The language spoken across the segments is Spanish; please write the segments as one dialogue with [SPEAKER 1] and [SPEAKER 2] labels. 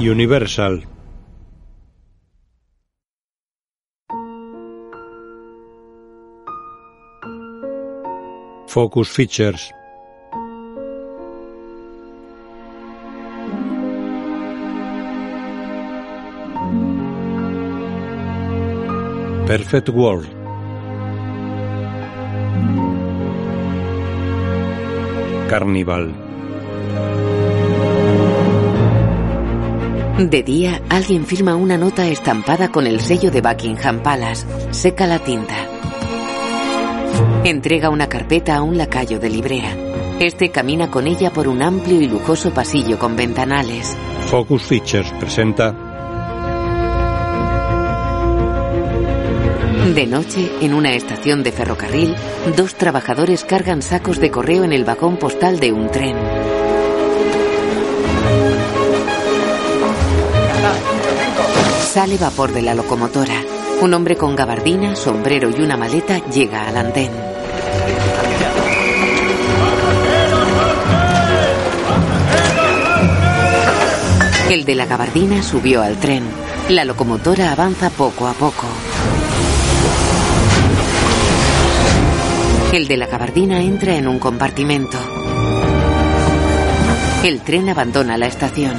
[SPEAKER 1] Universal. Focus Features. Perfect World. Carnival.
[SPEAKER 2] De día, alguien firma una nota estampada con el sello de Buckingham Palace. Seca la tinta. Entrega una carpeta a un lacayo de librea. Este camina con ella por un amplio y lujoso pasillo con ventanales.
[SPEAKER 1] Focus Features presenta
[SPEAKER 2] De noche, en una estación de ferrocarril, dos trabajadores cargan sacos de correo en el vagón postal de un tren. Sale vapor de la locomotora. Un hombre con gabardina, sombrero y una maleta llega al andén. El de la gabardina subió al tren. La locomotora avanza poco a poco. El de la gabardina entra en un compartimento. El tren abandona la estación.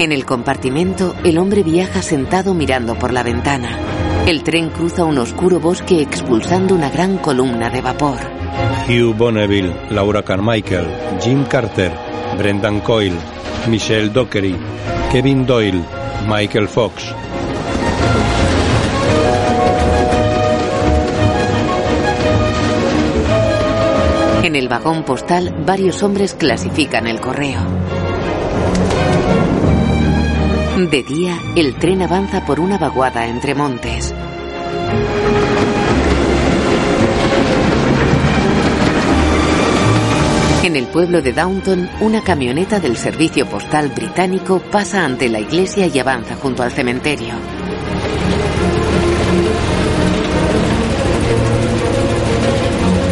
[SPEAKER 2] En el compartimento, el hombre viaja sentado mirando por la ventana. El tren cruza un oscuro bosque expulsando una gran columna de vapor.
[SPEAKER 1] Hugh Bonneville, Laura Carmichael, Jim Carter, Brendan Coyle, Michelle Dockery, Kevin Doyle, Michael Fox.
[SPEAKER 2] En el vagón postal, varios hombres clasifican el correo. De día, el tren avanza por una vaguada entre montes. En el pueblo de Downton, una camioneta del servicio postal británico pasa ante la iglesia y avanza junto al cementerio.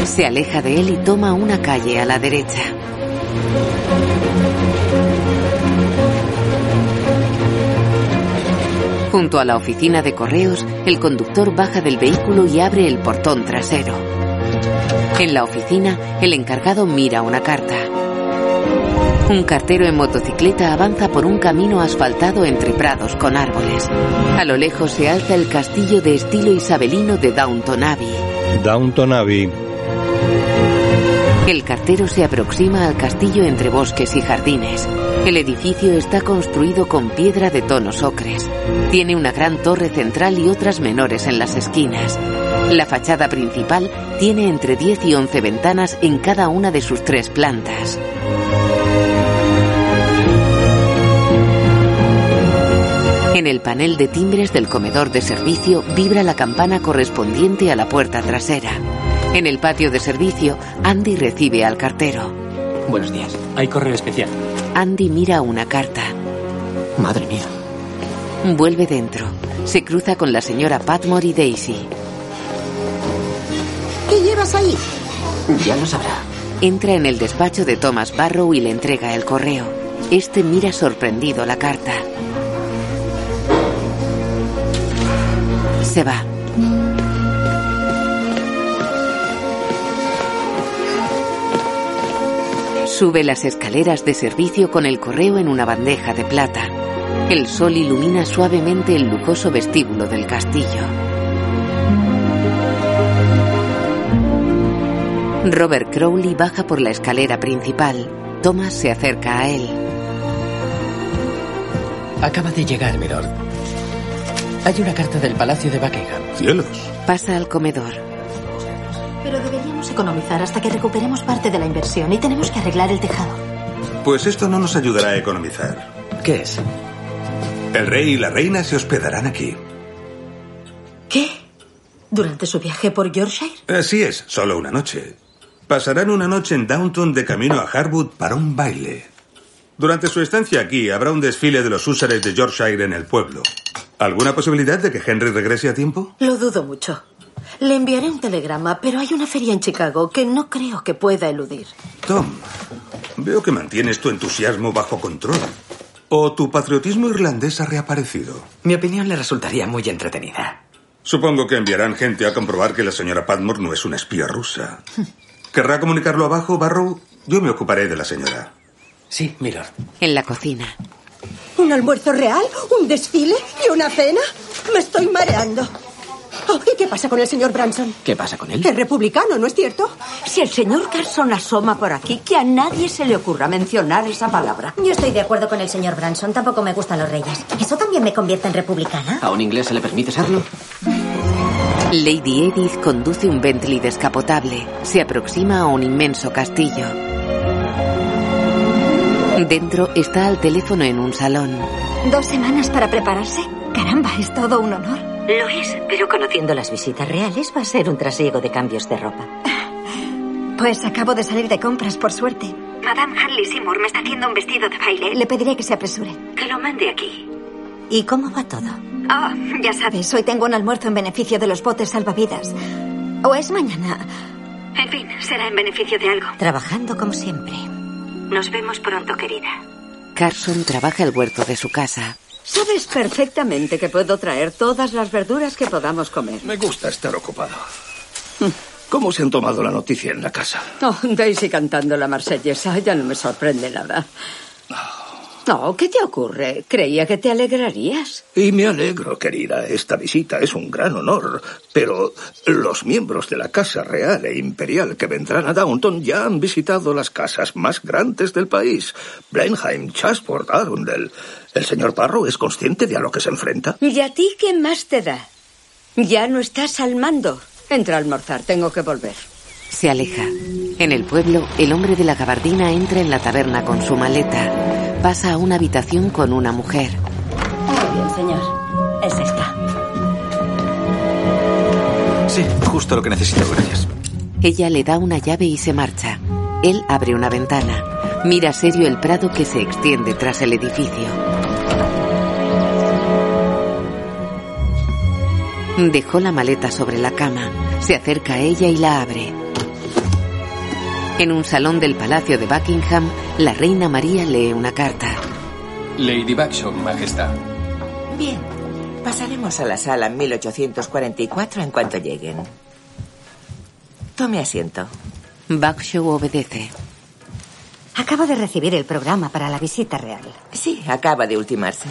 [SPEAKER 2] Se aleja de él y toma una calle a la derecha. Junto a la oficina de correos, el conductor baja del vehículo y abre el portón trasero. En la oficina, el encargado mira una carta. Un cartero en motocicleta avanza por un camino asfaltado entre prados con árboles. A lo lejos se alza el castillo de estilo isabelino de Downton Abbey.
[SPEAKER 1] Downton Abbey.
[SPEAKER 2] El cartero se aproxima al castillo entre bosques y jardines. El edificio está construido con piedra de tonos ocres. Tiene una gran torre central y otras menores en las esquinas. La fachada principal tiene entre 10 y 11 ventanas en cada una de sus tres plantas. En el panel de timbres del comedor de servicio vibra la campana correspondiente a la puerta trasera. En el patio de servicio, Andy recibe al cartero.
[SPEAKER 3] Buenos días. Hay correo especial.
[SPEAKER 2] Andy mira una carta.
[SPEAKER 3] Madre mía.
[SPEAKER 2] Vuelve dentro. Se cruza con la señora Patmore y Daisy.
[SPEAKER 4] ¿Qué llevas ahí?
[SPEAKER 3] Ya lo sabrá.
[SPEAKER 2] Entra en el despacho de Thomas Barrow y le entrega el correo. Este mira sorprendido la carta. Se va. Sube las escaleras de servicio con el correo en una bandeja de plata. El sol ilumina suavemente el lujoso vestíbulo del castillo. Robert Crowley baja por la escalera principal. Thomas se acerca a él.
[SPEAKER 3] Acaba de llegar, Milord. Hay una carta del Palacio de Buckingham.
[SPEAKER 5] Cielos.
[SPEAKER 2] Pasa al comedor.
[SPEAKER 4] Pero deberíamos economizar hasta que recuperemos parte de la inversión y tenemos que arreglar el tejado.
[SPEAKER 5] Pues esto no nos ayudará a economizar.
[SPEAKER 3] ¿Qué es?
[SPEAKER 5] El rey y la reina se hospedarán aquí.
[SPEAKER 4] ¿Qué? ¿Durante su viaje por Yorkshire?
[SPEAKER 5] Así es, solo una noche. Pasarán una noche en Downton de camino a Harwood para un baile. Durante su estancia aquí habrá un desfile de los húsares de Yorkshire en el pueblo. ¿Alguna posibilidad de que Henry regrese a tiempo?
[SPEAKER 4] Lo dudo mucho. Le enviaré un telegrama, pero hay una feria en Chicago que no creo que pueda eludir.
[SPEAKER 5] Tom, veo que mantienes tu entusiasmo bajo control. O tu patriotismo irlandés ha reaparecido.
[SPEAKER 6] Mi opinión le resultaría muy entretenida.
[SPEAKER 5] Supongo que enviarán gente a comprobar que la señora Padmore no es una espía rusa. ¿Querrá comunicarlo abajo, Barrow? Yo me ocuparé de la señora.
[SPEAKER 6] Sí, Milord.
[SPEAKER 2] En la cocina.
[SPEAKER 7] ¿Un almuerzo real? ¿Un desfile? ¿Y una cena? Me estoy mareando. Oh, ¿Y qué pasa con el señor Branson?
[SPEAKER 6] ¿Qué pasa con él?
[SPEAKER 7] Es republicano, ¿no es cierto?
[SPEAKER 8] Si el señor Carson asoma por aquí, que a nadie se le ocurra mencionar esa palabra.
[SPEAKER 9] Yo estoy de acuerdo con el señor Branson. Tampoco me gustan los reyes. ¿Eso también me convierte en republicana?
[SPEAKER 6] ¿A un inglés se le permite serlo?
[SPEAKER 2] Lady Edith conduce un Bentley descapotable. Se aproxima a un inmenso castillo. Dentro está al teléfono en un salón.
[SPEAKER 10] ¿Dos semanas para prepararse? Caramba, es todo un honor.
[SPEAKER 8] Lo es, pero conociendo las visitas reales va a ser un trasiego de cambios de ropa.
[SPEAKER 10] Pues acabo de salir de compras, por suerte.
[SPEAKER 11] Madame Harley Seymour me está haciendo un vestido de baile.
[SPEAKER 10] Le pediré que se apresure.
[SPEAKER 11] Que lo mande aquí.
[SPEAKER 8] ¿Y cómo va todo?
[SPEAKER 10] Ah, oh, ya sabes, hoy tengo un almuerzo en beneficio de los botes salvavidas. ¿O es mañana?
[SPEAKER 11] En fin, será en beneficio de algo.
[SPEAKER 8] Trabajando como siempre.
[SPEAKER 11] Nos vemos pronto, querida.
[SPEAKER 2] Carson trabaja el huerto de su casa.
[SPEAKER 8] Sabes perfectamente que puedo traer todas las verduras que podamos comer.
[SPEAKER 12] Me gusta estar ocupado. ¿Cómo se han tomado la noticia en la casa?
[SPEAKER 8] Oh, Daisy cantando la marsellesa ya no me sorprende nada. No, ¿qué te ocurre? Creía que te alegrarías.
[SPEAKER 12] Y me alegro, querida. Esta visita es un gran honor. Pero los miembros de la Casa Real e Imperial que vendrán a Downton ya han visitado las casas más grandes del país. Blenheim, Chatsworth, Arundel. ¿El señor Barrow es consciente de a lo que se enfrenta?
[SPEAKER 8] ¿Y a ti qué más te da? Ya no estás al mando. Entra a almorzar, tengo que volver.
[SPEAKER 2] Se aleja. En el pueblo, el hombre de la gabardina entra en la taberna con su maleta pasa a una habitación con una mujer.
[SPEAKER 9] Muy bien, señor. Es esta.
[SPEAKER 13] Sí, justo lo que necesito, gracias.
[SPEAKER 2] Ella le da una llave y se marcha. Él abre una ventana. Mira serio el prado que se extiende tras el edificio. Dejó la maleta sobre la cama. Se acerca a ella y la abre. En un salón del Palacio de Buckingham, la reina María lee una carta.
[SPEAKER 3] Lady Baxham, Majestad.
[SPEAKER 14] Bien. Pasaremos a la sala 1844 en cuanto lleguen. Tome asiento.
[SPEAKER 2] Baxham obedece.
[SPEAKER 8] Acabo de recibir el programa para la visita real.
[SPEAKER 14] Sí, acaba de ultimarse.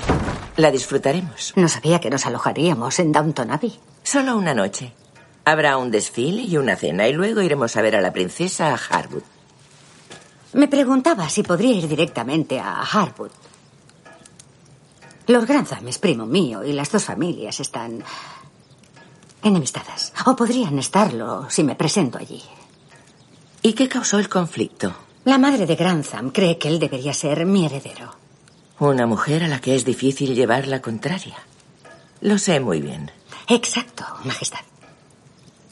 [SPEAKER 14] La disfrutaremos.
[SPEAKER 8] No sabía que nos alojaríamos en Downton Abbey.
[SPEAKER 14] Solo una noche. Habrá un desfile y una cena y luego iremos a ver a la princesa a Harwood.
[SPEAKER 8] Me preguntaba si podría ir directamente a Harwood. Lord Grantham es primo mío y las dos familias están enemistadas. O podrían estarlo si me presento allí.
[SPEAKER 14] ¿Y qué causó el conflicto?
[SPEAKER 8] La madre de Grantham cree que él debería ser mi heredero.
[SPEAKER 14] Una mujer a la que es difícil llevar la contraria. Lo sé muy bien.
[SPEAKER 8] Exacto, Majestad.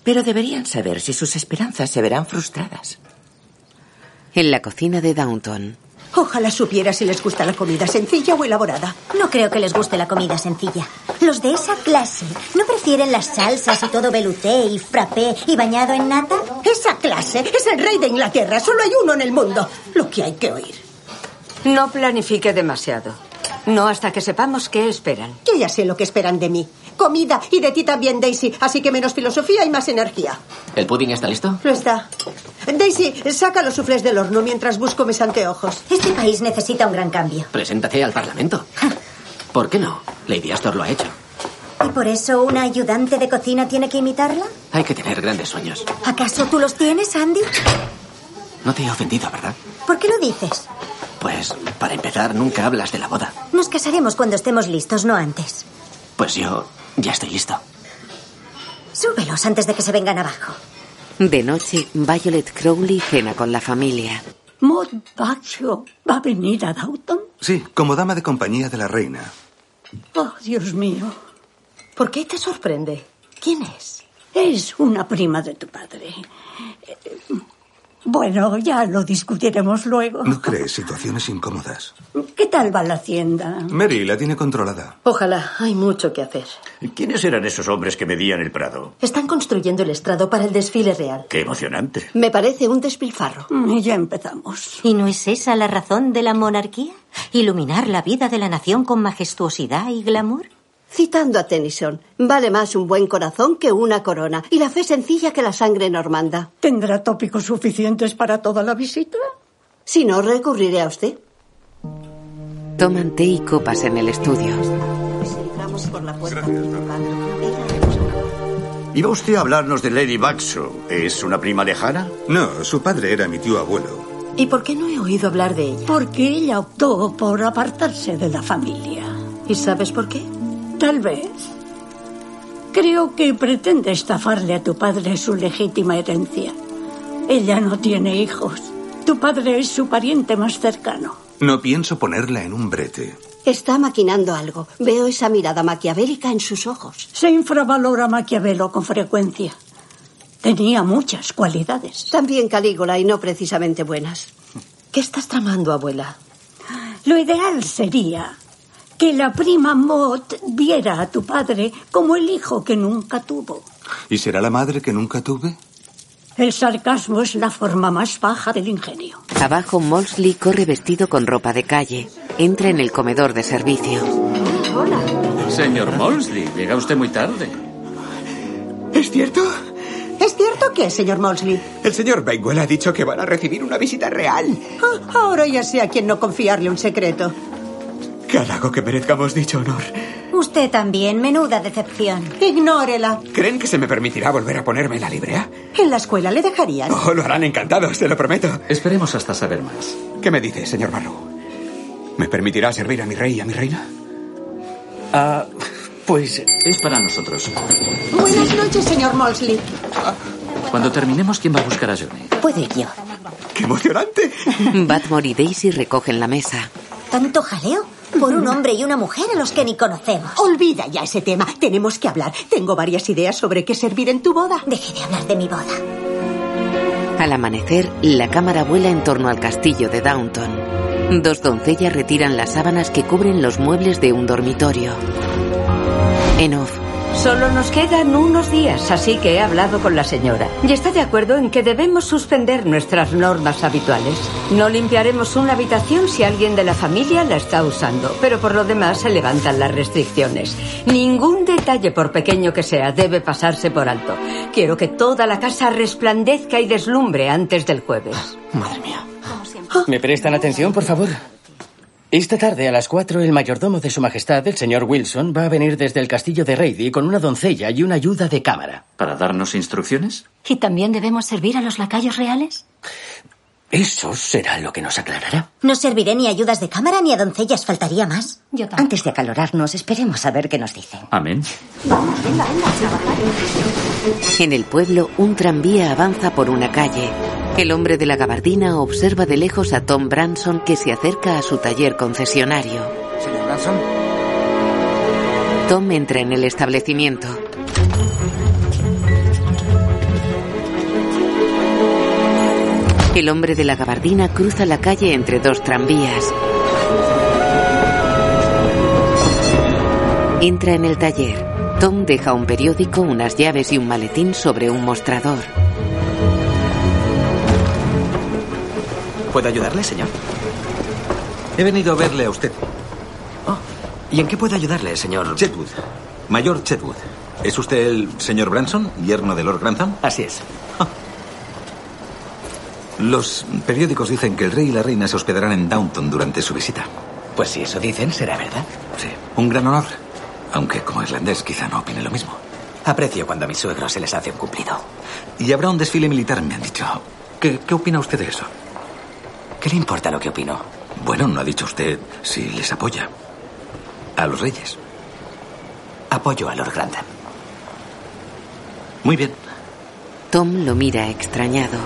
[SPEAKER 14] Pero deberían saber si sus esperanzas se verán frustradas.
[SPEAKER 2] En la cocina de Downton.
[SPEAKER 7] Ojalá supiera si les gusta la comida sencilla o elaborada.
[SPEAKER 9] No creo que les guste la comida sencilla. Los de esa clase no prefieren las salsas y todo veluté y frappé y bañado en nata.
[SPEAKER 7] Esa clase es el rey de Inglaterra. Solo hay uno en el mundo. Lo que hay que oír.
[SPEAKER 8] No planifique demasiado. No hasta que sepamos qué esperan.
[SPEAKER 7] Yo ya sé lo que esperan de mí. Comida y de ti también, Daisy. Así que menos filosofía y más energía.
[SPEAKER 6] ¿El pudding está listo?
[SPEAKER 7] Lo está. Daisy, saca los sufles del horno mientras busco mis anteojos.
[SPEAKER 9] Este país necesita un gran cambio.
[SPEAKER 6] Preséntate al Parlamento. ¿Por qué no? Lady Astor lo ha hecho.
[SPEAKER 9] ¿Y por eso una ayudante de cocina tiene que imitarla?
[SPEAKER 6] Hay que tener grandes sueños.
[SPEAKER 9] ¿Acaso tú los tienes, Andy?
[SPEAKER 6] No te he ofendido, ¿verdad?
[SPEAKER 9] ¿Por qué lo dices?
[SPEAKER 6] Pues, para empezar, nunca hablas de la boda.
[SPEAKER 9] Nos casaremos cuando estemos listos, no antes.
[SPEAKER 6] Pues yo ya estoy listo.
[SPEAKER 9] Súbelos antes de que se vengan abajo.
[SPEAKER 2] De noche, Violet Crowley cena con la familia.
[SPEAKER 15] Maud Baggio va a venir a Downton.
[SPEAKER 5] Sí, como dama de compañía de la reina.
[SPEAKER 15] Oh, Dios mío.
[SPEAKER 4] ¿Por qué te sorprende? ¿Quién es?
[SPEAKER 15] Es una prima de tu padre. Eh, Bueno, ya lo discutiremos luego.
[SPEAKER 5] No crees situaciones incómodas.
[SPEAKER 15] ¿Qué tal va la hacienda?
[SPEAKER 5] Mary la tiene controlada.
[SPEAKER 4] Ojalá, hay mucho que hacer.
[SPEAKER 16] ¿Quiénes eran esos hombres que medían el Prado?
[SPEAKER 4] Están construyendo el estrado para el desfile real.
[SPEAKER 16] Qué emocionante.
[SPEAKER 4] Me parece un despilfarro.
[SPEAKER 15] Y Mm, ya empezamos.
[SPEAKER 11] ¿Y no es esa la razón de la monarquía? ¿Iluminar la vida de la nación con majestuosidad y glamour?
[SPEAKER 17] Citando a Tennyson, vale más un buen corazón que una corona y la fe sencilla que la sangre normanda.
[SPEAKER 15] ¿Tendrá tópicos suficientes para toda la visita?
[SPEAKER 17] Si no, recurriré a usted.
[SPEAKER 2] Toman té y copas en el estudio.
[SPEAKER 17] Entramos por la puerta principal.
[SPEAKER 16] Iba usted a hablarnos de Lady Baxo. ¿Es una prima lejana?
[SPEAKER 5] No, su padre era mi tío abuelo.
[SPEAKER 4] ¿Y por qué no he oído hablar de ella?
[SPEAKER 15] Porque ella optó por apartarse de la familia.
[SPEAKER 4] ¿Y sabes por qué?
[SPEAKER 15] Tal vez. Creo que pretende estafarle a tu padre su legítima herencia. Ella no tiene hijos. Tu padre es su pariente más cercano.
[SPEAKER 5] No pienso ponerla en un brete.
[SPEAKER 17] Está maquinando algo. Veo esa mirada maquiavélica en sus ojos.
[SPEAKER 15] Se infravalora a Maquiavelo con frecuencia. Tenía muchas cualidades.
[SPEAKER 17] También Calígula y no precisamente buenas.
[SPEAKER 4] ¿Qué estás tramando, abuela?
[SPEAKER 15] Lo ideal sería que la prima Mott viera a tu padre como el hijo que nunca tuvo.
[SPEAKER 5] ¿Y será la madre que nunca tuve?
[SPEAKER 15] El sarcasmo es la forma más baja del ingenio.
[SPEAKER 2] Abajo, Molsley corre vestido con ropa de calle. Entra en el comedor de servicio.
[SPEAKER 18] Señor Molsley, llega usted muy tarde.
[SPEAKER 12] ¿Es cierto?
[SPEAKER 7] ¿Es cierto que, señor Molsley?
[SPEAKER 12] El señor Benguela ha dicho que van a recibir una visita real.
[SPEAKER 7] Ah, ahora ya sé a quién no confiarle un secreto.
[SPEAKER 12] Qué halago que merezcamos dicho honor.
[SPEAKER 11] Usted también, menuda decepción.
[SPEAKER 7] Ignórela.
[SPEAKER 12] ¿Creen que se me permitirá volver a ponerme la librea?
[SPEAKER 7] En la escuela le dejarían.
[SPEAKER 12] Oh, lo harán encantados, se lo prometo.
[SPEAKER 18] Esperemos hasta saber más.
[SPEAKER 12] ¿Qué me dice, señor Barrow? ¿Me permitirá servir a mi rey y a mi reina?
[SPEAKER 18] Ah, pues es para nosotros.
[SPEAKER 7] Buenas noches, señor Molsley.
[SPEAKER 18] Cuando terminemos, ¿quién va a buscar a Johnny?
[SPEAKER 11] Puedo ir yo.
[SPEAKER 12] ¡Qué emocionante!
[SPEAKER 2] Batmore y Daisy recogen la mesa.
[SPEAKER 11] Tanto jaleo por un hombre y una mujer a los que ni conocemos.
[SPEAKER 7] Olvida ya ese tema. Tenemos que hablar. Tengo varias ideas sobre qué servir en tu boda.
[SPEAKER 11] Deje de hablar de mi boda.
[SPEAKER 2] Al amanecer, la cámara vuela en torno al castillo de Downton. Dos doncellas retiran las sábanas que cubren los muebles de un dormitorio. En off,
[SPEAKER 8] Solo nos quedan unos días, así que he hablado con la señora. Y está de acuerdo en que debemos suspender nuestras normas habituales. No limpiaremos una habitación si alguien de la familia la está usando, pero por lo demás se levantan las restricciones. Ningún detalle, por pequeño que sea, debe pasarse por alto. Quiero que toda la casa resplandezca y deslumbre antes del jueves.
[SPEAKER 3] Madre mía. Ah. ¿Me prestan atención, por favor? Esta tarde a las 4 el mayordomo de Su Majestad, el señor Wilson, va a venir desde el castillo de Reidy con una doncella y una ayuda de cámara.
[SPEAKER 18] ¿Para darnos instrucciones?
[SPEAKER 11] ¿Y también debemos servir a los lacayos reales?
[SPEAKER 3] Eso será lo que nos aclarará.
[SPEAKER 11] No serviré ni ayudas de cámara ni a doncellas, faltaría más.
[SPEAKER 8] Yo Antes de acalorarnos, esperemos a ver qué nos dicen.
[SPEAKER 18] Amén.
[SPEAKER 2] en el pueblo, un tranvía avanza por una calle. El hombre de la gabardina observa de lejos a Tom Branson que se acerca a su taller concesionario.
[SPEAKER 19] Señor Branson.
[SPEAKER 2] Tom entra en el establecimiento. El hombre de la gabardina cruza la calle entre dos tranvías. Entra en el taller. Tom deja un periódico, unas llaves y un maletín sobre un mostrador.
[SPEAKER 19] ¿Puedo ayudarle, señor? He venido a verle a usted. Oh, ¿Y en qué puedo ayudarle, señor? Chetwood. Mayor Chetwood. ¿Es usted el señor Branson, yerno de Lord Grantham?
[SPEAKER 3] Así es.
[SPEAKER 20] Ah.
[SPEAKER 19] Los periódicos dicen que el rey y la reina se hospedarán en Downton durante su visita.
[SPEAKER 3] Pues si eso dicen, será verdad.
[SPEAKER 19] Sí, un gran honor. Aunque como irlandés quizá no opine lo mismo.
[SPEAKER 3] Aprecio cuando a mis suegros se les hace un cumplido.
[SPEAKER 19] Y habrá un desfile militar, me han dicho. ¿Qué, qué opina usted de eso?
[SPEAKER 3] ¿Qué le importa lo que opino?
[SPEAKER 19] Bueno, no ha dicho usted si les apoya. A los reyes.
[SPEAKER 3] Apoyo a Lord Grantham.
[SPEAKER 19] Muy bien.
[SPEAKER 2] Tom lo mira extrañado.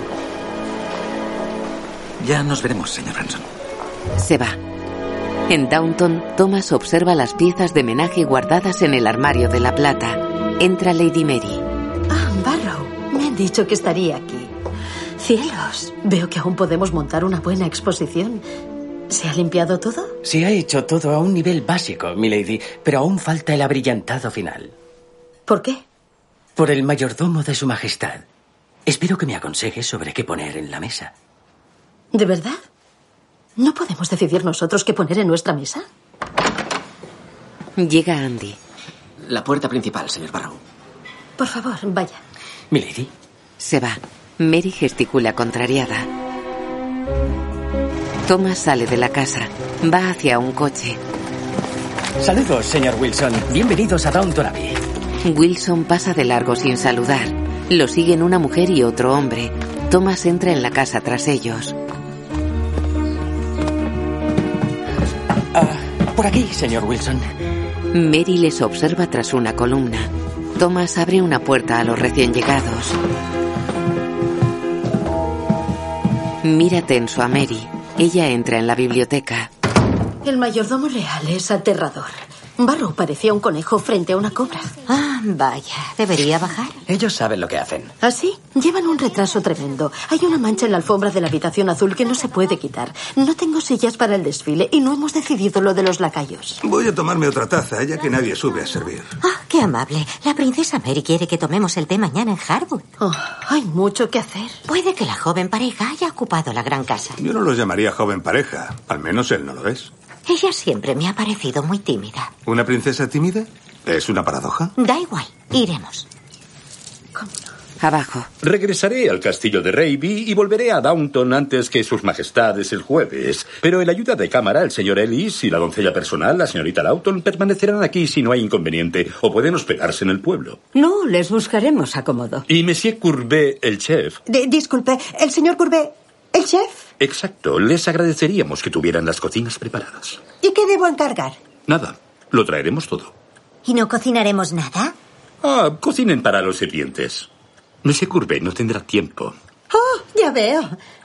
[SPEAKER 19] Ya nos veremos, señor Branson.
[SPEAKER 2] Se va. En Downton, Thomas observa las piezas de menaje guardadas en el armario de la plata. Entra Lady Mary.
[SPEAKER 4] Ah, Barrow. Me han dicho que estaría aquí. Cielos, veo que aún podemos montar una buena exposición. ¿Se ha limpiado todo?
[SPEAKER 3] Se ha hecho todo a un nivel básico, milady, pero aún falta el abrillantado final.
[SPEAKER 4] ¿Por qué?
[SPEAKER 3] Por el mayordomo de su majestad. Espero que me aconseje sobre qué poner en la mesa.
[SPEAKER 4] ¿De verdad? ¿No podemos decidir nosotros qué poner en nuestra mesa?
[SPEAKER 2] Llega Andy.
[SPEAKER 21] La puerta principal, señor Barrow.
[SPEAKER 4] Por favor, vaya.
[SPEAKER 3] Milady.
[SPEAKER 2] Se va. Mary gesticula contrariada. Thomas sale de la casa. Va hacia un coche.
[SPEAKER 3] Saludos, señor Wilson. Bienvenidos a Downton Abbey.
[SPEAKER 2] Wilson pasa de largo sin saludar. Lo siguen una mujer y otro hombre. Thomas entra en la casa tras ellos.
[SPEAKER 3] Ah, Por aquí, señor Wilson.
[SPEAKER 2] Mary les observa tras una columna. Thomas abre una puerta a los recién llegados. Mira tenso a Mary. Ella entra en la biblioteca.
[SPEAKER 4] El mayordomo real es aterrador. Barrow parecía un conejo frente a una cobra.
[SPEAKER 21] Ah, vaya. ¿Debería bajar? Ellos saben lo que hacen.
[SPEAKER 4] ¿Así? ¿Ah, Llevan un retraso tremendo. Hay una mancha en la alfombra de la habitación azul que no se puede quitar. No tengo sillas para el desfile y no hemos decidido lo de los lacayos.
[SPEAKER 5] Voy a tomarme otra taza, ya que nadie sube a servir.
[SPEAKER 11] Ah, qué amable. La princesa Mary quiere que tomemos el té mañana en Harwood.
[SPEAKER 4] Oh, hay mucho que hacer.
[SPEAKER 11] Puede que la joven pareja haya ocupado la gran casa.
[SPEAKER 5] Yo no los llamaría joven pareja. Al menos él no lo es.
[SPEAKER 11] Ella siempre me ha parecido muy tímida.
[SPEAKER 5] ¿Una princesa tímida? ¿Es una paradoja?
[SPEAKER 11] Da igual, iremos.
[SPEAKER 2] Abajo.
[SPEAKER 22] Regresaré al castillo de Raby y volveré a Downton antes que sus majestades el jueves. Pero el ayuda de cámara, el señor Ellis y la doncella personal, la señorita Lawton, permanecerán aquí si no hay inconveniente o pueden hospedarse en el pueblo.
[SPEAKER 14] No, les buscaremos acomodo.
[SPEAKER 22] Y Monsieur Courbet, el chef.
[SPEAKER 15] D- disculpe, el señor Courbet, el chef.
[SPEAKER 22] Exacto, les agradeceríamos que tuvieran las cocinas preparadas.
[SPEAKER 15] ¿Y qué debo encargar?
[SPEAKER 22] Nada, lo traeremos todo.
[SPEAKER 11] ¿Y no cocinaremos nada?
[SPEAKER 22] Ah, cocinen para los sirvientes. Monsieur Courbet no tendrá tiempo.
[SPEAKER 15] Oh, ya veo.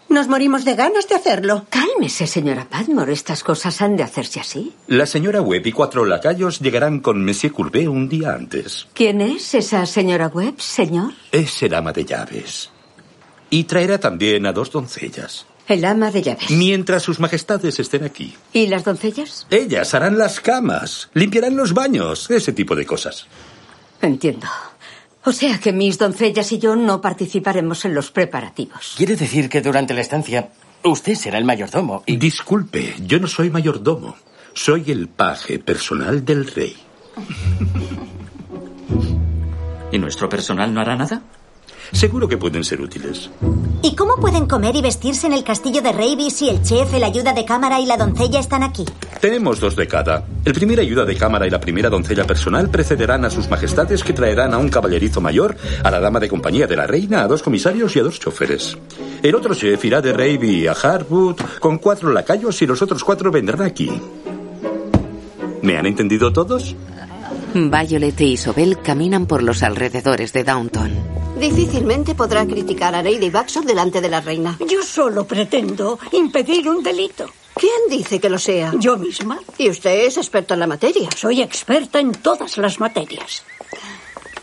[SPEAKER 15] Nos morimos de ganas de hacerlo.
[SPEAKER 14] Cálmese, señora Padmore. Estas cosas han de hacerse así.
[SPEAKER 22] La señora Webb y cuatro lacayos llegarán con Monsieur Courbet un día antes.
[SPEAKER 14] ¿Quién es esa señora Webb, señor?
[SPEAKER 22] Es el ama de llaves. Y traerá también a dos doncellas.
[SPEAKER 14] El ama de llaves.
[SPEAKER 22] Mientras sus majestades estén aquí.
[SPEAKER 14] ¿Y las doncellas?
[SPEAKER 22] Ellas harán las camas, limpiarán los baños, ese tipo de cosas.
[SPEAKER 14] Entiendo. O sea que mis doncellas y yo no participaremos en los preparativos.
[SPEAKER 3] Quiere decir que durante la estancia usted será el mayordomo. Y...
[SPEAKER 22] Disculpe, yo no soy mayordomo. Soy el paje personal del rey.
[SPEAKER 23] ¿Y nuestro personal no hará nada?
[SPEAKER 22] Seguro que pueden ser útiles.
[SPEAKER 11] ¿Y cómo pueden comer y vestirse en el castillo de Raby si el chef, el ayuda de cámara y la doncella están aquí?
[SPEAKER 22] Tenemos dos de cada. El primer ayuda de cámara y la primera doncella personal precederán a sus majestades que traerán a un caballerizo mayor, a la dama de compañía de la reina, a dos comisarios y a dos choferes. El otro chef irá de Raby a Harwood con cuatro lacayos y los otros cuatro vendrán aquí. ¿Me han entendido todos?
[SPEAKER 2] Violet e Isobel caminan por los alrededores de Downton.
[SPEAKER 17] Difícilmente podrá criticar a Lady Baxo delante de la reina.
[SPEAKER 9] Yo solo pretendo impedir un delito.
[SPEAKER 17] ¿Quién dice que lo sea?
[SPEAKER 9] Yo misma.
[SPEAKER 17] Y usted es experta en la materia.
[SPEAKER 9] Soy experta en todas las materias.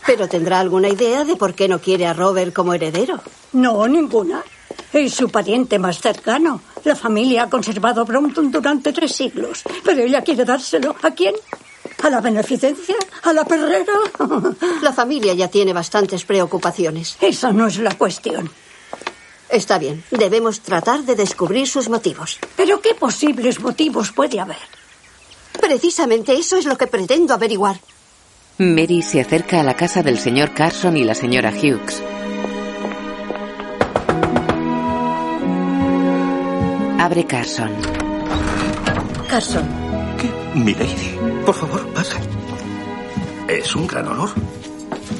[SPEAKER 17] Pero tendrá alguna idea de por qué no quiere a Robert como heredero.
[SPEAKER 9] No, ninguna. Es su pariente más cercano. La familia ha conservado Brompton durante tres siglos. Pero ella quiere dárselo. ¿A quién? ¿A la beneficencia? ¿A la perrera?
[SPEAKER 17] La familia ya tiene bastantes preocupaciones.
[SPEAKER 9] Esa no es la cuestión.
[SPEAKER 17] Está bien, debemos tratar de descubrir sus motivos.
[SPEAKER 9] ¿Pero qué posibles motivos puede haber?
[SPEAKER 17] Precisamente eso es lo que pretendo averiguar.
[SPEAKER 2] Mary se acerca a la casa del señor Carson y la señora Hughes. Abre Carson.
[SPEAKER 4] Carson,
[SPEAKER 20] Milady, por favor, pasa. Es un gran honor.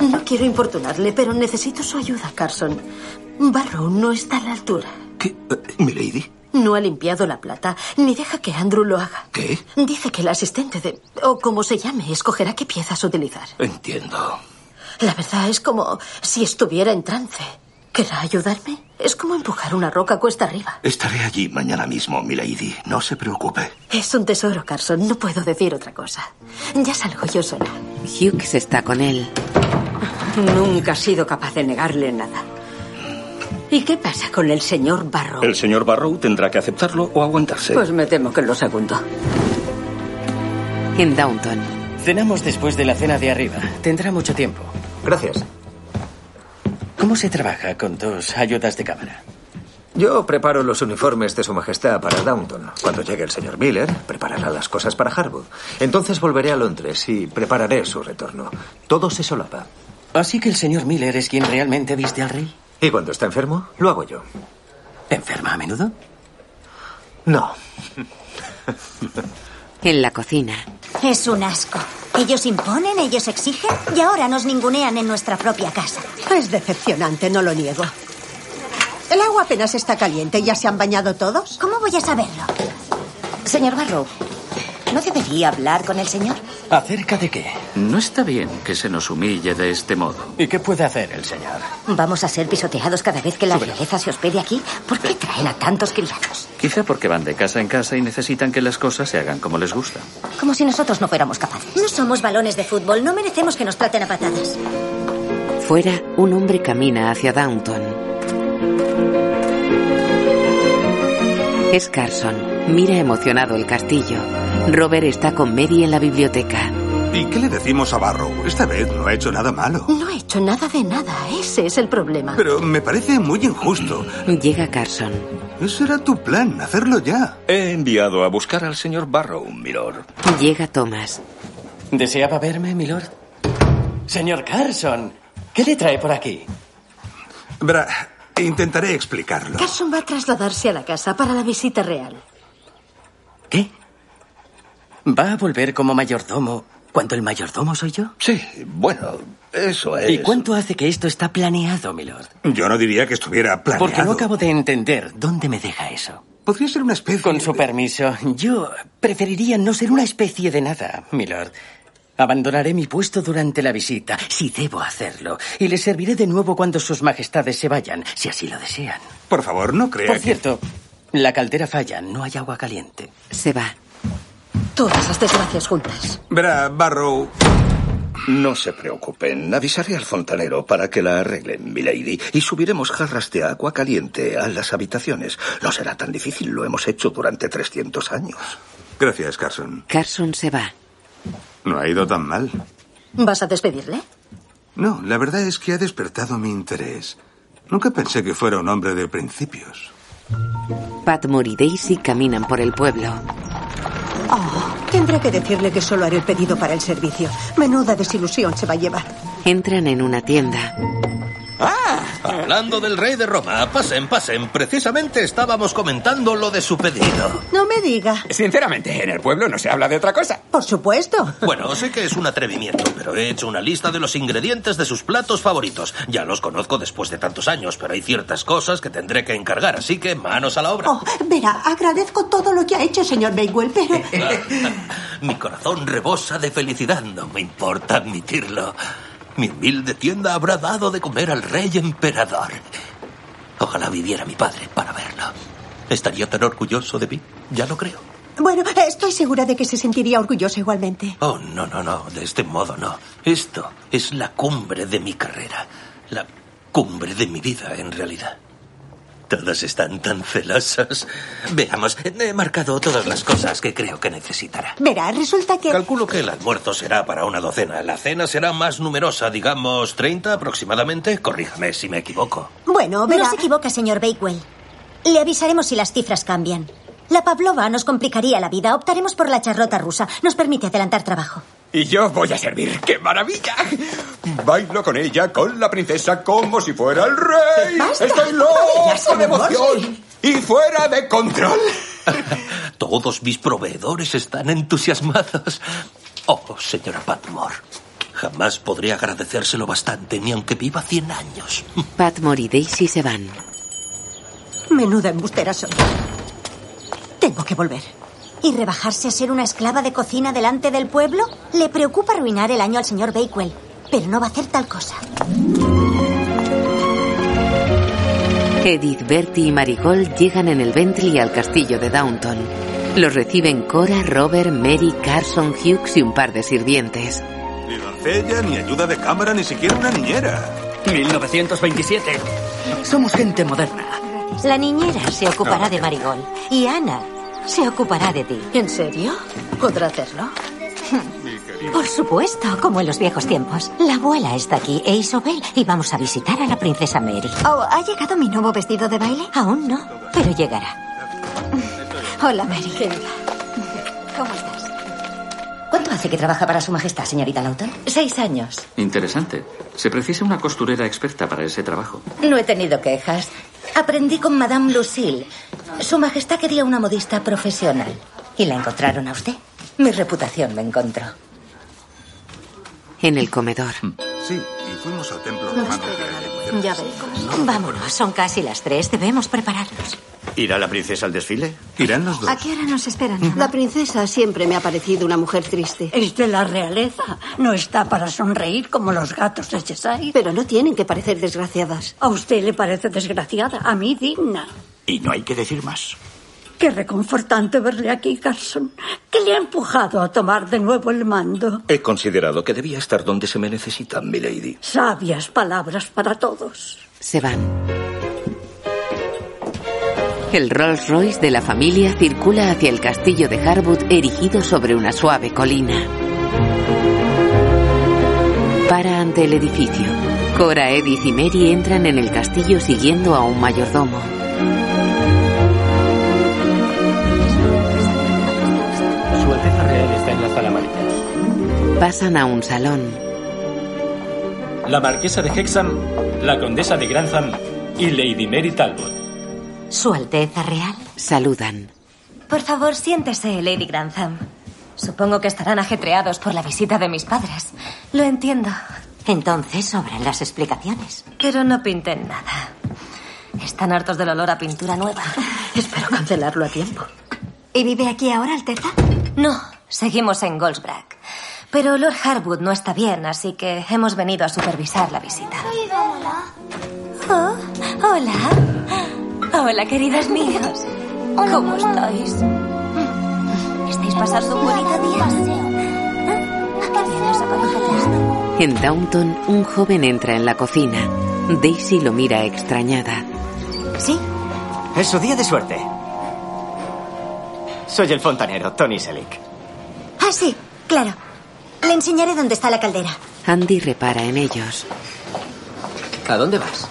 [SPEAKER 4] no quiero importunarle, pero necesito su ayuda, Carson. Barrow no está a la altura.
[SPEAKER 20] ¿Qué? Eh, ¿Milady?
[SPEAKER 4] No ha limpiado la plata, ni deja que Andrew lo haga.
[SPEAKER 20] ¿Qué?
[SPEAKER 4] Dice que el asistente de... o como se llame, escogerá qué piezas utilizar.
[SPEAKER 20] Entiendo.
[SPEAKER 4] La verdad es como si estuviera en trance. ¿Querrá ayudarme? Es como empujar una roca cuesta arriba.
[SPEAKER 20] Estaré allí mañana mismo, Milady. No se preocupe.
[SPEAKER 4] Es un tesoro, Carson. No puedo decir otra cosa. Ya salgo yo sola.
[SPEAKER 2] Hughes está con él.
[SPEAKER 8] Nunca ha sido capaz de negarle nada. ¿Y qué pasa con el señor Barrow?
[SPEAKER 24] El señor Barrow tendrá que aceptarlo o aguantarse.
[SPEAKER 8] Pues me temo que lo segundo.
[SPEAKER 2] En Downton. Ah.
[SPEAKER 3] Cenamos después de la cena de arriba. Tendrá mucho tiempo.
[SPEAKER 1] Gracias.
[SPEAKER 3] ¿Cómo se trabaja con dos ayudas de cámara?
[SPEAKER 1] Yo preparo los uniformes de Su Majestad para Downton. Cuando llegue el señor Miller, preparará las cosas para Harwood. Entonces volveré a Londres y prepararé su retorno. Todo se solapa.
[SPEAKER 3] Así que el señor Miller es quien realmente viste al rey.
[SPEAKER 1] Y cuando está enfermo, lo hago yo.
[SPEAKER 3] ¿Enferma a menudo?
[SPEAKER 1] No.
[SPEAKER 2] En la cocina.
[SPEAKER 9] Es un asco. Ellos imponen, ellos exigen y ahora nos ningunean en nuestra propia casa.
[SPEAKER 7] Es decepcionante, no lo niego. El agua apenas está caliente. ¿Ya se han bañado todos?
[SPEAKER 9] ¿Cómo voy a saberlo?
[SPEAKER 11] Señor Barrow, ¿no debería hablar con el señor?
[SPEAKER 3] ¿Acerca de qué?
[SPEAKER 25] No está bien que se nos humille de este modo.
[SPEAKER 3] ¿Y qué puede hacer el señor?
[SPEAKER 11] ¿Vamos a ser pisoteados cada vez que la realeza se hospede aquí? ¿Por qué traen a tantos criados?
[SPEAKER 25] Quizá porque van de casa en casa y necesitan que las cosas se hagan como les gusta.
[SPEAKER 11] Como si nosotros no fuéramos capaces.
[SPEAKER 9] No somos balones de fútbol, no merecemos que nos traten a patadas.
[SPEAKER 2] Fuera, un hombre camina hacia Downton. Es Carson. Mira emocionado el castillo. Robert está con Mary en la biblioteca.
[SPEAKER 5] ¿Y qué le decimos a Barrow? Esta vez no ha hecho nada malo.
[SPEAKER 4] No he hecho nada de nada. Ese es el problema.
[SPEAKER 5] Pero me parece muy injusto.
[SPEAKER 2] Llega Carson.
[SPEAKER 5] Ese era tu plan, hacerlo ya.
[SPEAKER 24] He enviado a buscar al señor Barrow, milord.
[SPEAKER 2] Llega Thomas.
[SPEAKER 3] ¿Deseaba verme, milord? Señor Carson, ¿qué le trae por aquí?
[SPEAKER 5] Verá, intentaré explicarlo.
[SPEAKER 4] Carson va a trasladarse a la casa para la visita real.
[SPEAKER 3] ¿Qué? ¿Va a volver como mayordomo cuando el mayordomo soy yo?
[SPEAKER 24] Sí, bueno, eso es.
[SPEAKER 3] ¿Y cuánto hace que esto está planeado, milord?
[SPEAKER 5] Yo no diría que estuviera planeado.
[SPEAKER 3] Porque no acabo de entender dónde me deja eso.
[SPEAKER 5] Podría ser una especie.
[SPEAKER 3] Con su
[SPEAKER 5] de-
[SPEAKER 3] permiso, yo preferiría no ser una especie de nada, milord. Abandonaré mi puesto durante la visita, si debo hacerlo, y le serviré de nuevo cuando sus majestades se vayan, si así lo desean.
[SPEAKER 5] Por favor, no crea
[SPEAKER 3] Por
[SPEAKER 5] que-
[SPEAKER 3] cierto, la caldera falla, no hay agua caliente.
[SPEAKER 2] Se va.
[SPEAKER 4] Todas las desgracias juntas.
[SPEAKER 5] Verá, Barrow.
[SPEAKER 24] No se preocupen. Avisaré al fontanero para que la arreglen, milady. Y subiremos jarras de agua caliente a las habitaciones. No será tan difícil. Lo hemos hecho durante 300 años.
[SPEAKER 5] Gracias, Carson.
[SPEAKER 2] Carson se va.
[SPEAKER 5] No ha ido tan mal.
[SPEAKER 4] ¿Vas a despedirle?
[SPEAKER 5] No, la verdad es que ha despertado mi interés. Nunca pensé que fuera un hombre de principios.
[SPEAKER 2] Patmore y Daisy caminan por el pueblo.
[SPEAKER 7] Oh, tendré que decirle que solo haré el pedido para el servicio. Menuda desilusión se va a llevar.
[SPEAKER 2] Entran en una tienda.
[SPEAKER 12] Hablando del rey de Roma, pasen, pasen. Precisamente estábamos comentando lo de su pedido.
[SPEAKER 7] No me diga.
[SPEAKER 12] Sinceramente, en el pueblo no se habla de otra cosa.
[SPEAKER 7] Por supuesto.
[SPEAKER 12] Bueno, sé que es un atrevimiento, pero he hecho una lista de los ingredientes de sus platos favoritos. Ya los conozco después de tantos años, pero hay ciertas cosas que tendré que encargar, así que manos a la obra.
[SPEAKER 26] Oh, verá, agradezco todo lo que ha hecho, señor Bakewell, pero...
[SPEAKER 12] Mi corazón rebosa de felicidad, no me importa admitirlo. Mi humilde tienda habrá dado de comer al rey emperador. Ojalá viviera mi padre para verlo. Estaría tan orgulloso de mí, ya lo creo.
[SPEAKER 26] Bueno, estoy segura de que se sentiría orgulloso igualmente.
[SPEAKER 12] Oh, no, no, no, de este modo no. Esto es la cumbre de mi carrera. La cumbre de mi vida, en realidad. Todas están tan celosas. Veamos, he marcado todas las cosas que creo que necesitará.
[SPEAKER 26] Verá, resulta que...
[SPEAKER 12] Calculo que el almuerzo será para una docena. La cena será más numerosa, digamos 30 aproximadamente. Corríjame si me equivoco.
[SPEAKER 9] Bueno, verá...
[SPEAKER 26] verá-
[SPEAKER 9] No se equivoca, señor Bakewell. Le avisaremos si las cifras cambian. La Pavlova nos complicaría la vida. Optaremos por la charlota rusa. Nos permite adelantar trabajo.
[SPEAKER 1] Y yo voy a servir. ¡Qué maravilla! Bailo con ella, con la princesa, como si fuera el rey.
[SPEAKER 26] ¡Basta!
[SPEAKER 1] Estoy
[SPEAKER 26] ¡No
[SPEAKER 1] loco
[SPEAKER 26] digas,
[SPEAKER 1] de
[SPEAKER 26] amor!
[SPEAKER 1] emoción y fuera de control.
[SPEAKER 12] Todos mis proveedores están entusiasmados. Oh, señora Patmore. Jamás podré agradecérselo bastante, ni aunque viva 100 años.
[SPEAKER 2] Patmore y Daisy se van.
[SPEAKER 26] Menuda embustera soy. Tengo que volver.
[SPEAKER 9] ¿Y rebajarse a ser una esclava de cocina delante del pueblo? Le preocupa arruinar el año al señor Bakewell, pero no va a hacer tal cosa.
[SPEAKER 2] Edith, Bertie y Marigold llegan en el Bentley al castillo de Downton. Los reciben Cora, Robert, Mary, Carson, Hughes y un par de sirvientes.
[SPEAKER 5] doncella, ni ayuda de cámara, ni siquiera una niñera.
[SPEAKER 12] 1927.
[SPEAKER 27] Somos gente moderna.
[SPEAKER 11] La niñera se ocupará de Marigol y Ana se ocupará de ti. ¿En serio? ¿Podrá hacerlo? Por supuesto, como en los viejos tiempos. La abuela está aquí e Isobel y vamos a visitar a la princesa Mary.
[SPEAKER 9] Oh, ¿Ha llegado mi nuevo vestido de baile?
[SPEAKER 11] Aún no, pero llegará.
[SPEAKER 9] Hola, Mary.
[SPEAKER 11] ¿Cómo estás? ¿Cuánto hace que trabaja para su majestad, señorita Lawton? Seis años.
[SPEAKER 12] Interesante. Se precisa una costurera experta para ese trabajo.
[SPEAKER 9] No he tenido quejas. Aprendí con Madame Lucille. Su majestad quería una modista profesional.
[SPEAKER 11] ¿Y la encontraron a usted?
[SPEAKER 9] Mi reputación me encontró.
[SPEAKER 2] En el comedor.
[SPEAKER 5] Sí, y fuimos al templo
[SPEAKER 11] No
[SPEAKER 5] romano de
[SPEAKER 11] Ya ves. Vámonos, son casi las tres. Debemos prepararnos.
[SPEAKER 19] ¿Irá la princesa al desfile?
[SPEAKER 5] Irán los
[SPEAKER 17] ¿A qué hora nos esperan? La princesa siempre me ha parecido una mujer triste.
[SPEAKER 15] Es de la realeza. No está para sonreír como los gatos de Cheshire.
[SPEAKER 17] Pero no tienen que parecer desgraciadas.
[SPEAKER 15] A usted le parece desgraciada, a mí digna.
[SPEAKER 19] Y no hay que decir más.
[SPEAKER 15] Qué reconfortante verle aquí, Carson. ¿Qué le ha empujado a tomar de nuevo el mando?
[SPEAKER 19] He considerado que debía estar donde se me necesita, milady.
[SPEAKER 15] Sabias palabras para todos.
[SPEAKER 2] Se van. El Rolls Royce de la familia circula hacia el castillo de Harwood erigido sobre una suave colina. Para ante el edificio. Cora, Edith y Mary entran en el castillo siguiendo a un mayordomo.
[SPEAKER 6] Su Alteza Real está en la sala amarilla.
[SPEAKER 2] Pasan a un salón.
[SPEAKER 6] La marquesa de Hexham, la condesa de Grantham y Lady Mary Talbot.
[SPEAKER 11] Su Alteza Real.
[SPEAKER 2] Saludan.
[SPEAKER 11] Por favor, siéntese, Lady Grantham. Supongo que estarán ajetreados por la visita de mis padres. Lo entiendo. Entonces sobran las explicaciones. Pero no pinten nada. Están hartos del olor a pintura nueva. Espero cancelarlo a tiempo. ¿Y vive aquí ahora, Alteza? No, seguimos en Goldsbrack. Pero Lord Harwood no está bien, así que hemos venido a supervisar la visita. Oh, hola. Hola, queridos míos. ¿Cómo estáis? ¿Estáis pasando un bonito día? ¿Qué tiene esa pareja atrás?
[SPEAKER 2] En Downton, un joven entra en la cocina. Daisy lo mira extrañada.
[SPEAKER 11] Sí.
[SPEAKER 19] Es su día de suerte. Soy el fontanero, Tony Selick.
[SPEAKER 9] Ah, sí, claro. Le enseñaré dónde está la caldera.
[SPEAKER 2] Andy repara en ellos.
[SPEAKER 6] ¿A dónde vas?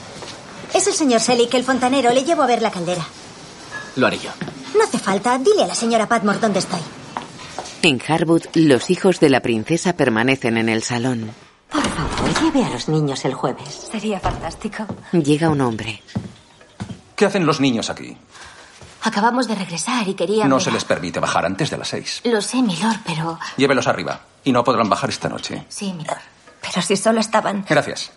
[SPEAKER 9] Es el señor Selick, el fontanero. Le llevo a ver la caldera.
[SPEAKER 6] Lo haré yo.
[SPEAKER 9] No hace falta. Dile a la señora Padmore dónde estoy.
[SPEAKER 2] En Harwood, los hijos de la princesa permanecen en el salón.
[SPEAKER 11] Lleve a los niños el jueves. Sería fantástico.
[SPEAKER 2] Llega un hombre.
[SPEAKER 1] ¿Qué hacen los niños aquí?
[SPEAKER 11] Acabamos de regresar y queríamos...
[SPEAKER 1] No se les permite bajar antes de las seis.
[SPEAKER 11] Lo sé, milord, pero...
[SPEAKER 1] Llévelos arriba y no podrán bajar esta noche.
[SPEAKER 11] Sí, milord. Pero si solo estaban...
[SPEAKER 1] Gracias.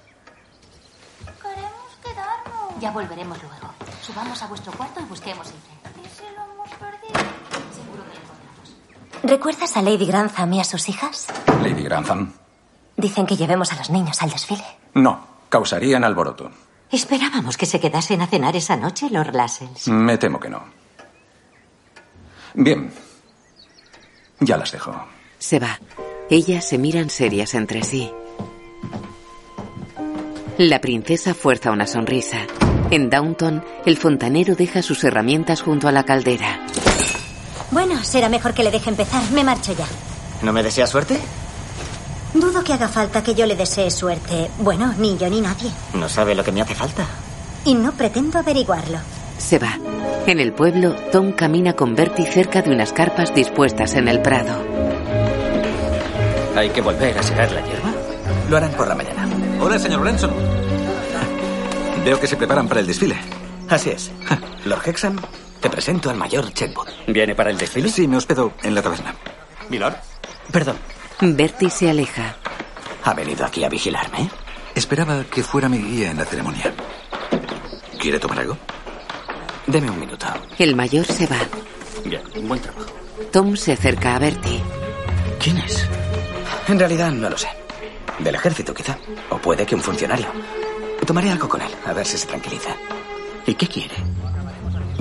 [SPEAKER 11] Ya volveremos luego. Subamos a vuestro cuarto y busquemos el tren. ¿Recuerdas a Lady Grantham y a sus hijas?
[SPEAKER 1] Lady Grantham.
[SPEAKER 11] Dicen que llevemos a los niños al desfile.
[SPEAKER 1] No, causarían alboroto.
[SPEAKER 11] Esperábamos que se quedasen a cenar esa noche, Lord Lassell.
[SPEAKER 1] Me temo que no. Bien. Ya las dejo.
[SPEAKER 2] Se va. Ellas se miran serias entre sí. La princesa fuerza una sonrisa. En Downton, el fontanero deja sus herramientas junto a la caldera.
[SPEAKER 9] Bueno, será mejor que le deje empezar. Me marcho ya.
[SPEAKER 19] ¿No me desea suerte?
[SPEAKER 9] Dudo que haga falta que yo le desee suerte. Bueno, ni yo ni nadie.
[SPEAKER 19] No sabe lo que me hace falta.
[SPEAKER 9] Y no pretendo averiguarlo.
[SPEAKER 2] Se va. En el pueblo, Tom camina con Bertie cerca de unas carpas dispuestas en el prado.
[SPEAKER 19] ¿Hay que volver a secar la hierba?
[SPEAKER 28] Lo harán por la mañana. Hola, señor Branson. Veo que se preparan para el desfile.
[SPEAKER 19] Así es. Lord Hexham, te presento al mayor Chetwood. ¿Viene para el desfile?
[SPEAKER 28] Sí, me hospedo en la taberna.
[SPEAKER 19] Milord. Perdón.
[SPEAKER 2] Bertie se aleja.
[SPEAKER 19] ¿Ha venido aquí a vigilarme?
[SPEAKER 28] Esperaba que fuera mi guía en la ceremonia. ¿Quiere tomar algo?
[SPEAKER 19] Deme un minuto.
[SPEAKER 2] El mayor se va.
[SPEAKER 19] Bien, buen trabajo.
[SPEAKER 2] Tom se acerca a Bertie.
[SPEAKER 19] ¿Quién es? En realidad no lo sé. Del ejército, quizá. O puede que un funcionario. Tomaré algo con él, a ver si se tranquiliza. ¿Y qué quiere?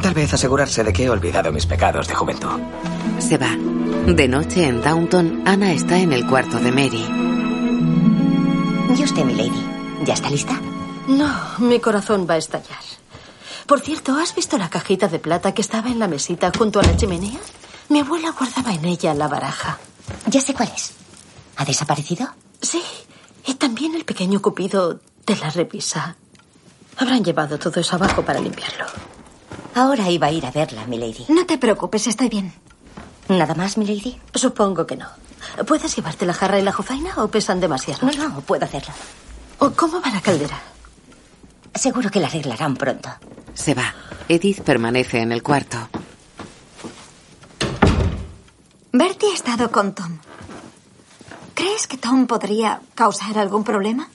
[SPEAKER 19] Tal vez asegurarse de que he olvidado mis pecados de juventud.
[SPEAKER 2] Se va. De noche en Downton, Ana está en el cuarto de Mary.
[SPEAKER 4] Y usted, milady, ¿ya está lista? No, mi corazón va a estallar. Por cierto, ¿has visto la cajita de plata que estaba en la mesita junto a la chimenea? Mi abuela guardaba en ella la baraja. Ya sé cuál es.
[SPEAKER 9] ¿Ha desaparecido?
[SPEAKER 4] Sí, y también el pequeño cupido de la repisa. Habrán llevado todo eso abajo para limpiarlo.
[SPEAKER 9] Ahora iba a ir a verla, milady.
[SPEAKER 4] No te preocupes, estoy bien.
[SPEAKER 9] ¿Nada más, milady?
[SPEAKER 4] Supongo que no. ¿Puedes llevarte la jarra y la jofaina o pesan demasiado?
[SPEAKER 9] No, no, puedo hacerlo.
[SPEAKER 4] ¿O cómo va la caldera?
[SPEAKER 9] Seguro que la arreglarán pronto.
[SPEAKER 2] Se va. Edith permanece en el cuarto.
[SPEAKER 10] Bertie ha estado con Tom. ¿Crees que Tom podría causar algún problema?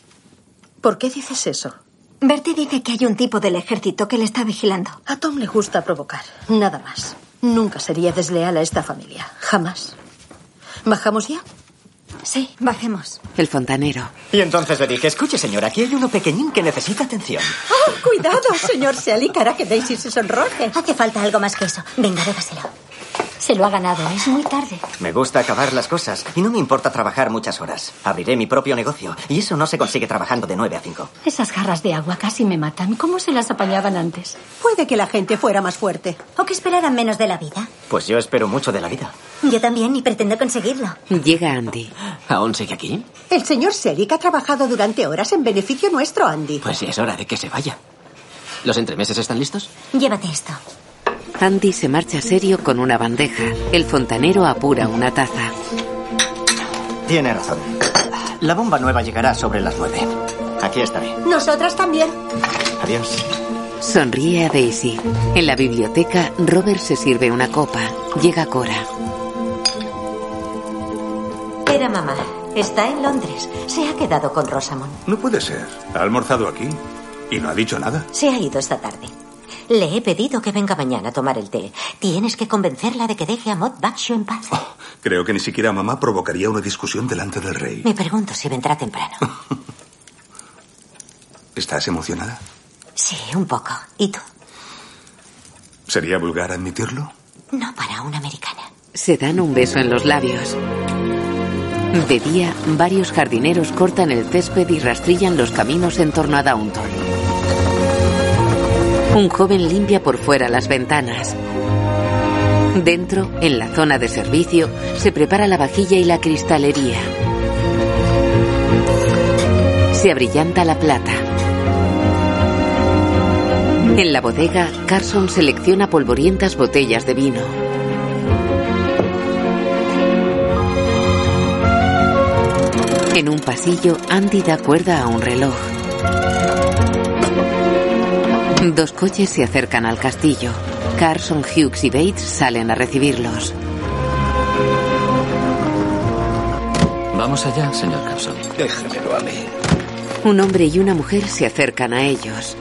[SPEAKER 4] ¿Por qué dices eso?
[SPEAKER 10] Bertie dice que hay un tipo del ejército que le está vigilando.
[SPEAKER 4] A Tom le gusta provocar, nada más. Nunca sería desleal a esta familia, jamás. ¿Bajamos ya?
[SPEAKER 10] Sí, bajemos.
[SPEAKER 2] El fontanero.
[SPEAKER 19] Y entonces le dije, escuche señora, aquí hay uno pequeñín que necesita atención.
[SPEAKER 7] ¡Oh, cuidado, señor Sally! Cara que Daisy se sonroje.
[SPEAKER 9] Hace falta algo más que eso. Venga, bébaselo. Se lo ha ganado, ¿eh? es muy tarde.
[SPEAKER 19] Me gusta acabar las cosas y no me importa trabajar muchas horas. Abriré mi propio negocio y eso no se consigue trabajando de 9 a 5.
[SPEAKER 29] Esas jarras de agua casi me matan. ¿Cómo se las apañaban antes?
[SPEAKER 7] Puede que la gente fuera más fuerte.
[SPEAKER 9] O que esperaran menos de la vida.
[SPEAKER 19] Pues yo espero mucho de la vida.
[SPEAKER 9] Yo también y pretendo conseguirlo.
[SPEAKER 2] Llega Andy.
[SPEAKER 6] ¿Aún sigue aquí?
[SPEAKER 7] El señor Selig ha trabajado durante horas en beneficio nuestro, Andy.
[SPEAKER 6] Pues es hora de que se vaya. ¿Los entremeses están listos?
[SPEAKER 9] Llévate esto.
[SPEAKER 2] Andy se marcha serio con una bandeja. El fontanero apura una taza.
[SPEAKER 19] Tiene razón. La bomba nueva llegará sobre las 9. Aquí estaré.
[SPEAKER 7] Nosotras también.
[SPEAKER 19] Adiós.
[SPEAKER 2] Sonríe a Daisy. En la biblioteca, Robert se sirve una copa. Llega Cora.
[SPEAKER 11] Era mamá. Está en Londres. Se ha quedado con Rosamond.
[SPEAKER 5] No puede ser. Ha almorzado aquí y no ha dicho nada.
[SPEAKER 11] Se ha ido esta tarde. Le he pedido que venga mañana a tomar el té. Tienes que convencerla de que deje a Mod Bakshu en paz.
[SPEAKER 5] Creo que ni siquiera mamá provocaría una discusión delante del rey.
[SPEAKER 11] Me pregunto si vendrá temprano.
[SPEAKER 5] ¿Estás emocionada?
[SPEAKER 11] Sí, un poco. ¿Y tú?
[SPEAKER 5] ¿Sería vulgar admitirlo?
[SPEAKER 11] No para una americana.
[SPEAKER 2] Se dan un beso en los labios. De día, varios jardineros cortan el césped y rastrillan los caminos en torno a Downton. Un joven limpia por fuera las ventanas. Dentro, en la zona de servicio, se prepara la vajilla y la cristalería. Se abrillanta la plata. En la bodega, Carson selecciona polvorientas botellas de vino. En un pasillo, Andy da cuerda a un reloj. Dos coches se acercan al castillo. Carson, Hughes y Bates salen a recibirlos.
[SPEAKER 6] Vamos allá, señor Carson.
[SPEAKER 12] Déjemelo a mí.
[SPEAKER 2] Un hombre y una mujer se acercan a ellos.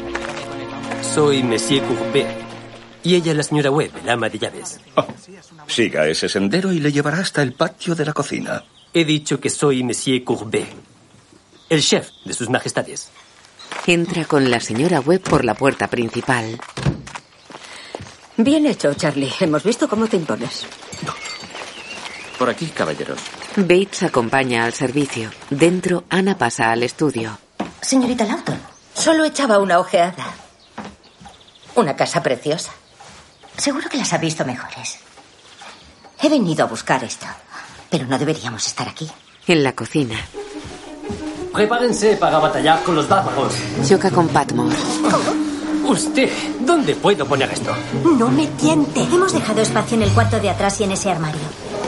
[SPEAKER 30] Soy Monsieur Courbet. Y ella la señora Webb, el ama de llaves.
[SPEAKER 12] Siga ese sendero y le llevará hasta el patio de la cocina.
[SPEAKER 30] He dicho que soy Monsieur Courbet, el chef de sus majestades.
[SPEAKER 2] Entra con la señora Webb por la puerta principal.
[SPEAKER 11] Bien hecho, Charlie. Hemos visto cómo te impones.
[SPEAKER 1] Por aquí, caballeros.
[SPEAKER 2] Bates acompaña al servicio. Dentro, Ana pasa al estudio.
[SPEAKER 9] Señorita Lawton, solo echaba una ojeada. Una casa preciosa. Seguro que las ha visto mejores. He venido a buscar esto, pero no deberíamos estar aquí.
[SPEAKER 2] En la cocina,
[SPEAKER 30] Prepárense para batallar con los bárbaros.
[SPEAKER 2] choca con Patmore.
[SPEAKER 30] Usted, ¿dónde puedo poner esto?
[SPEAKER 9] No me tiente. Hemos dejado espacio en el cuarto de atrás y en ese armario.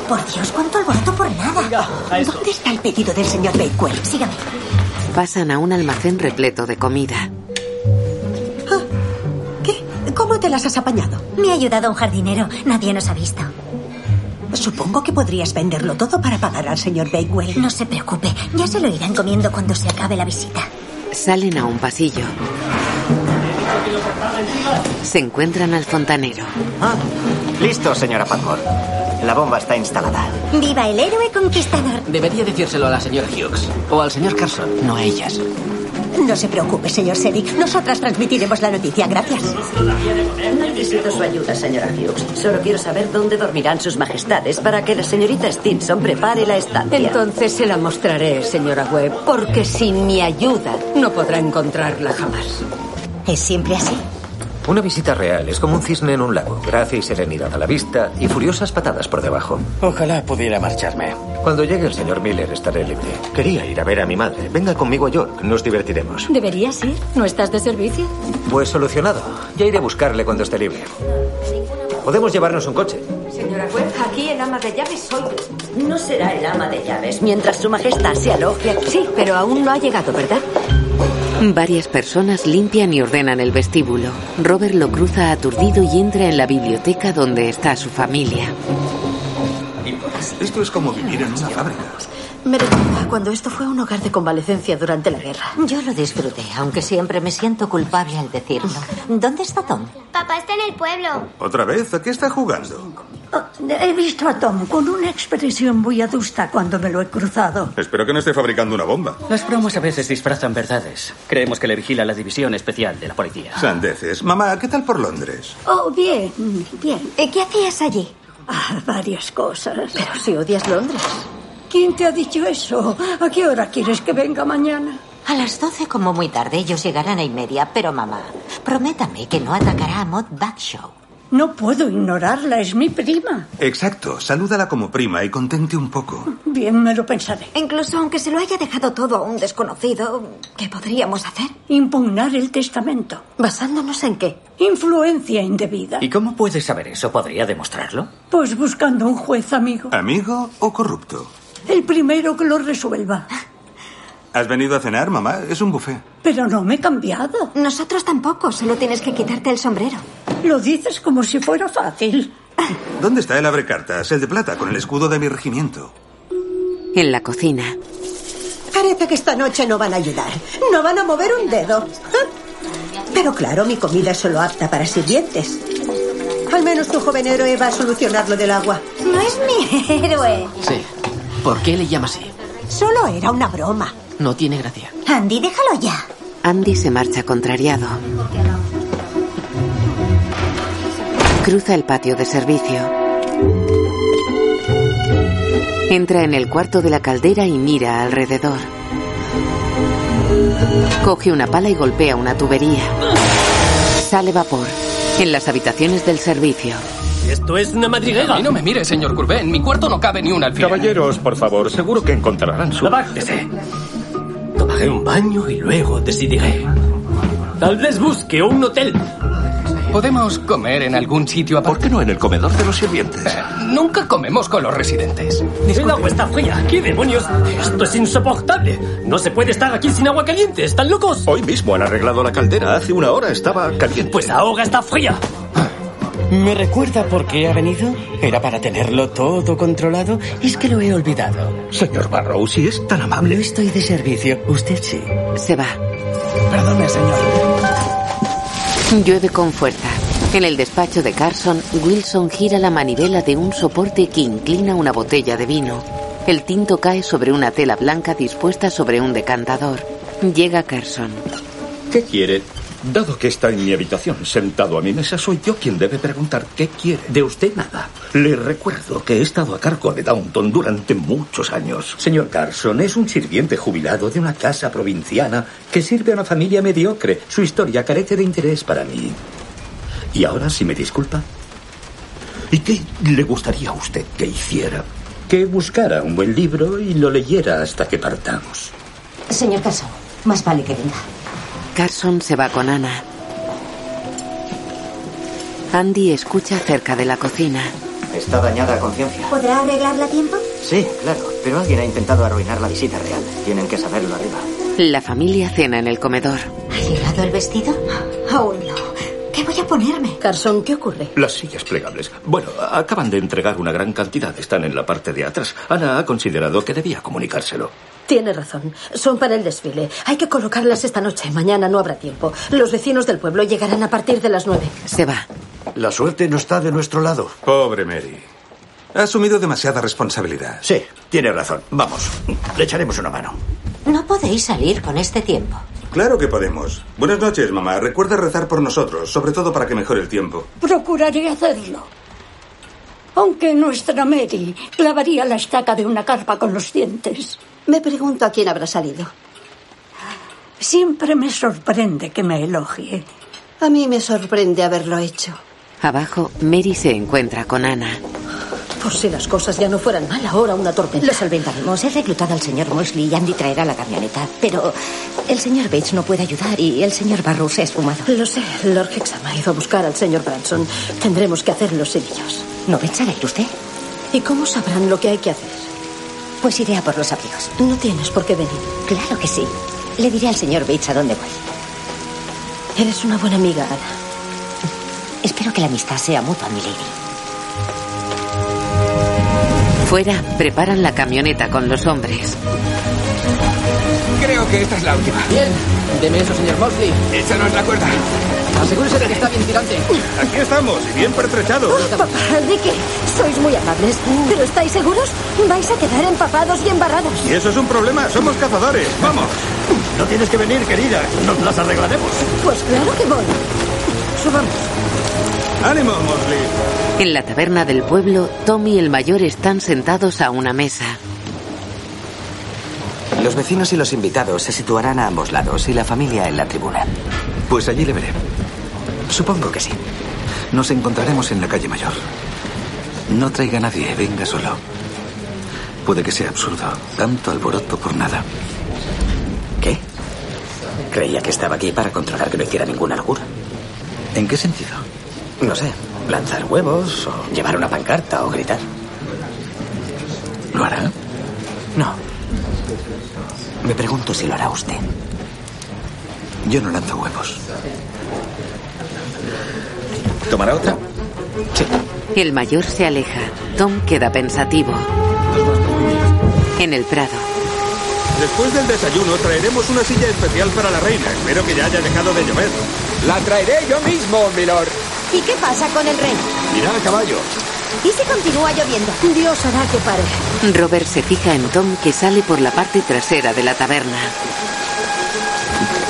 [SPEAKER 9] Por Dios, cuánto alboroto por nada.
[SPEAKER 30] ¿Dónde
[SPEAKER 9] está el pedido del señor Bakewell? Sígame.
[SPEAKER 2] Pasan a un almacén repleto de comida.
[SPEAKER 7] Ah, ¿Qué? ¿Cómo te las has apañado?
[SPEAKER 9] Me ha ayudado un jardinero. Nadie nos ha visto.
[SPEAKER 7] Supongo que podrías venderlo todo para pagar al señor Bakewell.
[SPEAKER 9] No se preocupe. Ya se lo irán comiendo cuando se acabe la visita.
[SPEAKER 2] Salen a un pasillo. Se encuentran al fontanero.
[SPEAKER 19] Listo, señora Patmore. La bomba está instalada.
[SPEAKER 9] ¡Viva el héroe conquistador!
[SPEAKER 30] Debería decírselo a la señora Hughes o al señor Carson.
[SPEAKER 6] No a ellas.
[SPEAKER 1] No se preocupe, señor Sedic. Nosotras transmitiremos la noticia. Gracias.
[SPEAKER 8] Necesito su ayuda, señora Hughes. Solo quiero saber dónde dormirán sus majestades para que la señorita Stinson prepare la estancia.
[SPEAKER 31] Entonces se la mostraré, señora Webb, porque sin mi ayuda no podrá encontrarla jamás.
[SPEAKER 11] ¿Es siempre así?
[SPEAKER 1] Una visita real es como un cisne en un lago. Gracia y serenidad a la vista y furiosas patadas por debajo.
[SPEAKER 8] Ojalá pudiera marcharme.
[SPEAKER 1] Cuando llegue el señor Miller estaré libre. Quería ir a ver a mi madre. Venga conmigo a York. Nos divertiremos.
[SPEAKER 8] Deberías ir. ¿No estás de servicio?
[SPEAKER 1] Pues solucionado. Ya iré a buscarle cuando esté libre. Podemos llevarnos un coche.
[SPEAKER 8] Señora Webb, aquí el ama de llaves soy yo. No será el ama de llaves mientras su majestad se aloje aquí. Sí, pero aún no ha llegado, ¿verdad?
[SPEAKER 2] Varias personas limpian y ordenan el vestíbulo. Robert lo cruza aturdido y entra en la biblioteca donde está su familia.
[SPEAKER 5] Esto es como vivir en una fábrica.
[SPEAKER 4] Me recuerda cuando esto fue un hogar de convalecencia durante la guerra.
[SPEAKER 11] Yo lo disfruté, aunque siempre me siento culpable al decirlo. ¿Dónde está Tom?
[SPEAKER 30] Papá está en el pueblo.
[SPEAKER 5] ¿Otra vez? ¿A qué está jugando?
[SPEAKER 15] Oh, He visto a Tom con una expresión muy adusta cuando me lo he cruzado.
[SPEAKER 5] Espero que no esté fabricando una bomba.
[SPEAKER 3] Las bromas a veces disfrazan verdades. Creemos que le vigila la división especial de la policía.
[SPEAKER 5] Sandeces. Mamá, ¿qué tal por Londres?
[SPEAKER 15] Oh, bien, bien.
[SPEAKER 10] ¿Qué hacías allí?
[SPEAKER 15] Ah, varias cosas.
[SPEAKER 4] Pero si odias Londres.
[SPEAKER 15] ¿Quién te ha dicho eso? ¿A qué hora quieres que venga mañana?
[SPEAKER 11] A las 12 como muy tarde ellos llegarán a y media, pero mamá, prométame que no atacará a Mod Backshow.
[SPEAKER 15] No puedo ignorarla, es mi prima.
[SPEAKER 5] Exacto. Salúdala como prima y contente un poco.
[SPEAKER 15] Bien, me lo pensaré.
[SPEAKER 10] Incluso aunque se lo haya dejado todo a un desconocido, ¿qué podríamos hacer?
[SPEAKER 15] Impugnar el testamento.
[SPEAKER 4] ¿Basándonos en qué?
[SPEAKER 15] Influencia indebida.
[SPEAKER 3] ¿Y cómo puede saber eso? ¿Podría demostrarlo?
[SPEAKER 15] Pues buscando un juez amigo.
[SPEAKER 19] Ah.
[SPEAKER 5] ¿Amigo o corrupto?
[SPEAKER 15] El primero que lo resuelva.
[SPEAKER 5] ¿Has venido a cenar, mamá? Es un buffet.
[SPEAKER 15] Pero no me he cambiado.
[SPEAKER 10] Nosotros tampoco, solo tienes que quitarte el sombrero.
[SPEAKER 15] Lo dices como si fuera fácil.
[SPEAKER 5] ¿Dónde está el abrecartas? El de plata, con el escudo de mi regimiento.
[SPEAKER 2] En la cocina,
[SPEAKER 7] Parece que esta noche no van a ayudar. No van a mover un dedo. ¿Ah? Pero claro, mi comida es solo apta para sirvientes. Al menos tu joven héroe va a solucionar lo del agua.
[SPEAKER 30] No es mi héroe.
[SPEAKER 6] Sí. ¿Por qué le llama así?
[SPEAKER 7] Solo era una broma.
[SPEAKER 6] No tiene gracia.
[SPEAKER 30] Andy, déjalo ya.
[SPEAKER 2] Andy se marcha contrariado. Cruza el patio de servicio. Entra en el cuarto de la caldera y mira alrededor. Coge una pala y golpea una tubería. Sale vapor. En las habitaciones del servicio,
[SPEAKER 32] Esto es una madriguera.
[SPEAKER 33] A mí no me mire, señor Courbet. En mi cuarto no cabe ni un alfiler.
[SPEAKER 12] Caballeros, por favor, seguro que encontrarán su...
[SPEAKER 32] Abájese. Tomaré un baño y luego decidiré. Tal vez busque un hotel.
[SPEAKER 33] ¿Podemos comer en algún sitio aparte? Eh,
[SPEAKER 12] ¿Por qué no en el comedor de los sirvientes?
[SPEAKER 33] Nunca comemos con los residentes.
[SPEAKER 32] El agua está fría. ¿Qué demonios? Esto es insoportable. No se puede estar aquí sin agua caliente. ¿Están locos?
[SPEAKER 12] Hoy mismo han arreglado la caldera. Hace una hora estaba caliente.
[SPEAKER 32] Pues ahora está fría.
[SPEAKER 3] ¿Me recuerda por qué ha venido? ¿Era para tenerlo todo controlado? Es que lo he olvidado.
[SPEAKER 12] Señor Barrow, si es tan
[SPEAKER 3] No
[SPEAKER 12] amable.
[SPEAKER 3] estoy de servicio. Usted sí.
[SPEAKER 2] se va.
[SPEAKER 3] Perdone, señor.
[SPEAKER 2] Llueve con fuerza. En el despacho de Carson, Wilson gira la manivela de un soporte que inclina una botella de vino. El tinto cae sobre una tela blanca dispuesta sobre un decantador. Llega Carson.
[SPEAKER 12] ¿Qué quiere? Dado que está en mi habitación, sentado a mi mesa, soy yo quien debe preguntar qué quiere.
[SPEAKER 3] De usted nada.
[SPEAKER 12] Le recuerdo que he estado a cargo de Downton durante muchos años.
[SPEAKER 3] Señor Carson es un sirviente jubilado de una casa provinciana que sirve a una familia mediocre. Su historia carece de interés para mí. Y ahora, si me disculpa,
[SPEAKER 12] ¿Y qué le gustaría a usted que hiciera?
[SPEAKER 3] que buscara un buen libro y lo leyera hasta que partamos.
[SPEAKER 11] Señor Carson, más vale que venga.
[SPEAKER 2] Carson se va con Ana. Andy escucha cerca de la cocina.
[SPEAKER 19] Está dañada a conciencia.
[SPEAKER 30] ¿Podrá arreglarla a tiempo?
[SPEAKER 19] Sí, claro, pero alguien ha intentado arruinar la visita real. Tienen que saberlo arriba.
[SPEAKER 2] La familia cena en el comedor.
[SPEAKER 11] ¿Ha llegado el vestido?
[SPEAKER 10] Aún no. ¿Qué voy a ponerme?
[SPEAKER 4] Carson, ¿qué ocurre?
[SPEAKER 12] Las sillas plegables. Bueno, acaban de entregar una gran cantidad. Están en la parte de atrás. Ana ha considerado que debía comunicárselo.
[SPEAKER 4] Tiene razón. Son para el desfile. Hay que colocarlas esta noche. Mañana no habrá tiempo. Los vecinos del pueblo llegarán a partir de las nueve.
[SPEAKER 2] Se va.
[SPEAKER 5] La suerte no está de nuestro lado. Pobre Mary. Ha asumido demasiada responsabilidad.
[SPEAKER 12] Sí, tiene razón. Vamos, le echaremos una mano.
[SPEAKER 11] No podéis salir con este tiempo.
[SPEAKER 5] Claro que podemos. Buenas noches, mamá. Recuerda rezar por nosotros, sobre todo para que mejore el tiempo.
[SPEAKER 15] Procuraré hacerlo. Aunque nuestra Mary clavaría la estaca de una carpa con los dientes. Me pregunto a quién habrá salido. Siempre me sorprende que me elogie.
[SPEAKER 4] A mí me sorprende haberlo hecho.
[SPEAKER 2] Abajo, Mary se encuentra con Ana.
[SPEAKER 4] Por si las cosas ya no fueran mal, ahora una tormenta.
[SPEAKER 11] Lo solventaremos. He reclutado al señor Mosley y Andy traerá la camioneta. Pero el señor Bates no puede ayudar y el señor Barrows es fumado.
[SPEAKER 4] Lo sé, Lord Hexam ha ido a buscar al señor Branson. Tendremos que hacerlo sin ellos.
[SPEAKER 11] ¿No pensará ir usted?
[SPEAKER 4] ¿Y cómo sabrán lo que hay que hacer?
[SPEAKER 11] Pues iré a por los abrigos.
[SPEAKER 4] No tienes por qué venir.
[SPEAKER 11] Claro que sí. Le diré al señor Bates a dónde voy.
[SPEAKER 4] Eres una buena amiga, Ana.
[SPEAKER 11] Espero que la amistad sea mutua, mi lady.
[SPEAKER 2] Fuera, preparan la camioneta con los hombres.
[SPEAKER 34] Creo que esta es la última.
[SPEAKER 35] Bien, deme eso, señor Mosley.
[SPEAKER 34] Échanos la cuerda.
[SPEAKER 35] Asegúrese de que está bien tirante.
[SPEAKER 5] Aquí estamos, y bien pertrechados.
[SPEAKER 4] Oh,
[SPEAKER 15] Papá, Enrique, sois muy amables. ¿Pero estáis seguros? Vais a quedar empapados y embarrados.
[SPEAKER 5] Y eso es un problema, somos cazadores. ¡Vamos!
[SPEAKER 12] No tienes que venir, querida. Nos las arreglaremos.
[SPEAKER 15] Pues claro que voy. Subamos.
[SPEAKER 5] ¡Ánimo, Mosley!
[SPEAKER 2] En la taberna del pueblo, Tom y el mayor están sentados a una mesa.
[SPEAKER 19] Los vecinos y los invitados se situarán a ambos lados y la familia en la tribuna.
[SPEAKER 12] Pues allí le veré. Supongo que sí. Nos encontraremos en la calle mayor. No traiga a nadie, venga solo. Puede que sea absurdo, tanto alboroto por nada. ¿Qué?
[SPEAKER 19] Creía que estaba aquí para controlar que no hiciera ninguna locura.
[SPEAKER 12] ¿En qué sentido?
[SPEAKER 19] No sé, lanzar huevos o llevar una pancarta o gritar.
[SPEAKER 12] ¿Lo hará?
[SPEAKER 19] No. Me pregunto si lo hará usted.
[SPEAKER 12] Yo no lanzo huevos. ¿Tomará otra? Sí.
[SPEAKER 2] El mayor se aleja. Tom queda pensativo. En el prado,
[SPEAKER 5] Después del desayuno traeremos una silla especial para la reina. Espero que ya haya dejado de llover.
[SPEAKER 12] La traeré yo mismo, milord.
[SPEAKER 9] ¿Y qué pasa con el rey?
[SPEAKER 12] Mirad a caballo.
[SPEAKER 9] ¿Y si continúa lloviendo?
[SPEAKER 4] Dios hará que pare.
[SPEAKER 2] Robert se fija en Tom que sale por la parte trasera de la taberna.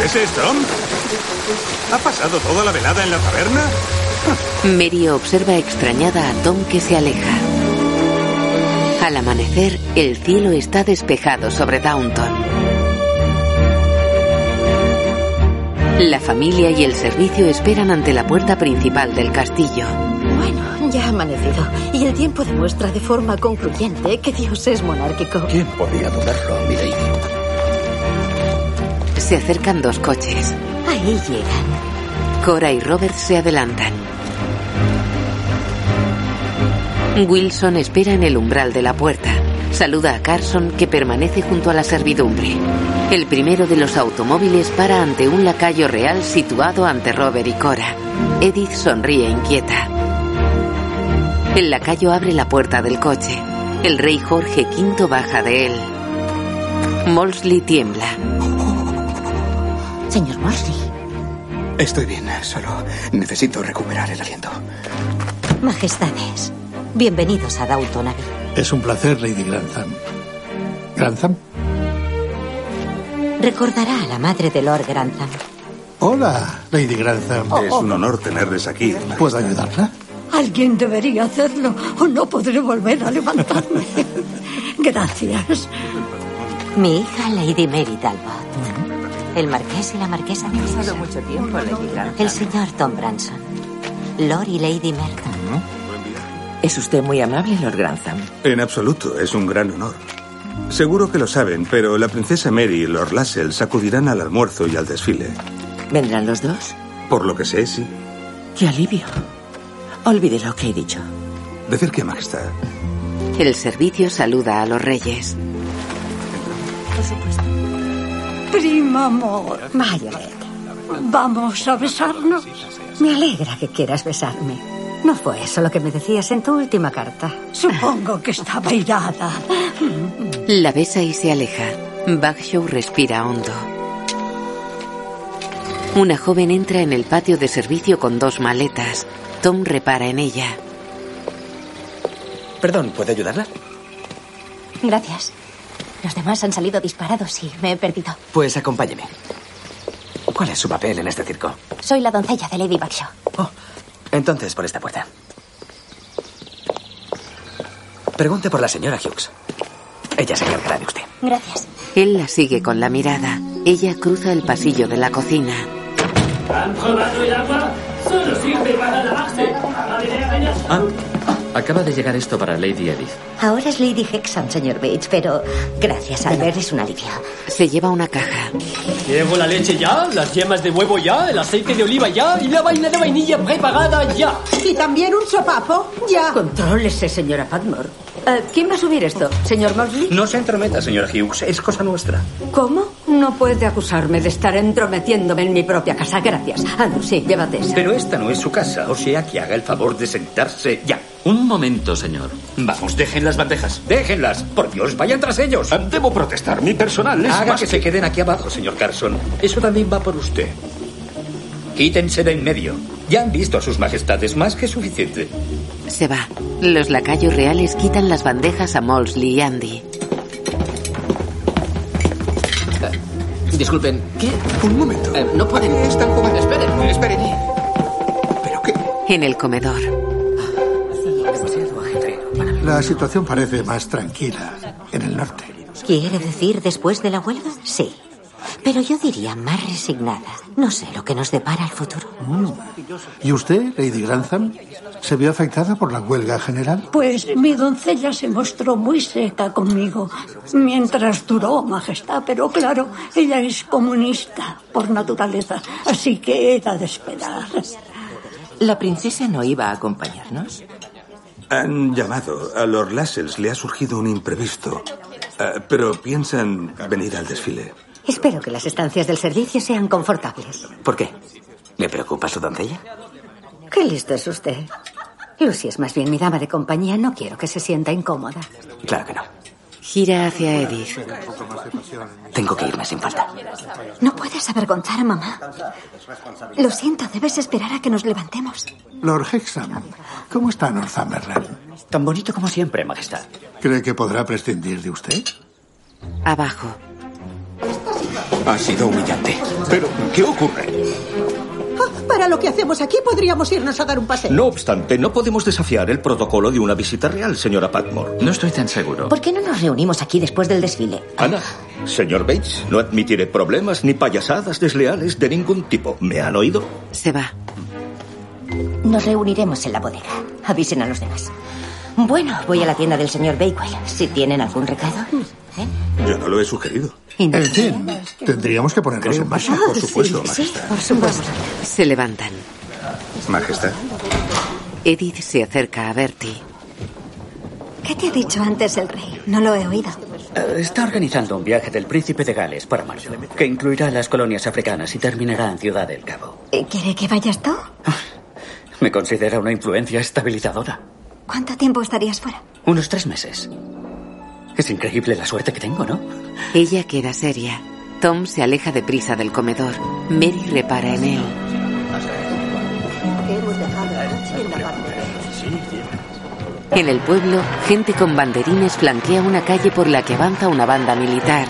[SPEAKER 5] ¿Ese es Tom? ¿Ha pasado toda la velada en la taberna?
[SPEAKER 2] Mary observa extrañada a Tom que se aleja. Al amanecer, el cielo está despejado sobre Downton. La familia y el servicio esperan ante la puerta principal del castillo.
[SPEAKER 4] Bueno, ya ha amanecido. Y el tiempo demuestra de forma concluyente que Dios es monárquico.
[SPEAKER 12] ¿Quién podría dudarlo, mi lady?
[SPEAKER 2] Se acercan dos coches.
[SPEAKER 11] Ahí llegan.
[SPEAKER 2] Cora y Robert se adelantan. Wilson espera en el umbral de la puerta. Saluda a Carson, que permanece junto a la servidumbre. El primero de los automóviles para ante un lacayo real situado ante Robert y Cora. Edith sonríe inquieta. El lacayo abre la puerta del coche. El rey Jorge V baja de él. Molsley tiembla.
[SPEAKER 11] Señor Morsley.
[SPEAKER 12] Estoy bien, solo necesito recuperar el aliento.
[SPEAKER 11] Majestades. Bienvenidos a Downton Abbey.
[SPEAKER 8] Es un placer, Lady Grantham. ¿Grantham?
[SPEAKER 11] Recordará a la madre de Lord Grantham.
[SPEAKER 8] Hola, Lady Grantham.
[SPEAKER 5] Es un honor tenerles aquí.
[SPEAKER 8] ¿Puedo ayudarla?
[SPEAKER 15] Alguien debería hacerlo o no podré volver a levantarme. Gracias.
[SPEAKER 11] Mi hija Lady Mary Talbot. El marqués y la marquesa de Windsor. mucho tiempo, El señor Tom Branson. Lord y Lady Merton.
[SPEAKER 36] Es usted muy amable, Lord Grantham.
[SPEAKER 5] En absoluto, es un gran honor. Seguro que lo saben, pero la princesa Mary y Lord Lassell sacudirán al almuerzo y al desfile.
[SPEAKER 36] ¿Vendrán los dos?
[SPEAKER 5] Por lo que sé, sí.
[SPEAKER 36] ¡Qué alivio! Olvide lo que he dicho.
[SPEAKER 5] Decir que, Majestad,
[SPEAKER 2] El servicio saluda a los reyes.
[SPEAKER 15] Primo
[SPEAKER 11] Oh,
[SPEAKER 15] amor.
[SPEAKER 11] Violet,
[SPEAKER 15] Vamos a besarnos.
[SPEAKER 11] me alegra que quieras besarme. No fue eso lo que me decías en tu última carta.
[SPEAKER 15] Supongo que estaba irada.
[SPEAKER 2] La besa y se aleja. Bagshaw respira hondo. Una joven entra en el patio de servicio con dos maletas. Tom repara en ella.
[SPEAKER 19] Perdón, ¿puedo ayudarla?
[SPEAKER 10] Gracias. Los demás han salido disparados y me he perdido.
[SPEAKER 19] Pues acompáñeme.
[SPEAKER 37] ¿Cuál es su papel en este circo?
[SPEAKER 38] Soy la doncella de Lady Bagshaw.
[SPEAKER 37] Entonces, por esta puerta. Pregunte por la señora Hughes. Ella se encargará de usted.
[SPEAKER 38] Gracias.
[SPEAKER 2] Él la sigue con la mirada. Ella cruza el pasillo de la cocina.
[SPEAKER 39] ¿Han probado el agua? Solo sirve para lavarse.
[SPEAKER 6] Ah, acaba de llegar esto para Lady Edith.
[SPEAKER 11] Ahora es Lady Hexham, señor Bates, pero gracias, Albert, es un alivio.
[SPEAKER 2] Se lleva una caja.
[SPEAKER 30] Llevo la leche ya, las yemas de huevo ya, el aceite de oliva ya y la vaina de vainilla preparada ya.
[SPEAKER 7] Y también un sopapo, ya.
[SPEAKER 8] Contrólese, señora Padmore. Eh, ¿Quién va a subir esto? ¿Señor Mosley?
[SPEAKER 12] No se entrometa, señora Hughes. Es cosa nuestra.
[SPEAKER 8] ¿Cómo? No puede acusarme de estar entrometiéndome en mi propia casa. Gracias. Ah, no, sí, llévate esa.
[SPEAKER 12] Pero esta no es su casa, o sea que haga el favor de sentarse ya.
[SPEAKER 40] Un momento, señor.
[SPEAKER 12] Vamos, dejen las bandejas. Déjenlas. Por Dios, vayan tras ellos. Debo protestar. Mi personal es Haga más que se queden aquí abajo, señor Carson. Eso también va por usted. Quítense de en medio. Ya han visto a sus majestades más que suficiente.
[SPEAKER 2] Se va. Los lacayos reales quitan las bandejas a Mosley y Andy.
[SPEAKER 6] Disculpen, ¿qué? Un momento. no pueden. Ah. Están jugando. Esperen, esperen.
[SPEAKER 2] En el comedor,
[SPEAKER 21] La situación parece más tranquila en el norte.
[SPEAKER 11] ¿Quiere decir después de la huelga? Sí. Pero yo diría más resignada. No sé lo que nos depara el futuro.
[SPEAKER 21] Mm. ¿Y usted, Lady Grantham, se vio afectada por la huelga general?
[SPEAKER 15] Pues mi doncella se mostró muy seca conmigo mientras duró, Majestad, pero claro, ella es comunista por naturaleza, así que era de esperar.
[SPEAKER 41] La princesa no iba a acompañarnos.
[SPEAKER 5] Han llamado. A Lord Lascelles le ha surgido un imprevisto. Ah, pero piensan venir al desfile.
[SPEAKER 11] Espero que las estancias del servicio sean confortables.
[SPEAKER 37] ¿Por qué? ¿Le preocupa su doncella?
[SPEAKER 11] Qué listo es usted. Lucy es más bien mi dama de compañía. No quiero que se sienta incómoda.
[SPEAKER 37] Claro que no.
[SPEAKER 2] gira hacia Edith.
[SPEAKER 37] Tengo que irme sin falta.
[SPEAKER 10] No puedes avergonzar a mamá. Lo siento, debes esperar a que nos levantemos.
[SPEAKER 21] Lord Hexham, ¿cómo está Northumberland?
[SPEAKER 12] Tan bonito como siempre, Majestad.
[SPEAKER 21] ¿Cree que podrá prescindir de usted?
[SPEAKER 2] abajo.
[SPEAKER 12] Ha sido humillante. Pero, ¿qué ocurre?
[SPEAKER 7] Ah, Para lo que hacemos aquí podríamos irnos a dar un paseo.
[SPEAKER 12] No obstante, no podemos desafiar el protocolo de una visita real, señora Patmore.
[SPEAKER 40] No estoy tan seguro.
[SPEAKER 11] ¿Por qué no nos reunimos aquí después del desfile?
[SPEAKER 12] Ana, señor Bates, no admitiré problemas ni payasadas desleales de ningún tipo. ¿Me han oído?
[SPEAKER 2] Se va.
[SPEAKER 11] Nos reuniremos en la bodega. Avisen a los demás. Bueno, voy a la tienda del señor Bakewell. Si tienen algún recado.
[SPEAKER 5] Yo no lo he sugerido.
[SPEAKER 11] no
[SPEAKER 21] En fin, tendríamos que ponernos en marcha.
[SPEAKER 2] Ah,
[SPEAKER 5] Por supuesto, Majestad.
[SPEAKER 11] por supuesto.
[SPEAKER 2] Se levantan.
[SPEAKER 5] Majestad.
[SPEAKER 2] Edith se acerca a Bertie.
[SPEAKER 10] ¿Qué te ha dicho antes el rey? No lo he oído.
[SPEAKER 19] Eh, Está organizando un viaje del príncipe de Gales para marzo, que incluirá las colonias africanas y terminará en Ciudad del Cabo.
[SPEAKER 10] Eh, ¿Quiere que vayas tú?
[SPEAKER 19] Me considera una influencia estabilizadora.
[SPEAKER 10] ¿Cuánto tiempo estarías fuera?
[SPEAKER 19] Unos tres meses. Es increíble la suerte que tengo, ¿no?
[SPEAKER 2] Ella queda seria. Tom se aleja deprisa del comedor. Mary repara en él. En el pueblo, gente con banderines flanquea una calle por la que avanza una banda militar.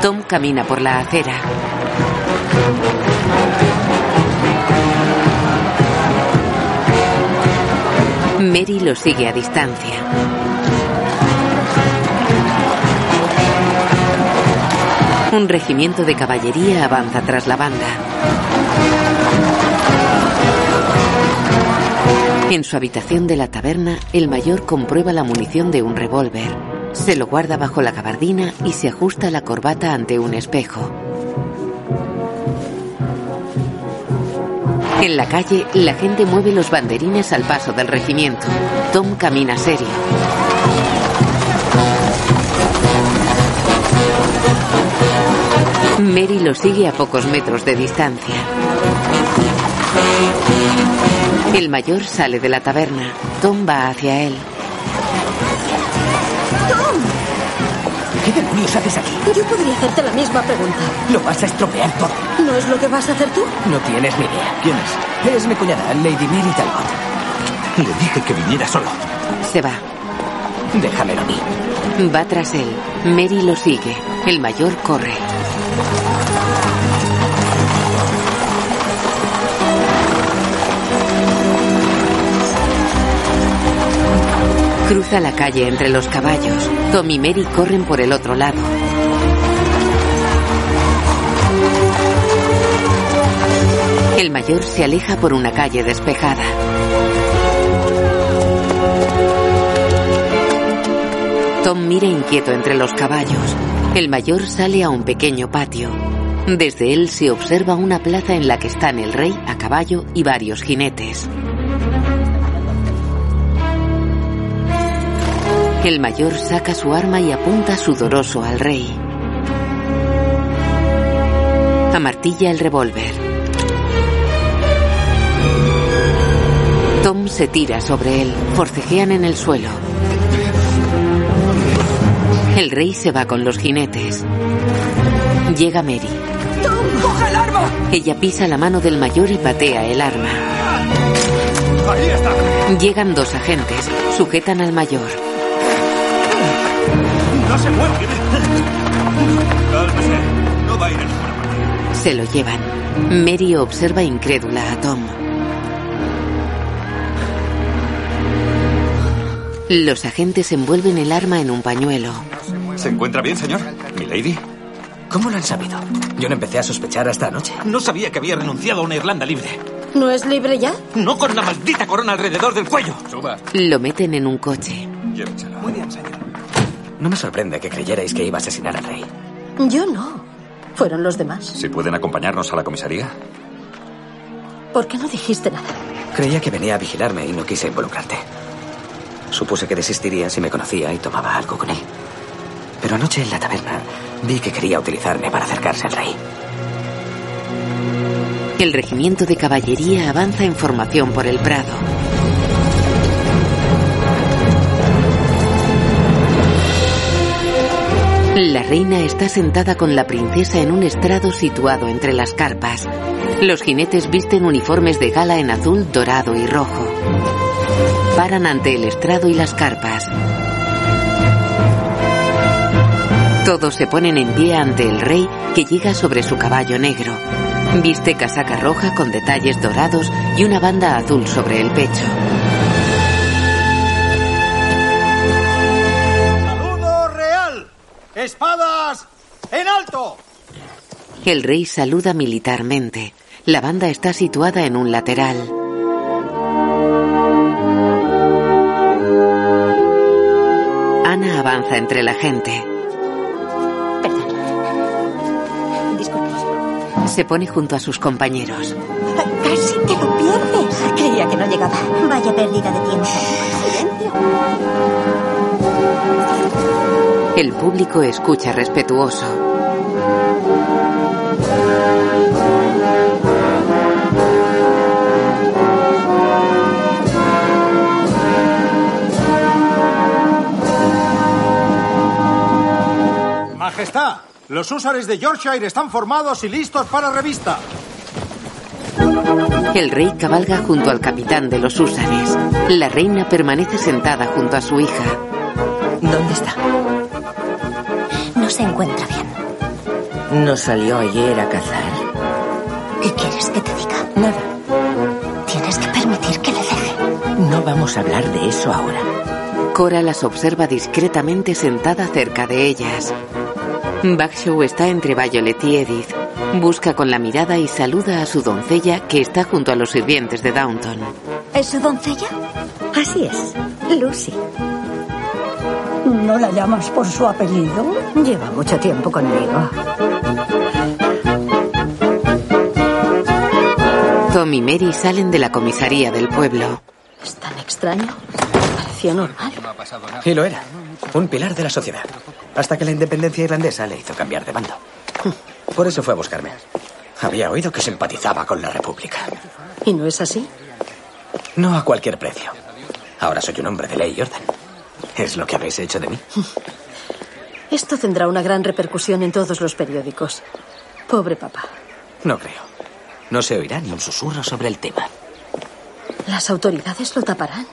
[SPEAKER 2] Tom camina por la acera. Mary lo sigue a distancia. Un regimiento de caballería avanza tras la banda. En su habitación de la taberna, el mayor comprueba la munición de un revólver. Se lo guarda bajo la gabardina y se ajusta la corbata ante un espejo. En la calle, la gente mueve los banderines al paso del regimiento. Tom camina serio. Mary lo sigue a pocos metros de distancia. El mayor sale de la taberna. Tom va hacia él.
[SPEAKER 19] ¿Qué demonios haces aquí?
[SPEAKER 15] Yo podría hacerte la misma pregunta.
[SPEAKER 19] Lo vas a estropear todo.
[SPEAKER 15] ¿No es lo que vas a hacer tú?
[SPEAKER 19] No tienes ni idea. ¿Quién es? Es mi cuñada, Lady Mary Talbot. Le dije que viniera solo.
[SPEAKER 2] Se va.
[SPEAKER 19] Déjamelo a mí.
[SPEAKER 2] Va tras él. Mary lo sigue. El mayor corre. Cruza la calle entre los caballos. Tom y Mary corren por el otro lado. El mayor se aleja por una calle despejada. Tom mira inquieto entre los caballos. El mayor sale a un pequeño patio. Desde él se observa una plaza en la que están el rey a caballo y varios jinetes. El mayor saca su arma y apunta sudoroso al rey. Amartilla el revólver. Tom se tira sobre él. Forcejean en el suelo. El rey se va con los jinetes. Llega Mary.
[SPEAKER 1] ¡Coge el arma!
[SPEAKER 2] Ella pisa la mano del mayor y patea el arma.
[SPEAKER 1] ¡Ahí está!
[SPEAKER 2] Llegan dos agentes. Sujetan al mayor.
[SPEAKER 1] ¡No se mueva! Cálmese. No va a ir en ninguna parte.
[SPEAKER 2] Se lo llevan. Mary observa incrédula a Tom. Los agentes envuelven el arma en un pañuelo.
[SPEAKER 19] ¿Se encuentra bien, señor? ¿Mi lady? ¿Cómo lo han sabido? Yo no empecé a sospechar hasta anoche. No sabía que había renunciado a una Irlanda libre.
[SPEAKER 4] ¿No es libre ya?
[SPEAKER 19] No con la maldita corona alrededor del cuello. Suba.
[SPEAKER 2] Lo meten en un coche.
[SPEAKER 19] Muy bien, señor. No me sorprende que creyerais que iba a asesinar al rey.
[SPEAKER 4] Yo no. Fueron los demás.
[SPEAKER 12] Si pueden acompañarnos a la comisaría.
[SPEAKER 4] ¿Por qué no dijiste nada?
[SPEAKER 19] Creía que venía a vigilarme y no quise involucrarte. Supuse que desistiría si me conocía y tomaba algo con él. Pero anoche en la taberna vi que quería utilizarme para acercarse al rey.
[SPEAKER 2] El regimiento de caballería avanza en formación por el prado. La reina está sentada con la princesa en un estrado situado entre las carpas. Los jinetes visten uniformes de gala en azul, dorado y rojo. Paran ante el estrado y las carpas. Todos se ponen en pie ante el rey que llega sobre su caballo negro. Viste casaca roja con detalles dorados y una banda azul sobre el pecho.
[SPEAKER 3] ¡Saludo real! ¡Espadas en alto!
[SPEAKER 2] El rey saluda militarmente. La banda está situada en un lateral. Ana avanza entre la gente. Se pone junto a sus compañeros.
[SPEAKER 7] Ah,
[SPEAKER 9] Casi te lo pierdes. Creía que no llegaba. Vaya pérdida de tiempo.
[SPEAKER 2] El público escucha respetuoso.
[SPEAKER 3] Majestad, los húsares de Yorkshire están formados y listos para revista.
[SPEAKER 2] El rey cabalga junto al capitán de los húsares. La reina permanece sentada junto a su hija.
[SPEAKER 20] ¿Dónde está?
[SPEAKER 11] No se encuentra bien.
[SPEAKER 20] No salió ayer a cazar.
[SPEAKER 11] ¿Qué quieres que te diga?
[SPEAKER 20] Nada.
[SPEAKER 11] Tienes que permitir que le deje.
[SPEAKER 20] No vamos a hablar de eso ahora.
[SPEAKER 2] Cora las observa discretamente sentada cerca de ellas. Bagshaw está entre Violet y Edith. Busca con la mirada y saluda a su doncella que está junto a los sirvientes de Downton.
[SPEAKER 11] ¿Es su doncella?
[SPEAKER 20] Así es. Lucy.
[SPEAKER 15] ¿No la llamas por su apellido?
[SPEAKER 20] Lleva mucho tiempo conmigo.
[SPEAKER 2] Tom y Mary salen de la comisaría del pueblo.
[SPEAKER 4] Es tan extraño. Parecía normal.
[SPEAKER 19] Y lo era. Un pilar de la sociedad. Hasta que la independencia irlandesa le hizo cambiar de bando. Por eso fue a buscarme. Había oído que simpatizaba con la República.
[SPEAKER 4] ¿Y no es así?
[SPEAKER 19] No a cualquier precio. Ahora soy un hombre de ley y orden. Es lo que habéis hecho de mí.
[SPEAKER 4] Esto tendrá una gran repercusión en todos los periódicos. Pobre papá.
[SPEAKER 19] No creo. No se oirá ni un susurro sobre el tema.
[SPEAKER 4] Las autoridades lo taparán.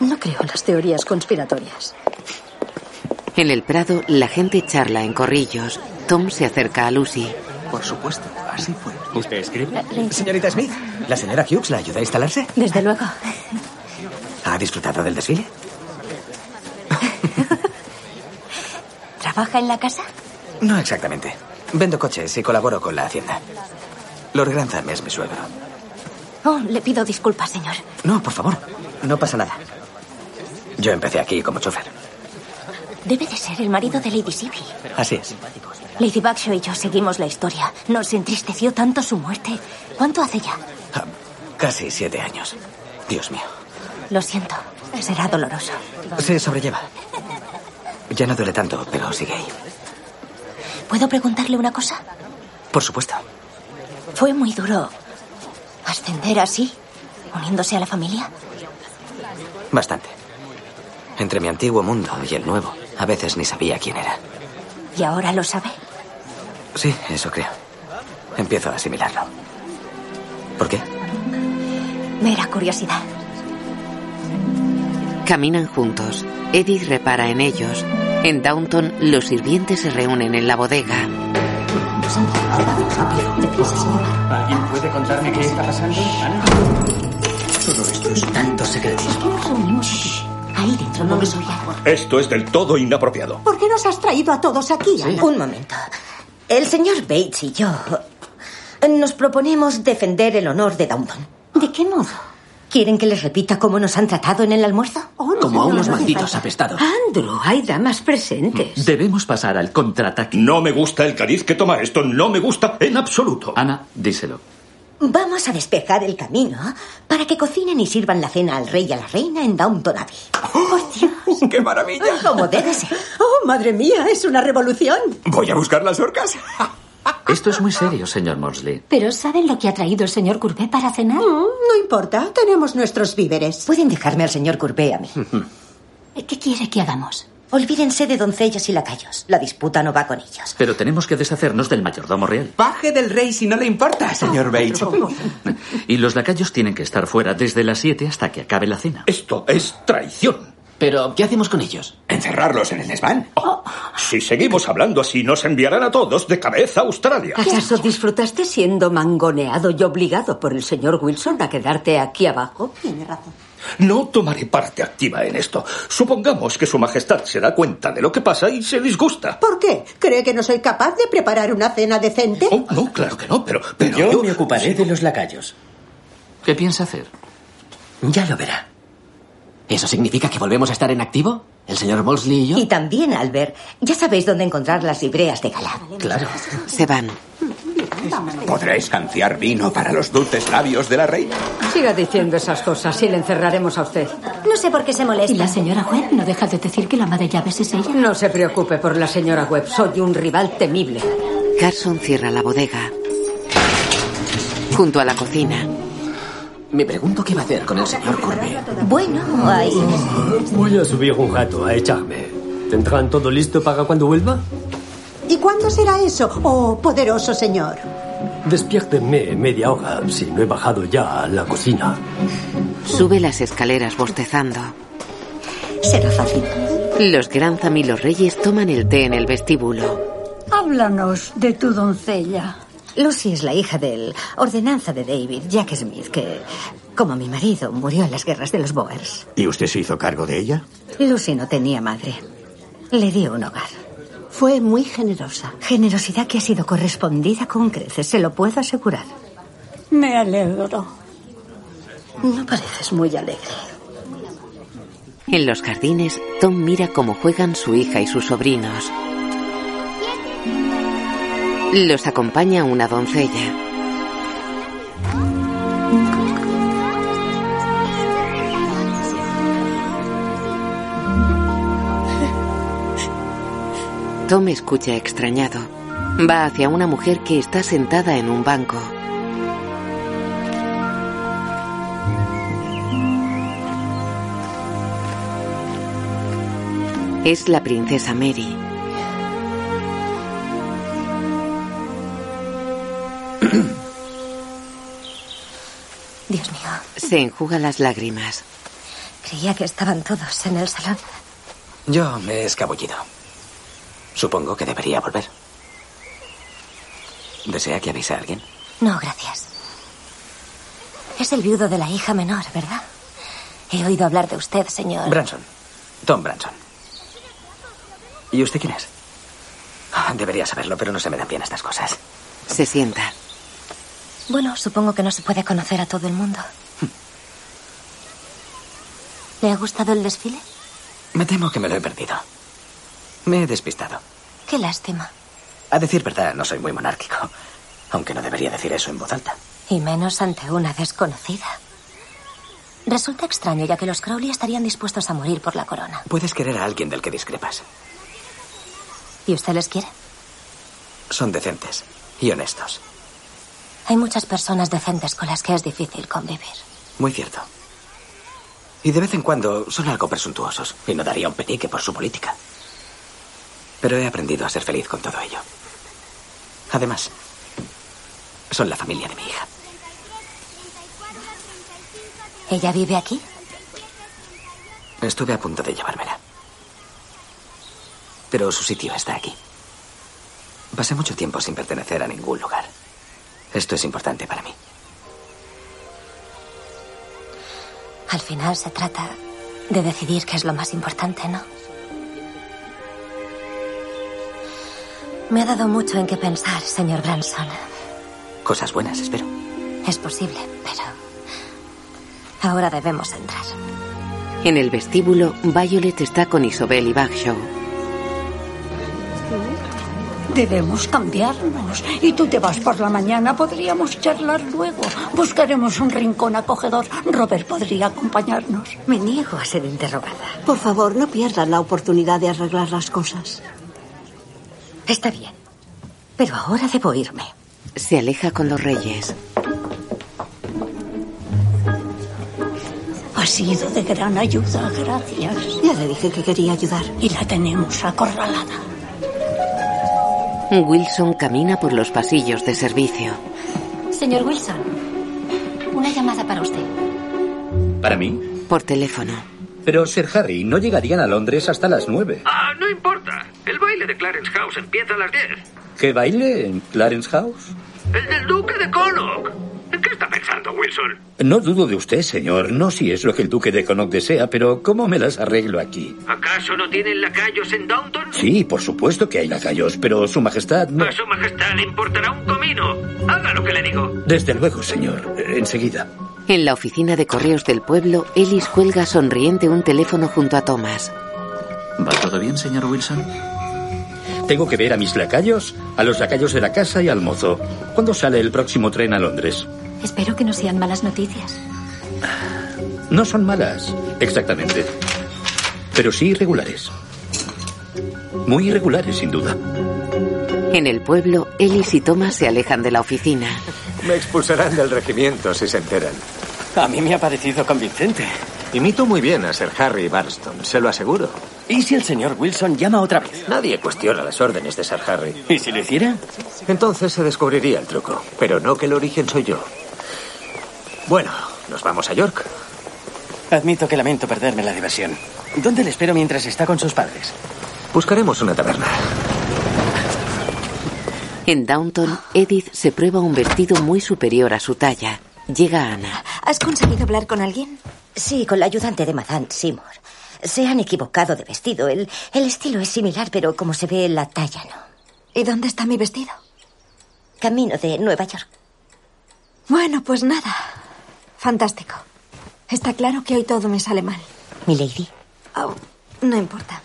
[SPEAKER 4] No creo en las teorías conspiratorias.
[SPEAKER 2] En el prado, la gente charla en corrillos. Tom se acerca a Lucy.
[SPEAKER 19] Por supuesto, así fue.
[SPEAKER 22] ¿Usted escribe?
[SPEAKER 19] Señorita Smith, ¿la señora Hughes la ayuda a instalarse?
[SPEAKER 11] Desde luego.
[SPEAKER 19] ¿Ha disfrutado del desfile?
[SPEAKER 11] ¿Trabaja en la casa?
[SPEAKER 19] No exactamente. Vendo coches y colaboro con la hacienda. Lord Grantham es mi suegro.
[SPEAKER 11] Oh, le pido disculpas, señor.
[SPEAKER 19] No, por favor. No pasa nada. Yo empecé aquí como chofer.
[SPEAKER 11] Debe de ser el marido de Lady Sibyl.
[SPEAKER 19] Así es.
[SPEAKER 11] Lady Bagshaw y yo seguimos la historia. Nos entristeció tanto su muerte. ¿Cuánto hace ya?
[SPEAKER 19] Casi siete años. Dios mío.
[SPEAKER 11] Lo siento. Será doloroso.
[SPEAKER 19] Se sobrelleva. Ya no duele tanto, pero sigue ahí.
[SPEAKER 11] ¿Puedo preguntarle una cosa?
[SPEAKER 19] Por supuesto.
[SPEAKER 11] ¿Fue muy duro ascender así, uniéndose a la familia?
[SPEAKER 19] Bastante. Entre mi antiguo mundo y el nuevo, a veces ni sabía quién era.
[SPEAKER 11] ¿Y ahora lo sabe?
[SPEAKER 19] Sí, eso creo. Empiezo a asimilarlo. ¿Por qué?
[SPEAKER 11] Mera curiosidad.
[SPEAKER 2] Caminan juntos. Edith repara en ellos. En Downton, los sirvientes se reúnen en la bodega.
[SPEAKER 30] ¿Alguien puede contarme qué está pasando, Ana? Todo esto es tanto secretismo.
[SPEAKER 11] Ahí dentro no les oía.
[SPEAKER 12] Esto es del todo inapropiado.
[SPEAKER 7] ¿Por qué nos has traído a todos aquí, Ana?
[SPEAKER 11] Un momento. El señor Bates y yo nos proponemos defender el honor de Downton.
[SPEAKER 7] ¿De qué modo?
[SPEAKER 11] ¿Quieren que les repita cómo nos han tratado en el almuerzo?
[SPEAKER 7] Oh,
[SPEAKER 6] Como a unos malditos apestados.
[SPEAKER 8] Andrew, hay damas presentes.
[SPEAKER 42] Debemos pasar al contraataque. No me gusta el cariz que toma esto. No me gusta en absoluto. Ana, díselo.
[SPEAKER 11] Mm. Vamos a despejar el camino para que cocinen y sirvan la cena al rey y a la reina en Downton Abbey.
[SPEAKER 12] ¡Qué maravilla!
[SPEAKER 11] Como debe ser.
[SPEAKER 7] Oh, madre mía, es una revolución.
[SPEAKER 12] Voy a buscar las orcas.
[SPEAKER 42] Esto es muy serio, señor Morsley.
[SPEAKER 7] ¿Pero saben lo que ha traído el señor Courbet para
[SPEAKER 17] Mm,
[SPEAKER 7] cenar? No, no importa, tenemos nuestros víveres.
[SPEAKER 11] Pueden dejarme al señor Courbet a mí. Eh,
[SPEAKER 7] ¿Qué quiere que hagamos?
[SPEAKER 11] Olvídense de doncellas y lacayos. La disputa no va con ellos.
[SPEAKER 42] Pero tenemos que deshacernos del mayordomo real.
[SPEAKER 19] Baje del rey si no le importa, señor Bates.
[SPEAKER 42] Y los lacayos tienen que estar fuera desde las 7 hasta que acabe la cena.
[SPEAKER 12] Esto es traición.
[SPEAKER 6] Pero, ¿qué hacemos con ellos?
[SPEAKER 12] Encerrarlos en el desván. Si seguimos hablando así, nos enviarán a todos de cabeza a Australia.
[SPEAKER 8] ¿Acaso disfrutaste siendo mangoneado y obligado por el señor Wilson a quedarte aquí abajo?
[SPEAKER 7] Tiene razón.
[SPEAKER 12] No tomaré parte activa en esto. Supongamos que Su Majestad se da cuenta de lo que pasa y se disgusta.
[SPEAKER 7] ¿Por qué? ¿Cree que no soy capaz de preparar una cena decente?
[SPEAKER 12] Oh, no, claro que no, pero, pero
[SPEAKER 43] Yo me ocuparé de los lacayos.
[SPEAKER 42] ¿Qué piensa hacer?
[SPEAKER 43] Ya lo verá.
[SPEAKER 6] ¿Eso significa que volvemos a estar en activo? ¿El señor Mosley y yo?
[SPEAKER 11] Y también, Albert, ya sabéis dónde encontrar las libreas de gala.
[SPEAKER 6] Claro.
[SPEAKER 2] Se van.
[SPEAKER 12] ¿Podrá escanciar vino para los dulces labios de la reina?
[SPEAKER 8] Siga diciendo esas cosas y le encerraremos a usted.
[SPEAKER 11] No sé por qué se molesta.
[SPEAKER 44] Y la señora Webb no deja de decir que la ama de llaves es ella.
[SPEAKER 8] No se preocupe por la señora Webb. Soy un rival temible.
[SPEAKER 2] Carson cierra la bodega. Junto a la cocina.
[SPEAKER 6] Me pregunto qué va a hacer con el señor Corbet.
[SPEAKER 11] Bueno, ahí.
[SPEAKER 30] Voy a subir un rato a echarme. ¿Tendrán todo listo para cuando vuelva?
[SPEAKER 7] ¿Y cuándo será eso, oh poderoso señor?
[SPEAKER 30] Despiértenme en media hora si no he bajado ya a la cocina.
[SPEAKER 2] Sube las escaleras bostezando.
[SPEAKER 11] Será fácil.
[SPEAKER 2] Los Grantham y los Reyes toman el té en el vestíbulo.
[SPEAKER 15] Háblanos de tu doncella.
[SPEAKER 17] Lucy es la hija del ordenanza de David, Jack Smith, que, como mi marido, murió en las guerras de los Boers.
[SPEAKER 12] ¿Y usted se hizo cargo de ella?
[SPEAKER 17] Lucy no tenía madre. Le dio un hogar.
[SPEAKER 45] Fue muy generosa.
[SPEAKER 17] Generosidad que ha sido correspondida con creces, se lo puedo asegurar.
[SPEAKER 15] Me alegro.
[SPEAKER 45] No pareces muy alegre.
[SPEAKER 2] En los jardines, Tom mira cómo juegan su hija y sus sobrinos. Los acompaña una doncella. Tom escucha extrañado. Va hacia una mujer que está sentada en un banco. Es la princesa Mary.
[SPEAKER 11] Dios mío,
[SPEAKER 2] Se enjuga las lágrimas.
[SPEAKER 11] creía que estaban todos en el salón.
[SPEAKER 19] Yo me he escabullido. Supongo que debería volver. ¿Desea que avise a alguien?
[SPEAKER 11] No, gracias. Es el viudo de la hija menor, ¿verdad? He oído hablar de usted, señor.
[SPEAKER 19] Branson. Tom Branson. ¿Y usted quién es? Ah, Debería saberlo, pero no se me dan bien estas cosas.
[SPEAKER 2] Se sienta.
[SPEAKER 11] Bueno, supongo que no se puede conocer a todo el mundo. ¿Le ha gustado el desfile?
[SPEAKER 19] Me temo que me lo he perdido. Me he despistado.
[SPEAKER 11] Qué lástima.
[SPEAKER 19] A decir verdad, no soy muy monárquico. Aunque no debería decir eso en voz alta.
[SPEAKER 11] Y menos ante una desconocida. Resulta extraño, ya que los Crowley estarían dispuestos a morir por la corona.
[SPEAKER 19] Puedes querer a alguien del que discrepas.
[SPEAKER 11] ¿Y usted les quiere?
[SPEAKER 19] Son decentes y honestos.
[SPEAKER 11] Hay muchas personas decentes con las que es difícil convivir.
[SPEAKER 19] Muy cierto. Y de vez en cuando son algo presuntuosos. Y no daría un penique por su política. Pero he aprendido a ser feliz con todo ello. Además, son la familia de mi hija.
[SPEAKER 11] ¿Ella vive aquí?
[SPEAKER 19] Estuve a punto de llevármela. Pero su sitio está aquí. Pasé mucho tiempo sin pertenecer a ningún lugar. Esto es importante para mí.
[SPEAKER 11] Al final se trata de decidir qué es lo más importante, ¿no? Me ha dado mucho en qué pensar, señor Branson.
[SPEAKER 19] Cosas buenas, espero.
[SPEAKER 11] Es posible, pero ahora debemos entrar.
[SPEAKER 2] En el vestíbulo, Violet está con Isobel y Bagshaw.
[SPEAKER 15] Debemos cambiarnos. Y tú te vas por la mañana, podríamos charlar luego. Buscaremos un rincón acogedor. Robert podría acompañarnos.
[SPEAKER 46] Me niego a ser interrogada.
[SPEAKER 17] Por favor, no pierdan la oportunidad de arreglar las cosas.
[SPEAKER 46] Está bien. Pero ahora debo irme.
[SPEAKER 2] Se aleja con los reyes.
[SPEAKER 15] Ha sido de gran ayuda, gracias.
[SPEAKER 17] Ya le dije que quería ayudar.
[SPEAKER 15] Y la tenemos acorralada.
[SPEAKER 2] Wilson camina por los pasillos de servicio.
[SPEAKER 47] Señor Wilson, una llamada para usted.
[SPEAKER 12] ¿Para mí?
[SPEAKER 2] Por teléfono.
[SPEAKER 12] Pero Sir Harry, no llegarían a Londres hasta las nueve.
[SPEAKER 3] Ah, no importa. El baile de Clarence House empieza a las 10.
[SPEAKER 12] ¿Qué baile en Clarence House?
[SPEAKER 3] El del Duque de Connaught. ¿En qué está pensando, Wilson?
[SPEAKER 12] No dudo de usted, señor. No si es lo que el duque de Connaught desea, pero ¿cómo me las arreglo aquí?
[SPEAKER 3] ¿Acaso no tienen lacayos en Downton?
[SPEAKER 12] Sí, por supuesto que hay lacayos, pero su majestad no...
[SPEAKER 3] A su majestad le importará un comino. Haga lo que le digo.
[SPEAKER 12] Desde luego, señor. Eh, Enseguida.
[SPEAKER 2] En la oficina de correos del pueblo, Ellis cuelga sonriente un teléfono junto a Thomas.
[SPEAKER 48] ¿Va todo bien, señor Wilson?
[SPEAKER 12] Tengo que ver a mis lacayos, a los lacayos de la casa y al mozo. ¿Cuándo sale el próximo tren a Londres?
[SPEAKER 47] Espero que no sean malas noticias.
[SPEAKER 12] No son malas, exactamente. Pero sí irregulares. Muy irregulares, sin duda.
[SPEAKER 2] En el pueblo, Ellis y Thomas se alejan de la oficina.
[SPEAKER 1] Me expulsarán del regimiento si se enteran.
[SPEAKER 3] A mí me ha parecido convincente.
[SPEAKER 1] Imito muy bien a Sir Harry Barston, se lo aseguro.
[SPEAKER 3] ¿Y si el señor Wilson llama otra vez?
[SPEAKER 1] Nadie cuestiona las órdenes de Sir Harry.
[SPEAKER 3] ¿Y si lo hiciera?
[SPEAKER 1] Entonces se descubriría el truco, pero no que el origen soy yo. Bueno, nos vamos a York.
[SPEAKER 3] Admito que lamento perderme la diversión. ¿Dónde le espero mientras está con sus padres?
[SPEAKER 1] Buscaremos una taberna.
[SPEAKER 2] En Downton, Edith se prueba un vestido muy superior a su talla. Llega Ana.
[SPEAKER 10] ¿Has conseguido hablar con alguien?
[SPEAKER 9] Sí, con la ayudante de Madame Seymour. Se han equivocado de vestido. El, el estilo es similar, pero como se ve la talla, no.
[SPEAKER 10] ¿Y dónde está mi vestido?
[SPEAKER 9] Camino de Nueva York.
[SPEAKER 10] Bueno, pues nada. Fantástico. Está claro que hoy todo me sale mal.
[SPEAKER 9] Mi lady.
[SPEAKER 10] Oh, no importa.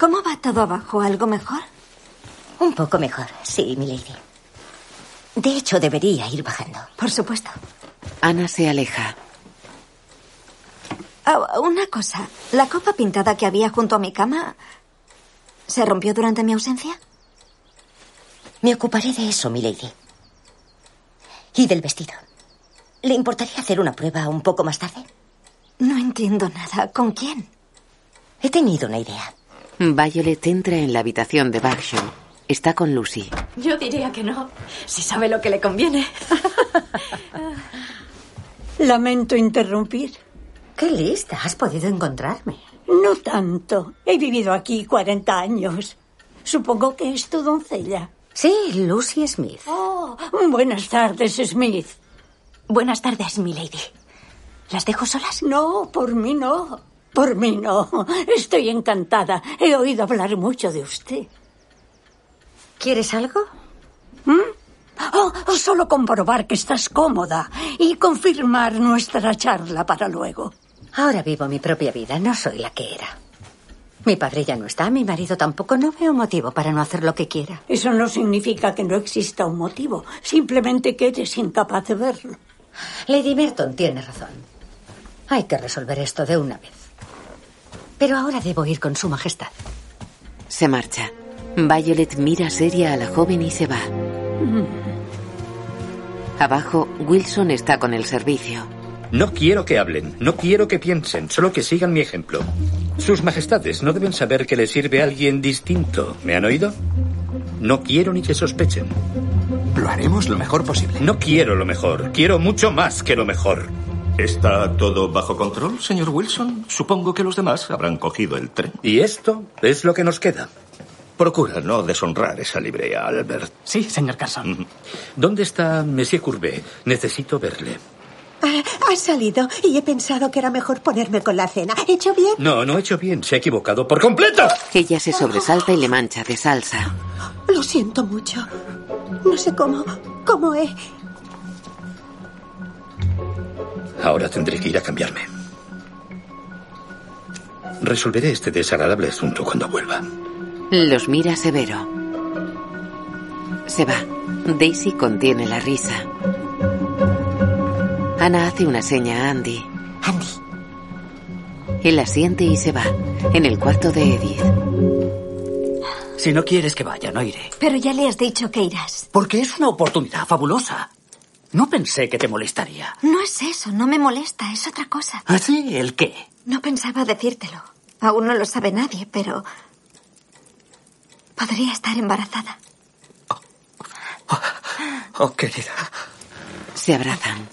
[SPEAKER 10] ¿Cómo va todo abajo? ¿Algo mejor?
[SPEAKER 9] Un poco mejor, sí, mi lady. De hecho, debería ir bajando.
[SPEAKER 10] Por supuesto.
[SPEAKER 2] Ana se aleja.
[SPEAKER 10] Ah, una cosa. ¿La copa pintada que había junto a mi cama se rompió durante mi ausencia?
[SPEAKER 9] Me ocuparé de eso, milady. Y del vestido. ¿Le importaría hacer una prueba un poco más tarde?
[SPEAKER 10] No entiendo nada. ¿Con quién?
[SPEAKER 9] He tenido una idea.
[SPEAKER 2] Violet entra en la habitación de Bagshaw. Está con Lucy.
[SPEAKER 47] Yo diría que no, si sabe lo que le conviene.
[SPEAKER 15] Lamento interrumpir.
[SPEAKER 9] Qué lista, has podido encontrarme.
[SPEAKER 15] No tanto. He vivido aquí 40 años. Supongo que es tu doncella.
[SPEAKER 9] Sí, Lucy Smith.
[SPEAKER 15] Oh, buenas tardes, Smith.
[SPEAKER 47] Buenas tardes, milady. ¿Las dejo solas?
[SPEAKER 15] No, por mí no. Por mí no. Estoy encantada. He oído hablar mucho de usted. ¿Quieres algo? Oh, oh, solo comprobar que estás cómoda y confirmar nuestra charla para luego.
[SPEAKER 49] Ahora vivo mi propia vida, no soy la que era. Mi padre ya no está, mi marido tampoco, no veo motivo para no hacer lo que quiera.
[SPEAKER 15] Eso no significa que no exista un motivo, simplemente que eres incapaz de verlo.
[SPEAKER 49] Lady Merton tiene razón. Hay que resolver esto de una vez. Pero ahora debo ir con su majestad.
[SPEAKER 2] Se marcha. Violet mira seria a la joven y se va. Abajo, Wilson está con el servicio.
[SPEAKER 12] No quiero que hablen, no quiero que piensen, solo que sigan mi ejemplo. Sus majestades no deben saber que les sirve a alguien distinto. ¿Me han oído? No quiero ni que sospechen. Lo haremos lo mejor posible. No quiero lo mejor, quiero mucho más que lo mejor.
[SPEAKER 50] ¿Está todo bajo control, señor Wilson? Supongo que los demás habrán cogido el tren.
[SPEAKER 12] Y esto es lo que nos queda. Procura no deshonrar esa librea, Albert.
[SPEAKER 19] Sí, señor Carson.
[SPEAKER 12] ¿Dónde está Monsieur Courbet? Necesito verle.
[SPEAKER 7] Ah, ha salido y he pensado que era mejor ponerme con la cena. ¿He hecho bien?
[SPEAKER 12] No, no he hecho bien. Se ha equivocado por completo.
[SPEAKER 2] Ella se sobresalta y le mancha de salsa.
[SPEAKER 7] Lo siento mucho. No sé cómo, cómo he.
[SPEAKER 12] Ahora tendré que ir a cambiarme. Resolveré este desagradable asunto cuando vuelva.
[SPEAKER 2] Los mira severo. Se va. Daisy contiene la risa. Ana hace una seña a Andy. Andy. Él asiente y se va. En el cuarto de Edith.
[SPEAKER 19] Si no quieres que vaya, no iré.
[SPEAKER 10] Pero ya le has dicho que irás.
[SPEAKER 19] Porque es una oportunidad fabulosa. No pensé que te molestaría.
[SPEAKER 10] No es eso, no me molesta, es otra cosa.
[SPEAKER 19] ¿Así? ¿El qué?
[SPEAKER 10] No pensaba decírtelo. Aún no lo sabe nadie, pero podría estar embarazada.
[SPEAKER 19] Oh, querida.
[SPEAKER 2] Se abrazan.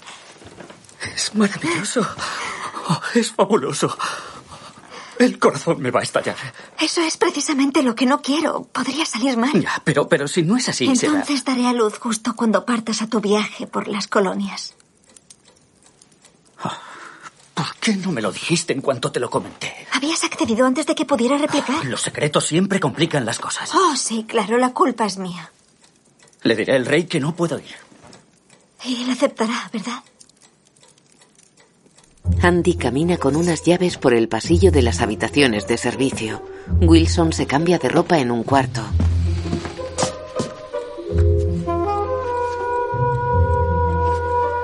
[SPEAKER 19] Es maravilloso. Oh, es fabuloso. El corazón me va a estallar.
[SPEAKER 10] Eso es precisamente lo que no quiero. Podría salir mal.
[SPEAKER 19] Ya, pero, pero si no es así, será.
[SPEAKER 10] Entonces daré a luz justo cuando partas a tu viaje por las colonias.
[SPEAKER 19] ¿Por qué no me lo dijiste en cuanto te lo comenté?
[SPEAKER 10] Habías accedido antes de que pudiera replicar.
[SPEAKER 19] Los secretos siempre complican las cosas.
[SPEAKER 10] Oh, sí, claro, la culpa es mía.
[SPEAKER 19] Le diré al rey que no puedo ir.
[SPEAKER 10] Y él aceptará, ¿verdad?
[SPEAKER 2] Andy camina con unas llaves por el pasillo de las habitaciones de servicio. Wilson se cambia de ropa en un cuarto.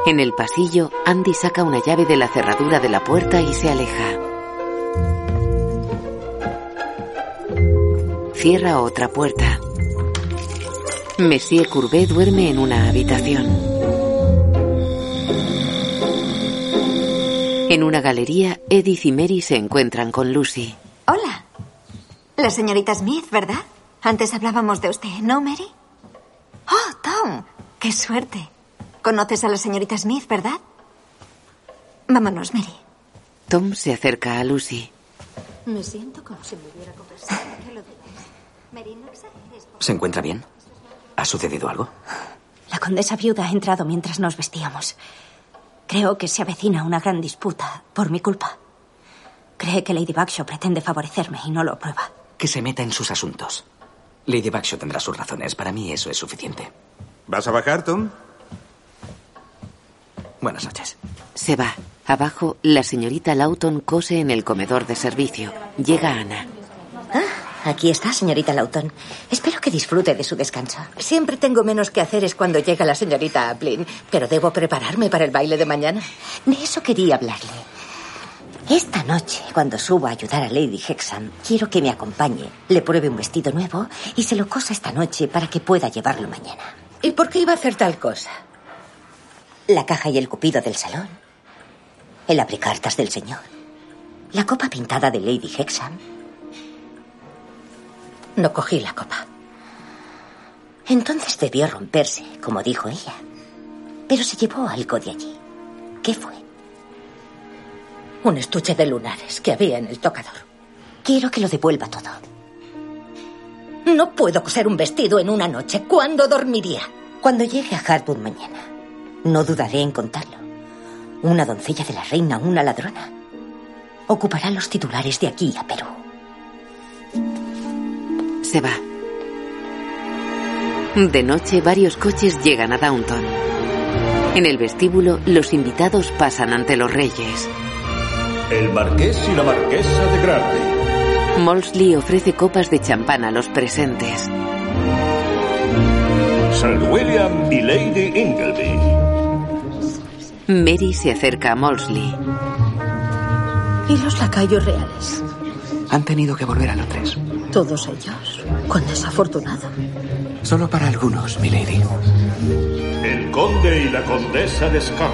[SPEAKER 2] En el pasillo, Andy saca una llave de la cerradura de la puerta y se aleja. Cierra otra puerta. Monsieur Courbet duerme en una habitación. En una galería, Edith y Mary se encuentran con Lucy.
[SPEAKER 10] Hola. La señorita Smith, ¿verdad? Antes hablábamos de usted, ¿no, Mary? Oh, Tom, qué suerte. Conoces a la señorita Smith, ¿verdad? Vámonos, Mary.
[SPEAKER 2] Tom se acerca a Lucy.
[SPEAKER 51] Me siento como si me hubiera conversado. ¿Qué lo digas?
[SPEAKER 10] Mary, no exageres.
[SPEAKER 52] ¿Se encuentra bien? ¿Ha sucedido algo?
[SPEAKER 11] La condesa viuda ha entrado mientras nos vestíamos. Creo que se avecina una gran disputa por mi culpa. Cree que Lady Bagshaw pretende favorecerme y no lo prueba.
[SPEAKER 52] Que se meta en sus asuntos. Lady Bagshaw tendrá sus razones. Para mí eso es suficiente.
[SPEAKER 50] ¿Vas a bajar, Tom?
[SPEAKER 52] Buenas noches.
[SPEAKER 2] Se va. Abajo, la señorita Lawton cose en el comedor de servicio. Llega Ana.
[SPEAKER 11] Ah, Aquí está, señorita Lawton. Espero que disfrute de su descanso. Siempre tengo menos que hacer es cuando llega la señorita Aplin, pero debo prepararme para el baile de mañana. De eso quería hablarle. Esta noche, cuando suba a ayudar a Lady Hexam, quiero que me acompañe, le pruebe un vestido nuevo y se lo cosa esta noche para que pueda llevarlo mañana. ¿Y por qué iba a hacer tal cosa? La caja y el cupido del salón. El abrecartas del señor. La copa pintada de Lady Hexam. No cogí la copa. Entonces debió romperse, como dijo ella. Pero se llevó algo de allí. ¿Qué fue? Un estuche de lunares que había en el tocador. Quiero que lo devuelva todo. No puedo coser un vestido en una noche. ¿Cuándo dormiría? Cuando llegue a Harwood mañana, no dudaré en contarlo. Una doncella de la reina, una ladrona. ocupará los titulares de aquí a Perú.
[SPEAKER 2] Se va.
[SPEAKER 53] De
[SPEAKER 2] noche, varios coches llegan a Downton. En el vestíbulo, los invitados pasan ante los reyes.
[SPEAKER 12] El marqués y la marquesa de Grande.
[SPEAKER 2] Molsley ofrece copas de champán a los presentes.
[SPEAKER 12] Sir William y Lady Ingleby.
[SPEAKER 2] Mary se acerca a Molsley.
[SPEAKER 4] ¿Y los lacayos reales?
[SPEAKER 19] Han tenido que volver a Londres.
[SPEAKER 4] Todos ellos. Con desafortunado.
[SPEAKER 19] Solo para algunos, milady.
[SPEAKER 12] El conde y la condesa de Scott.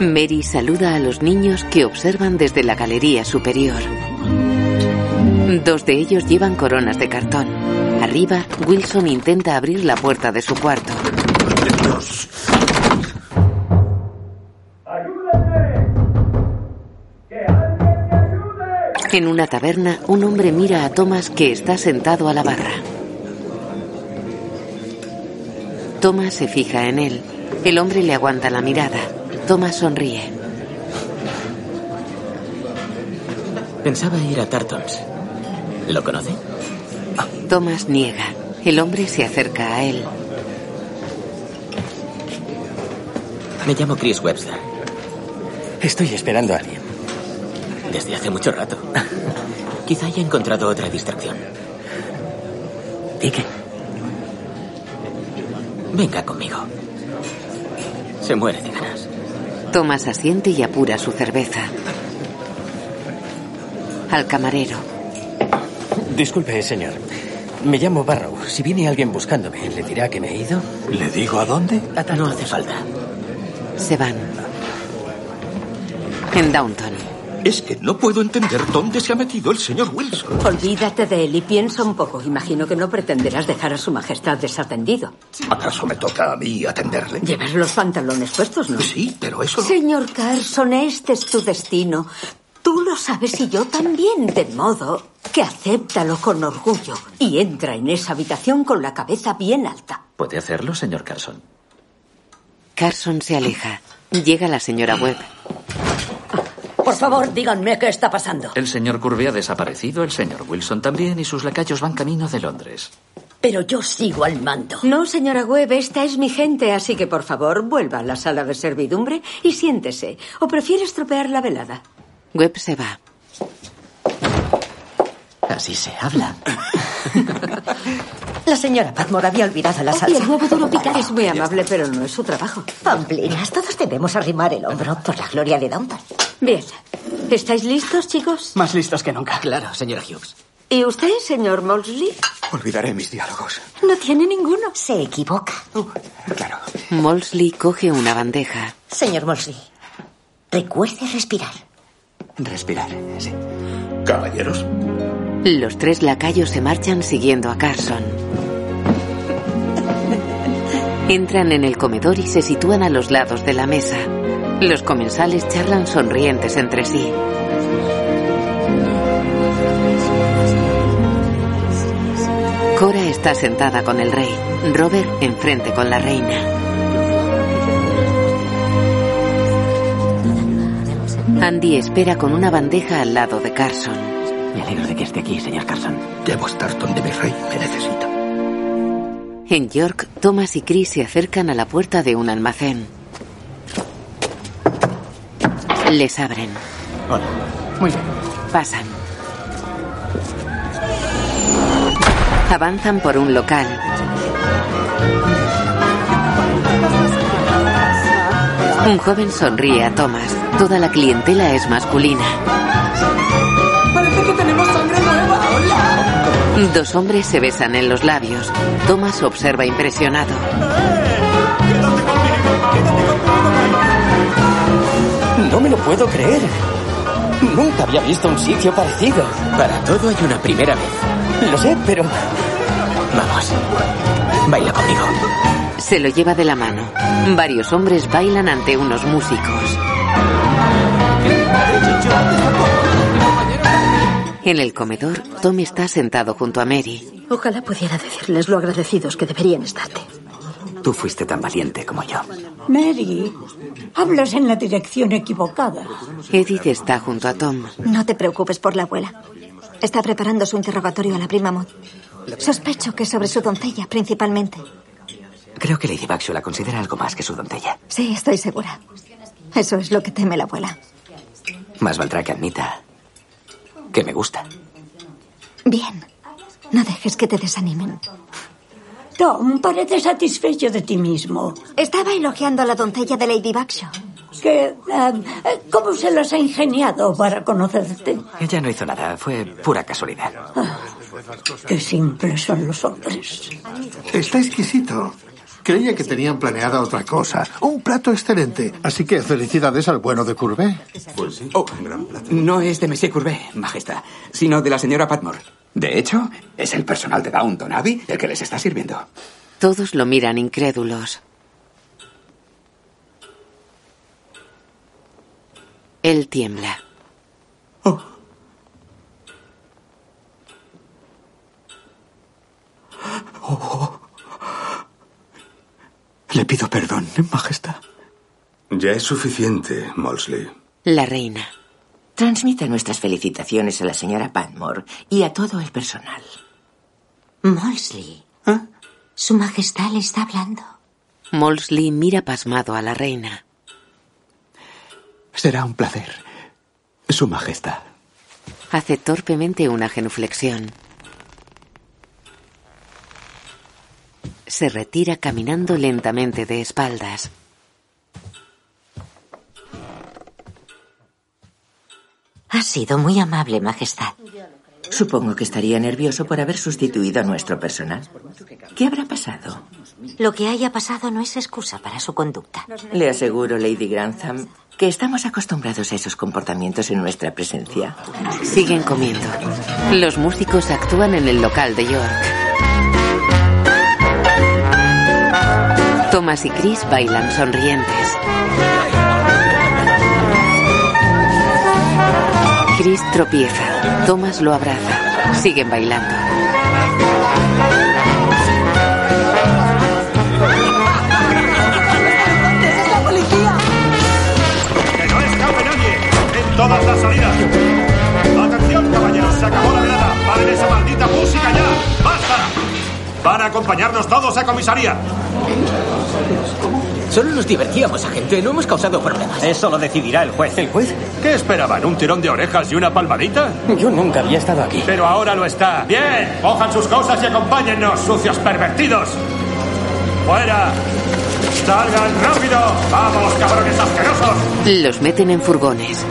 [SPEAKER 2] Mary saluda a los niños que observan desde la galería superior. Dos de ellos llevan coronas de cartón. Arriba, Wilson intenta abrir la puerta de su cuarto. En una taberna, un hombre mira a Thomas que está sentado a la barra. Thomas se fija en él. El hombre le aguanta la mirada. Thomas sonríe.
[SPEAKER 19] Pensaba ir a Tartons. ¿Lo conoce?
[SPEAKER 2] Thomas niega. El hombre se acerca a él.
[SPEAKER 19] Me llamo Chris Webster. Estoy esperando a alguien. Desde hace mucho rato. Quizá haya encontrado otra distracción. ¿Y qué? Venga conmigo. Se muere de ganas.
[SPEAKER 2] Thomas asiente y apura su cerveza. Al camarero.
[SPEAKER 3] Disculpe, señor. Me llamo Barrow. Si viene alguien buscándome, ¿le dirá que me he ido?
[SPEAKER 19] ¿Le digo a dónde? No hace falta.
[SPEAKER 2] Se van. En Downton.
[SPEAKER 12] Es que no puedo entender dónde se ha metido el señor Wilson.
[SPEAKER 8] Olvídate de él y piensa un poco. Imagino que no pretenderás dejar a su majestad desatendido.
[SPEAKER 12] ¿Acaso me toca a mí atenderle?
[SPEAKER 8] Llevas los pantalones puestos, ¿no?
[SPEAKER 12] Sí, pero eso...
[SPEAKER 8] Señor Carson, este es tu destino. Tú lo sabes y yo también, de modo que acéptalo con orgullo y entra en esa habitación con la cabeza bien alta.
[SPEAKER 19] ¿Puede hacerlo, señor Carson?
[SPEAKER 2] Carson se aleja. Llega la señora Webb.
[SPEAKER 8] Por favor, díganme qué está pasando.
[SPEAKER 19] El señor Curve ha desaparecido, el señor Wilson también y sus lacayos van camino de Londres.
[SPEAKER 8] Pero yo sigo al mando.
[SPEAKER 54] No, señora Webb, esta es mi gente, así que por favor vuelva a la sala de servidumbre y siéntese. ¿O prefiere estropear la velada?
[SPEAKER 2] Webb se va.
[SPEAKER 19] Así se habla.
[SPEAKER 11] La señora Padmore había olvidado la
[SPEAKER 54] Y el
[SPEAKER 11] salsa.
[SPEAKER 54] huevo duro picar es muy amable, pero no es su trabajo.
[SPEAKER 11] Pamplinas, todos debemos arrimar el hombro por la gloria de Downton.
[SPEAKER 54] Bien. ¿Estáis listos, chicos?
[SPEAKER 3] Más listos que nunca.
[SPEAKER 19] Claro, señora Hughes.
[SPEAKER 54] ¿Y usted, señor Molsley?
[SPEAKER 19] Olvidaré mis diálogos.
[SPEAKER 54] No tiene ninguno.
[SPEAKER 11] Se equivoca.
[SPEAKER 2] Molsley coge una bandeja.
[SPEAKER 11] Señor Morsley, recuerde respirar.
[SPEAKER 19] Respirar, sí.
[SPEAKER 12] Caballeros.
[SPEAKER 2] Los tres lacayos se marchan siguiendo a Carson. Entran en el comedor y se sitúan a los lados de la mesa. Los comensales charlan sonrientes entre sí. Cora está sentada con el rey, Robert enfrente con la reina. Andy espera con una bandeja al lado de Carson.
[SPEAKER 19] Me alegro de que esté aquí, señor Carson.
[SPEAKER 12] Debo estar donde mi rey me necesita.
[SPEAKER 2] En York, Thomas y Chris se acercan a la puerta de un almacén. Les abren.
[SPEAKER 19] Hola.
[SPEAKER 2] Muy bien. Pasan. Avanzan por un local. Un joven sonríe a Thomas. Toda la clientela es masculina.
[SPEAKER 30] Parece que tenemos sangre nueva. ¡Hola!
[SPEAKER 2] Dos hombres se besan en los labios. Thomas observa impresionado.
[SPEAKER 3] No me lo puedo creer. Nunca había visto un sitio parecido.
[SPEAKER 19] Para todo hay una primera vez.
[SPEAKER 3] Lo sé, pero...
[SPEAKER 19] Vamos. Baila conmigo.
[SPEAKER 2] Se lo lleva de la mano. Varios hombres bailan ante unos músicos. En el comedor, Tom está sentado junto a Mary.
[SPEAKER 4] Ojalá pudiera decirles lo agradecidos que deberían estarte.
[SPEAKER 19] Tú fuiste tan valiente como yo.
[SPEAKER 15] Mary, hablas en la dirección equivocada.
[SPEAKER 2] Edith está junto a Tom.
[SPEAKER 10] No te preocupes por la abuela. Está preparando su interrogatorio a la prima Maud. Sospecho que sobre su doncella, principalmente.
[SPEAKER 19] Creo que Lady Baxio la considera algo más que su doncella.
[SPEAKER 10] Sí, estoy segura. Eso es lo que teme la abuela.
[SPEAKER 19] Más valdrá que admita que me gusta.
[SPEAKER 10] Bien. No dejes que te desanimen.
[SPEAKER 15] Tom, parece satisfecho de ti mismo.
[SPEAKER 10] Estaba elogiando a la doncella de Lady Baxio.
[SPEAKER 15] Pues Que, eh, ¿Cómo se las ha ingeniado para conocerte?
[SPEAKER 19] Ella no hizo nada, fue pura casualidad.
[SPEAKER 15] Qué simples son los hombres.
[SPEAKER 21] Está exquisito. Creía que tenían planeada otra cosa. Un plato excelente. Así que felicidades al bueno de Courbet.
[SPEAKER 19] Pues sí. Oh, no es de Monsieur Courbet, Majestad, sino de la señora Patmore. De hecho, es el personal de Downton Abbey el que les está sirviendo.
[SPEAKER 2] Todos lo miran incrédulos. Él tiembla.
[SPEAKER 1] Le pido perdón, Majestad.
[SPEAKER 5] Ya es suficiente, Molsley.
[SPEAKER 2] La reina.
[SPEAKER 14] Transmita nuestras felicitaciones a la señora Padmore y a todo el personal.
[SPEAKER 55] Molsley.
[SPEAKER 3] ¿Ah?
[SPEAKER 55] Su Majestad le está hablando.
[SPEAKER 2] Molsley mira pasmado a la reina.
[SPEAKER 1] Será un placer. Su Majestad.
[SPEAKER 2] Hace torpemente una genuflexión. Se retira caminando lentamente de espaldas.
[SPEAKER 56] Ha sido muy amable, Majestad.
[SPEAKER 14] Supongo que estaría nervioso por haber sustituido a nuestro personal. ¿Qué habrá pasado?
[SPEAKER 56] Lo que haya pasado no es excusa para su conducta.
[SPEAKER 14] Le aseguro, Lady Grantham, que estamos acostumbrados a esos comportamientos en nuestra presencia.
[SPEAKER 2] Siguen comiendo. Los músicos actúan en el local de York. Thomas y Chris bailan sonrientes. Chris tropieza. Thomas lo abraza. Siguen bailando.
[SPEAKER 30] ¡Es la policía!
[SPEAKER 12] ¡Que no escape nadie! ¡En todas las salidas! ¡Atención, caballeros! ¡Se acabó la velada! ¡Paren esa maldita música ya! ¡Basta! ¡Van a acompañarnos todos a comisaría!
[SPEAKER 57] Solo nos divertíamos, agente. No hemos causado problemas. Eso lo decidirá el juez. ¿El juez?
[SPEAKER 12] ¿Qué esperaban? ¿Un tirón de orejas y una palmadita?
[SPEAKER 57] Yo nunca había estado aquí.
[SPEAKER 12] Pero ahora lo está. ¡Bien! ¡Cojan sus cosas y acompáñennos, sucios pervertidos! ¡Fuera! ¡Salgan rápido! ¡Vamos, cabrones asquerosos!
[SPEAKER 2] Los meten en furgones.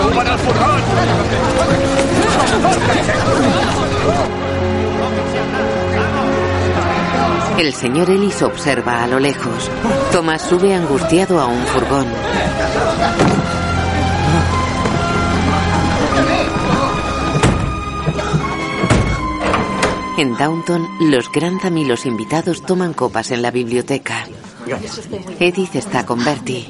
[SPEAKER 12] ¡Suban al furgón!
[SPEAKER 2] El señor Ellis observa a lo lejos. Thomas sube angustiado a un furgón. En Downton, los Grantham y los invitados toman copas en la biblioteca. Edith está con Bertie.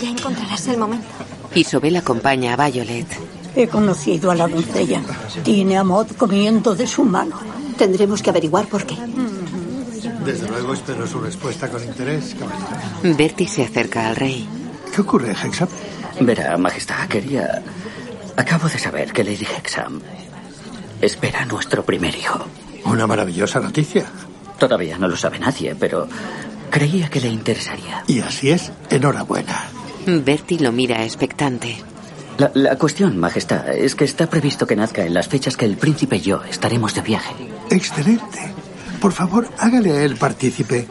[SPEAKER 10] Ya encontrarás el momento.
[SPEAKER 2] Isobel acompaña a Violet.
[SPEAKER 15] He conocido a la doncella. Tiene a Maud comiendo de su mano.
[SPEAKER 58] Tendremos que averiguar por qué.
[SPEAKER 11] Mm,
[SPEAKER 21] Desde luego espero su respuesta con interés, caballero.
[SPEAKER 2] Bertie se acerca al rey.
[SPEAKER 21] ¿Qué ocurre, Hexam?
[SPEAKER 19] Verá, Majestad, quería... Acabo de saber que Lady Hexam espera a nuestro primer hijo.
[SPEAKER 21] Una maravillosa noticia.
[SPEAKER 19] Todavía no lo sabe nadie, pero creía que le interesaría.
[SPEAKER 21] Y así es, enhorabuena.
[SPEAKER 2] Bertie lo mira expectante.
[SPEAKER 19] La, la cuestión, Majestad, es que está previsto que nazca en las fechas que el príncipe y yo estaremos de viaje.
[SPEAKER 21] Excelente. Por favor, hágale a él partícipe.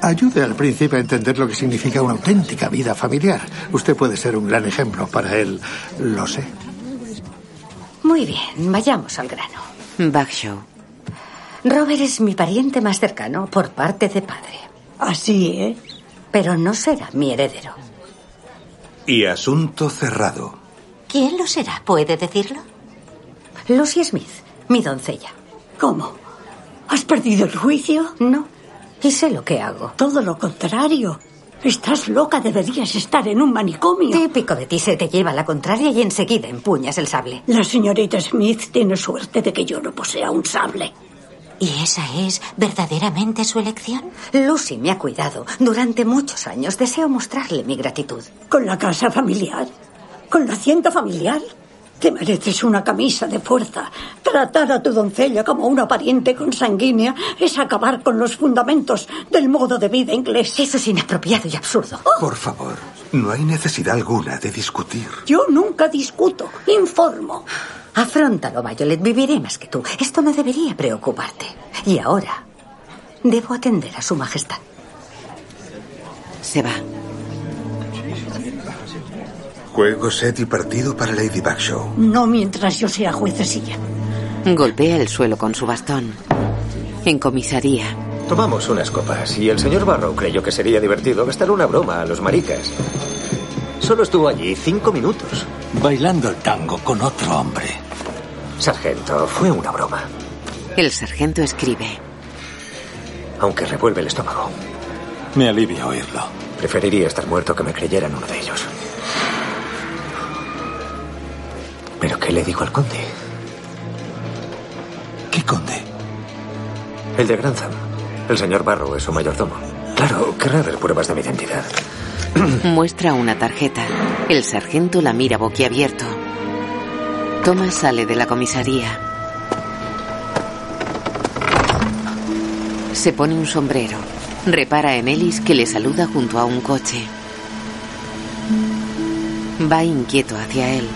[SPEAKER 21] Ayude al príncipe a entender lo que significa una auténtica vida familiar. Usted puede ser un gran ejemplo para él, lo sé.
[SPEAKER 11] Muy bien, vayamos al grano.
[SPEAKER 2] Bagshaw.
[SPEAKER 11] Robert es mi pariente más cercano por parte de padre.
[SPEAKER 15] Así, ¿eh?
[SPEAKER 11] Pero no será mi heredero.
[SPEAKER 5] Y asunto cerrado.
[SPEAKER 56] ¿Quién lo será? ¿Puede decirlo?
[SPEAKER 11] Lucy Smith, mi doncella.
[SPEAKER 15] ¿Cómo? ¿Has perdido el juicio?
[SPEAKER 11] No. Y sé lo que hago.
[SPEAKER 15] Todo lo contrario. Estás loca, deberías estar en un manicomio.
[SPEAKER 11] Típico de ti, se te lleva la contraria y enseguida empuñas el sable.
[SPEAKER 15] La señorita Smith tiene suerte de que yo no posea un sable.
[SPEAKER 59] ¿Y esa es verdaderamente su elección?
[SPEAKER 11] Lucy me ha cuidado durante muchos años. Deseo mostrarle mi gratitud.
[SPEAKER 15] Con la casa familiar, con la hacienda familiar. Te mereces una camisa de fuerza. Tratar a tu doncella como una pariente consanguínea es acabar con los fundamentos del modo de vida inglés. Oh,
[SPEAKER 11] Eso es inapropiado y absurdo.
[SPEAKER 5] Por favor, no hay necesidad alguna de discutir.
[SPEAKER 15] Yo nunca discuto, informo.
[SPEAKER 11] Afróntalo, Violet. Viviré más que tú. Esto no debería preocuparte. Y ahora, debo atender a su majestad.
[SPEAKER 2] Se va.
[SPEAKER 5] Juego, set y partido para Lady Back Show.
[SPEAKER 15] No mientras yo sea juecesilla.
[SPEAKER 2] Golpea el suelo con su bastón. En comisaría,
[SPEAKER 1] Tomamos unas copas y el señor Barrow creyó que sería divertido gastar una broma a los maricas. Solo estuvo allí cinco minutos.
[SPEAKER 60] Bailando el tango con otro hombre.
[SPEAKER 1] Sargento, fue una broma,
[SPEAKER 2] el sargento escribe.
[SPEAKER 1] aunque revuelve el estómago.
[SPEAKER 60] Me alivia oírlo.
[SPEAKER 1] Preferiría estar muerto que me creyeran uno de ellos. ¿Pero qué le digo al conde?
[SPEAKER 60] ¿Qué conde?
[SPEAKER 1] El de Grantham. El señor Barrow es su mayordomo. Claro, querrá ver pruebas de mi identidad.
[SPEAKER 2] Muestra una tarjeta. El sargento la mira boquiabierto. Thomas sale de la comisaría. Se pone un sombrero. Repara en Ellis que le saluda junto a un coche. Va inquieto hacia él.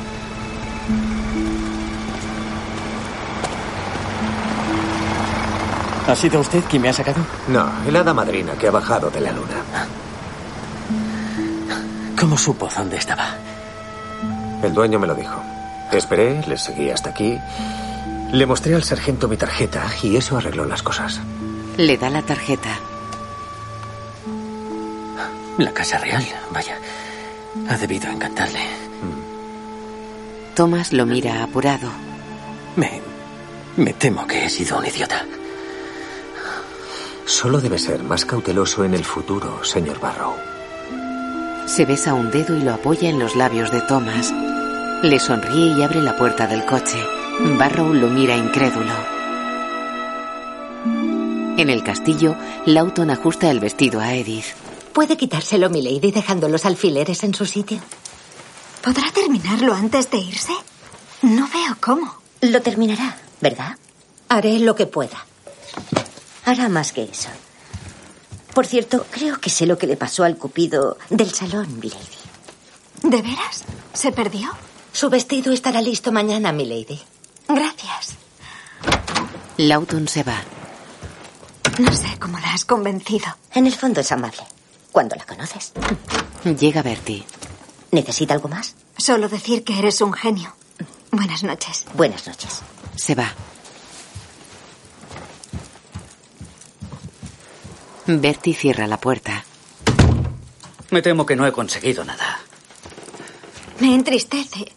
[SPEAKER 19] ¿Ha sido usted quien me ha sacado?
[SPEAKER 1] No, el hada madrina que ha bajado de la luna.
[SPEAKER 19] ¿Cómo supo dónde estaba?
[SPEAKER 1] El dueño me lo dijo. Esperé, le seguí hasta aquí. Le mostré al sargento mi tarjeta y eso arregló las cosas.
[SPEAKER 2] Le da la tarjeta.
[SPEAKER 19] La Casa Real, vaya. Ha debido encantarle.
[SPEAKER 2] Thomas lo mira apurado.
[SPEAKER 19] Me. Me temo que he sido un idiota.
[SPEAKER 1] Solo debe ser más cauteloso en el futuro, señor Barrow.
[SPEAKER 2] Se besa un dedo y lo apoya en los labios de Thomas. Le sonríe y abre la puerta del coche. Barrow lo mira incrédulo. En el castillo, Lawton ajusta el vestido a Edith.
[SPEAKER 61] Puede quitárselo, Milady, dejando los alfileres en su sitio.
[SPEAKER 10] ¿Podrá terminarlo antes de irse? No veo cómo.
[SPEAKER 61] Lo terminará, ¿verdad? Haré lo que pueda. Hará más que eso. Por cierto, creo que sé lo que le pasó al cupido del salón, Milady.
[SPEAKER 10] ¿De veras? ¿Se perdió?
[SPEAKER 61] Su vestido estará listo mañana, Milady.
[SPEAKER 10] Gracias.
[SPEAKER 2] Lawton se va.
[SPEAKER 10] No sé cómo la has convencido.
[SPEAKER 61] En el fondo es amable. Cuando la conoces.
[SPEAKER 2] Llega Bertie.
[SPEAKER 61] ¿Necesita algo más?
[SPEAKER 10] Solo decir que eres un genio. Buenas noches.
[SPEAKER 61] Buenas noches.
[SPEAKER 2] Se va. Bertie cierra la puerta.
[SPEAKER 19] Me temo que no he conseguido nada.
[SPEAKER 10] Me entristece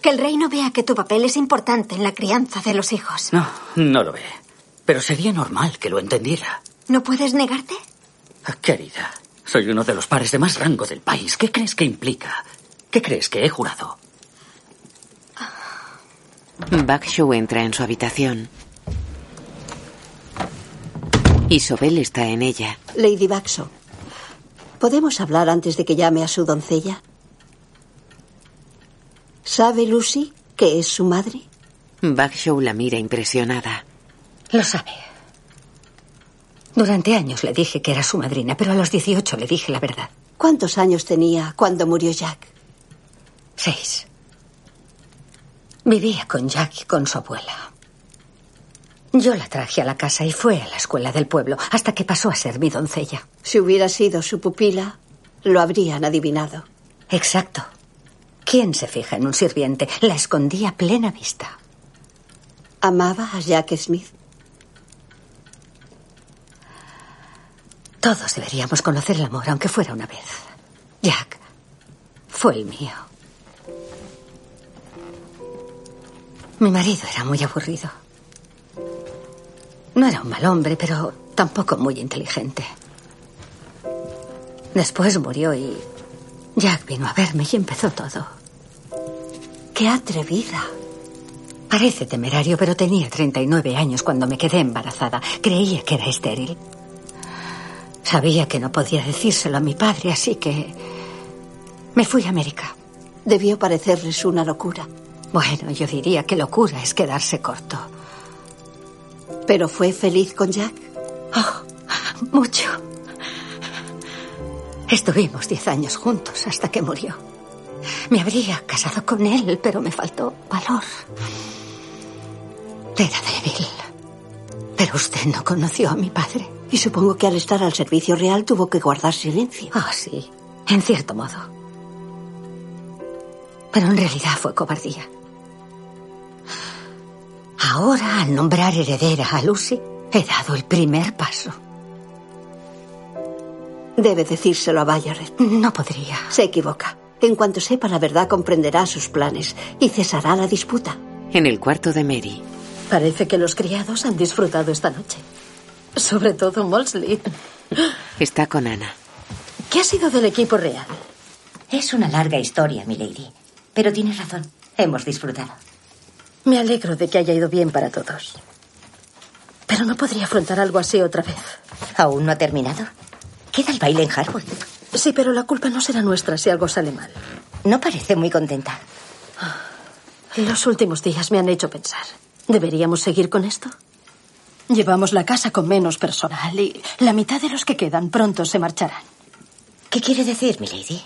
[SPEAKER 10] que el reino vea que tu papel es importante en la crianza de los hijos.
[SPEAKER 19] No, no lo ve. Pero sería normal que lo entendiera.
[SPEAKER 10] ¿No puedes negarte?
[SPEAKER 19] Querida, soy uno de los pares de más rango del país. ¿Qué crees que implica? ¿Qué crees que he jurado?
[SPEAKER 2] Bagshaw entra en su habitación. Isobel está en ella.
[SPEAKER 17] Lady Baxo, ¿podemos hablar antes de que llame a su doncella? ¿Sabe Lucy que es su madre?
[SPEAKER 2] Bagshaw la mira impresionada.
[SPEAKER 11] Lo sabe. Durante años le dije que era su madrina, pero a los 18 le dije la verdad.
[SPEAKER 17] ¿Cuántos años tenía cuando murió Jack?
[SPEAKER 11] Seis. Vivía con Jack y con su abuela. Yo la traje a la casa y fue a la escuela del pueblo hasta que pasó a ser mi doncella.
[SPEAKER 17] Si hubiera sido su pupila, lo habrían adivinado.
[SPEAKER 11] Exacto. ¿Quién se fija en un sirviente? La escondí a plena vista.
[SPEAKER 17] ¿Amaba a Jack Smith?
[SPEAKER 11] Todos deberíamos conocer el amor, aunque fuera una vez. Jack fue el mío. Mi marido era muy aburrido. No era un mal hombre, pero tampoco muy inteligente. Después murió y Jack vino a verme y empezó todo.
[SPEAKER 17] ¡Qué atrevida!
[SPEAKER 11] Parece temerario, pero tenía 39 años cuando me quedé embarazada. Creía que era estéril. Sabía que no podía decírselo a mi padre, así que me fui a América.
[SPEAKER 17] Debió parecerles una locura.
[SPEAKER 11] Bueno, yo diría que locura es quedarse corto.
[SPEAKER 17] ¿Pero fue feliz con Jack?
[SPEAKER 11] Oh, Mucho. Estuvimos diez años juntos hasta que murió. Me habría casado con él, pero me faltó valor. Era débil. Pero usted no conoció a mi padre.
[SPEAKER 17] Y supongo que al estar al servicio real tuvo que guardar silencio.
[SPEAKER 11] Ah, sí. En cierto modo. Pero en realidad fue cobardía. Ahora, al nombrar heredera a Lucy, he dado el primer paso.
[SPEAKER 17] Debe decírselo a Violet.
[SPEAKER 11] No podría.
[SPEAKER 17] Se equivoca. En cuanto sepa la verdad, comprenderá sus planes y cesará la disputa.
[SPEAKER 2] En el cuarto de Mary.
[SPEAKER 4] Parece que los criados han disfrutado esta noche. Sobre todo Molsley.
[SPEAKER 2] Está con Ana.
[SPEAKER 4] ¿Qué ha sido del equipo real?
[SPEAKER 9] Es una larga historia, milady. Pero tienes razón. Hemos disfrutado.
[SPEAKER 4] Me alegro de que haya ido bien para todos. Pero no podría afrontar algo así otra vez.
[SPEAKER 9] ¿Aún no ha terminado? Queda el baile en Harwood.
[SPEAKER 4] Sí, pero la culpa no será nuestra si algo sale mal.
[SPEAKER 9] No parece muy contenta.
[SPEAKER 4] Los últimos días me han hecho pensar. ¿Deberíamos seguir con esto? Llevamos la casa con menos personal y la mitad de los que quedan pronto se marcharán.
[SPEAKER 9] ¿Qué quiere decir, milady?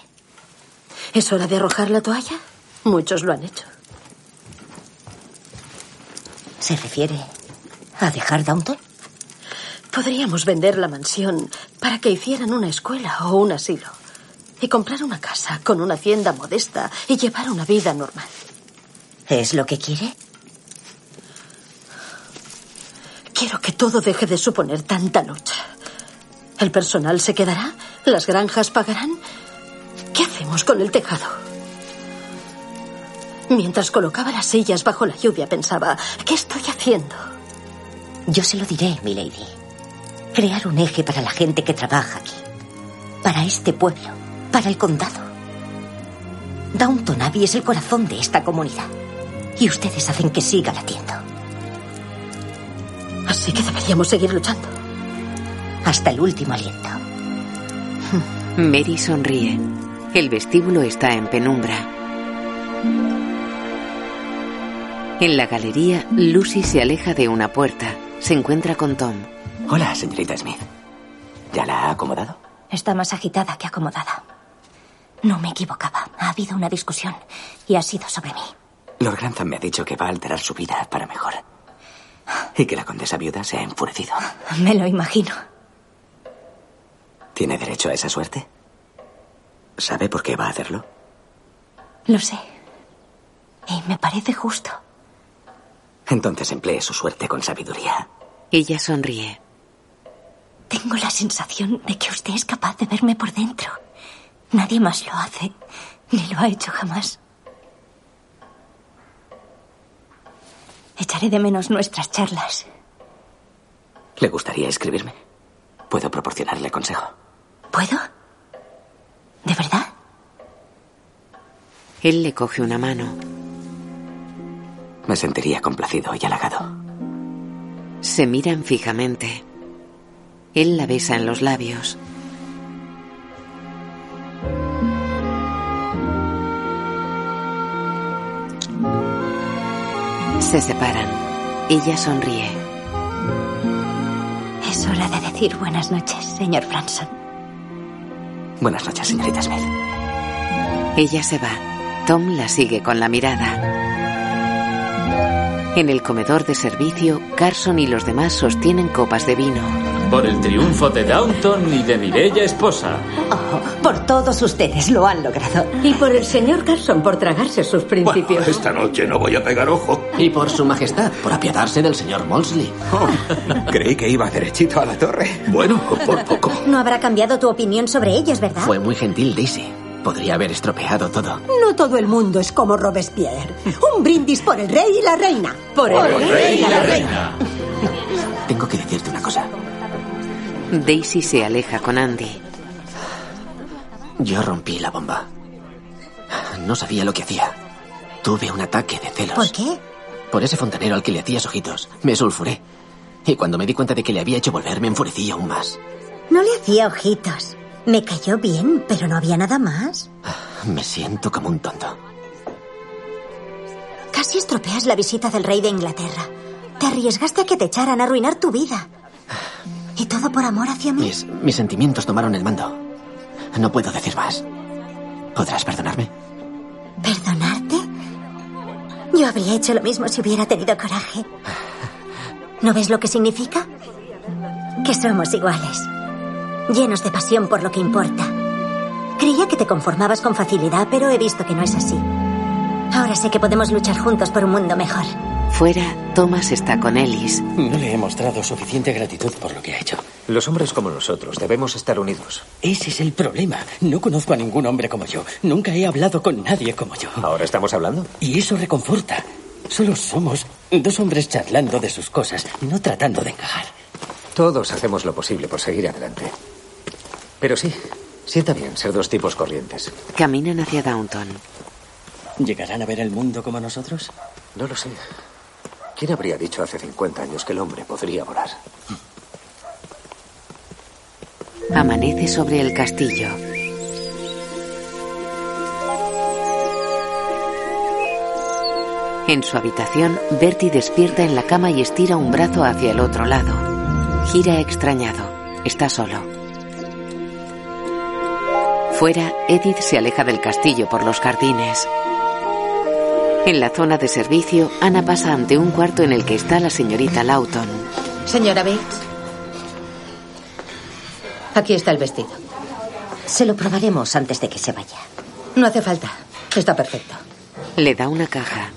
[SPEAKER 4] ¿Es hora de arrojar la toalla? Muchos lo han hecho.
[SPEAKER 9] ¿Se refiere a dejar Downton?
[SPEAKER 4] Podríamos vender la mansión para que hicieran una escuela o un asilo. Y comprar una casa con una hacienda modesta y llevar una vida normal.
[SPEAKER 9] ¿Es lo que quiere?
[SPEAKER 4] Quiero que todo deje de suponer tanta lucha. El personal se quedará, las granjas pagarán. ¿Qué hacemos con el tejado? Mientras colocaba las sillas bajo la lluvia pensaba, ¿qué estoy haciendo?
[SPEAKER 9] Yo se lo diré, milady. Crear un eje para la gente que trabaja aquí. Para este pueblo. Para el condado. Downton Abbey es el corazón de esta comunidad. Y ustedes hacen que siga latiendo.
[SPEAKER 4] Así que deberíamos seguir luchando.
[SPEAKER 9] Hasta el último aliento.
[SPEAKER 2] Mary sonríe. El vestíbulo está en penumbra. En la galería, Lucy se aleja de una puerta. Se encuentra con Tom.
[SPEAKER 19] Hola, señorita Smith. ¿Ya la ha acomodado?
[SPEAKER 62] Está más agitada que acomodada. No me equivocaba. Ha habido una discusión y ha sido sobre mí.
[SPEAKER 19] Lord Grantham me ha dicho que va a alterar su vida para mejor. Y que la condesa viuda se ha enfurecido.
[SPEAKER 62] Me lo imagino.
[SPEAKER 19] ¿Tiene derecho a esa suerte? ¿Sabe por qué va a hacerlo?
[SPEAKER 62] Lo sé. Y me parece justo.
[SPEAKER 19] Entonces emplee su suerte con sabiduría.
[SPEAKER 2] Ella sonríe.
[SPEAKER 62] Tengo la sensación de que usted es capaz de verme por dentro. Nadie más lo hace, ni lo ha hecho jamás. Echaré de menos nuestras charlas.
[SPEAKER 19] ¿Le gustaría escribirme? Puedo proporcionarle consejo.
[SPEAKER 62] ¿Puedo? ¿De verdad?
[SPEAKER 2] Él le coge una mano.
[SPEAKER 19] Me sentiría complacido y halagado.
[SPEAKER 2] Se miran fijamente. Él la besa en los labios. Se separan. Ella sonríe.
[SPEAKER 62] Es hora de decir buenas noches, señor Branson.
[SPEAKER 19] Buenas noches, señorita Smith.
[SPEAKER 2] Ella se va. Tom la sigue con la mirada. En el comedor de servicio, Carson y los demás sostienen copas de vino.
[SPEAKER 12] Por el triunfo de Downton y de mi bella esposa.
[SPEAKER 8] Oh, por todos ustedes lo han logrado. Y por el señor Carson por tragarse sus principios.
[SPEAKER 3] Bueno, esta noche no voy a pegar ojo.
[SPEAKER 6] Y por su majestad, por apiadarse del señor Molsley.
[SPEAKER 3] Oh, creí que iba derechito a la torre. Bueno, por poco.
[SPEAKER 9] No habrá cambiado tu opinión sobre ellos, ¿verdad?
[SPEAKER 6] Fue muy gentil, Daisy. Podría haber estropeado todo.
[SPEAKER 7] No todo el mundo es como Robespierre. Un brindis por el rey y la reina.
[SPEAKER 6] Por el, por el rey, y la reina. Tengo que decirte una cosa.
[SPEAKER 2] Daisy se aleja con Andy.
[SPEAKER 6] Yo rompí la bomba. No sabía lo que hacía. Tuve un ataque de celos.
[SPEAKER 9] ¿Por qué?
[SPEAKER 6] Por ese fontanero al que le hacías ojitos, me sulfuré. Y cuando me di cuenta de que le había hecho volver, me enfurecí aún más.
[SPEAKER 9] No le hacía ojitos. Me cayó bien, pero no había nada más.
[SPEAKER 6] Me siento como un tonto.
[SPEAKER 9] Casi estropeas la visita del rey de Inglaterra. Te arriesgaste a que te echaran a arruinar tu vida. Y todo por amor hacia mí.
[SPEAKER 6] Mis, mis sentimientos tomaron el mando. No puedo decir más. ¿Podrás perdonarme?
[SPEAKER 9] ¿Perdonarte? Yo habría hecho lo mismo si hubiera tenido coraje. ¿No ves lo que significa? Que somos iguales. Llenos de pasión por lo que importa. Creía que te conformabas con facilidad, pero he visto que no es así. Ahora sé que podemos luchar juntos por un mundo mejor.
[SPEAKER 2] Fuera, Thomas está con Ellis.
[SPEAKER 3] No le he mostrado suficiente gratitud por lo que ha hecho.
[SPEAKER 1] Los hombres como nosotros debemos estar unidos.
[SPEAKER 3] Ese es el problema. No conozco a ningún hombre como yo. Nunca he hablado con nadie como yo.
[SPEAKER 1] ¿Ahora estamos hablando?
[SPEAKER 3] Y eso reconforta. Solo somos dos hombres charlando de sus cosas, no tratando de encajar.
[SPEAKER 1] Todos hacemos lo posible por seguir adelante. Pero sí, sienta bien ser dos tipos corrientes.
[SPEAKER 2] Caminan hacia Downton.
[SPEAKER 3] ¿Llegarán a ver el mundo como nosotros?
[SPEAKER 1] No lo sé. ¿Quién habría dicho hace 50 años que el hombre podría volar?
[SPEAKER 2] Amanece sobre el castillo. En su habitación, Bertie despierta en la cama y estira un brazo hacia el otro lado. Gira extrañado. Está solo. Fuera, Edith se aleja del castillo por los jardines. En la zona de servicio, Ana pasa ante un cuarto en el que está la señorita Lawton.
[SPEAKER 11] Señora Bates. Aquí está el vestido. Se lo probaremos antes de que se vaya. No hace falta. Está perfecto.
[SPEAKER 2] Le da una caja.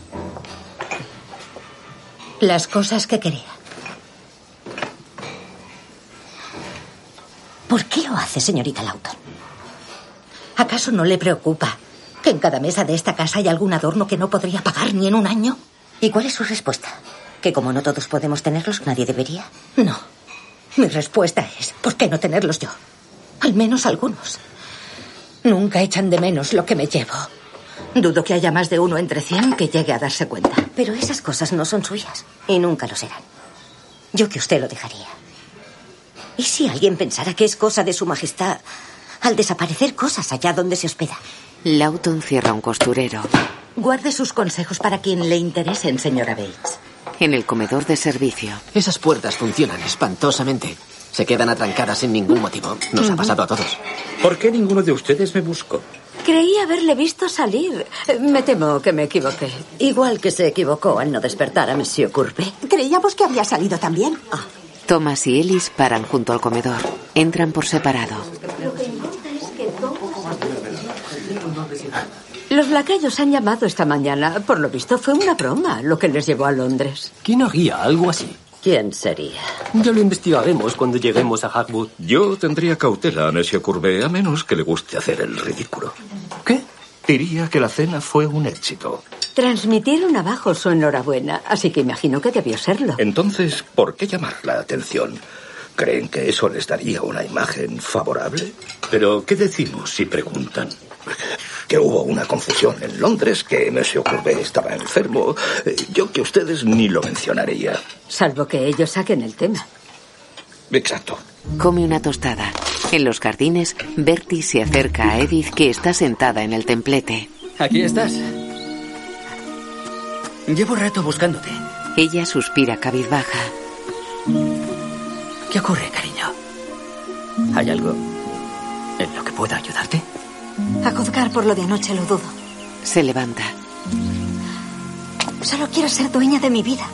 [SPEAKER 11] Las cosas que quería. ¿Por qué lo hace, señorita Lawton? ¿Acaso no le preocupa que en cada mesa de esta casa hay algún adorno que no podría pagar ni en un año? ¿Y cuál es su respuesta? ¿Que como no todos podemos tenerlos, nadie debería? No. Mi respuesta es, ¿por qué no tenerlos yo? Al menos algunos. Nunca echan de menos lo que me llevo. Dudo que haya más de uno entre cien que llegue a darse cuenta. Pero esas cosas no son suyas. Y nunca lo serán. Yo que usted lo dejaría. ¿Y si alguien pensara que es cosa de su majestad al desaparecer cosas allá donde se hospeda?
[SPEAKER 2] Lawton cierra un costurero.
[SPEAKER 11] Guarde sus consejos para quien le interesen, señora Bates.
[SPEAKER 2] En el comedor de servicio,
[SPEAKER 6] Esas puertas funcionan espantosamente. Se quedan atrancadas sin ningún motivo. Nos ha pasado a todos.
[SPEAKER 12] ¿Por qué ninguno de ustedes me buscó?
[SPEAKER 8] Creí haberle visto salir. Eh, Me temo que me equivoqué. Igual que se equivocó al no despertar a Monsieur Courbet.
[SPEAKER 63] Creíamos que había salido también.
[SPEAKER 8] Ah.
[SPEAKER 2] Thomas y Ellis paran junto al comedor. Entran por separado.
[SPEAKER 8] Los lacayos han llamado esta mañana. Por lo visto fue una broma lo que les llevó a Londres.
[SPEAKER 30] ¿Quién haría algo así?
[SPEAKER 8] ¿Quién sería?
[SPEAKER 30] Ya lo investigaremos cuando lleguemos a Hackwood.
[SPEAKER 12] Yo tendría cautela a Monsieur Courbet, a menos que le guste hacer el ridículo.
[SPEAKER 30] ¿Qué?
[SPEAKER 12] Diría que la cena fue un éxito.
[SPEAKER 8] Transmitieron abajo su enhorabuena, así que imagino que debió serlo.
[SPEAKER 12] Entonces, ¿por qué llamar la atención? ¿Creen que eso les daría una imagen favorable? Pero, ¿qué decimos si preguntan? Que hubo una confusión en Londres, que Monsieur Courbet estaba enfermo. Eh, Yo que ustedes ni lo mencionaría.
[SPEAKER 8] Salvo que ellos saquen el tema.
[SPEAKER 12] Exacto.
[SPEAKER 2] Come una tostada. En los jardines, Bertie se acerca a Edith que está sentada en el templete.
[SPEAKER 3] Aquí estás. Llevo rato buscándote.
[SPEAKER 2] Ella suspira cabizbaja.
[SPEAKER 3] ¿Qué ocurre, cariño? ¿Hay algo en lo que pueda ayudarte?
[SPEAKER 10] A juzgar por lo de anoche lo dudo.
[SPEAKER 2] Se levanta.
[SPEAKER 10] Solo quiero ser dueña de mi vida.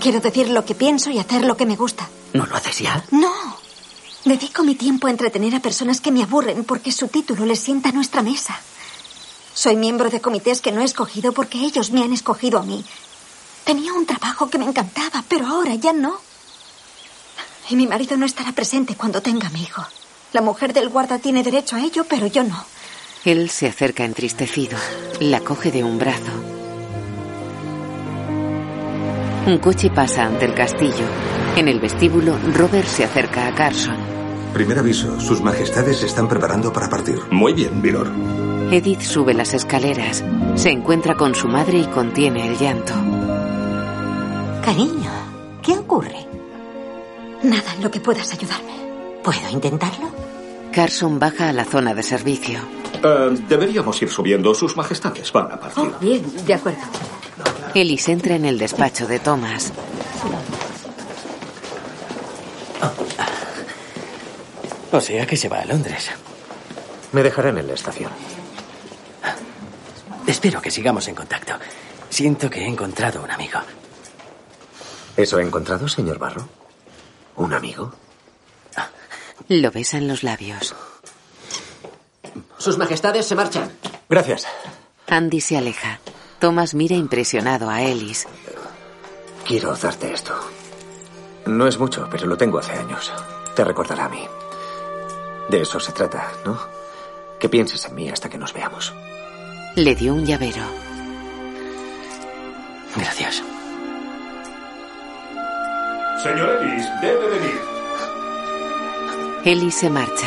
[SPEAKER 10] Quiero decir lo que pienso y hacer lo que me gusta.
[SPEAKER 3] ¿No lo haces ya?
[SPEAKER 10] No. Dedico mi tiempo a entretener a personas que me aburren porque su título les sienta a nuestra mesa. Soy miembro de comités que no he escogido porque ellos me han escogido a mí. Tenía un trabajo que me encantaba, pero ahora ya no. Y mi marido no estará presente cuando tenga mi hijo. La mujer del guarda tiene derecho a ello, pero yo no.
[SPEAKER 2] Él se acerca entristecido. La coge de un brazo. Un coche pasa ante el castillo. En el vestíbulo, Robert se acerca a Carson.
[SPEAKER 5] Primer aviso, sus majestades se están preparando para partir. Muy bien, Milord.
[SPEAKER 2] Edith sube las escaleras, se encuentra con su madre y contiene el llanto.
[SPEAKER 11] Cariño, ¿qué ocurre? Nada en lo que puedas ayudarme. ¿Puedo intentarlo?
[SPEAKER 2] Carson baja a la zona de servicio.
[SPEAKER 12] Eh, deberíamos ir subiendo. Sus majestades van a partir.
[SPEAKER 8] Bien, de acuerdo.
[SPEAKER 2] Ellis entra en el despacho de Thomas.
[SPEAKER 19] O sea que se va a Londres.
[SPEAKER 1] Me dejarán en la estación.
[SPEAKER 19] Espero que sigamos en contacto. Siento que he encontrado un amigo.
[SPEAKER 1] ¿Eso ha encontrado, señor Barro? ¿Un amigo?
[SPEAKER 2] Lo besa en los labios.
[SPEAKER 64] Sus majestades se marchan.
[SPEAKER 1] Gracias.
[SPEAKER 2] Andy se aleja. Thomas mira impresionado a Ellis.
[SPEAKER 1] Quiero darte esto. No es mucho, pero lo tengo hace años. Te recordará a mí. De eso se trata, ¿no? Que pienses en mí hasta que nos veamos.
[SPEAKER 2] Le dio un llavero.
[SPEAKER 19] Gracias.
[SPEAKER 12] Oh. Señor Ellis, debe venir.
[SPEAKER 2] Ellis se marcha.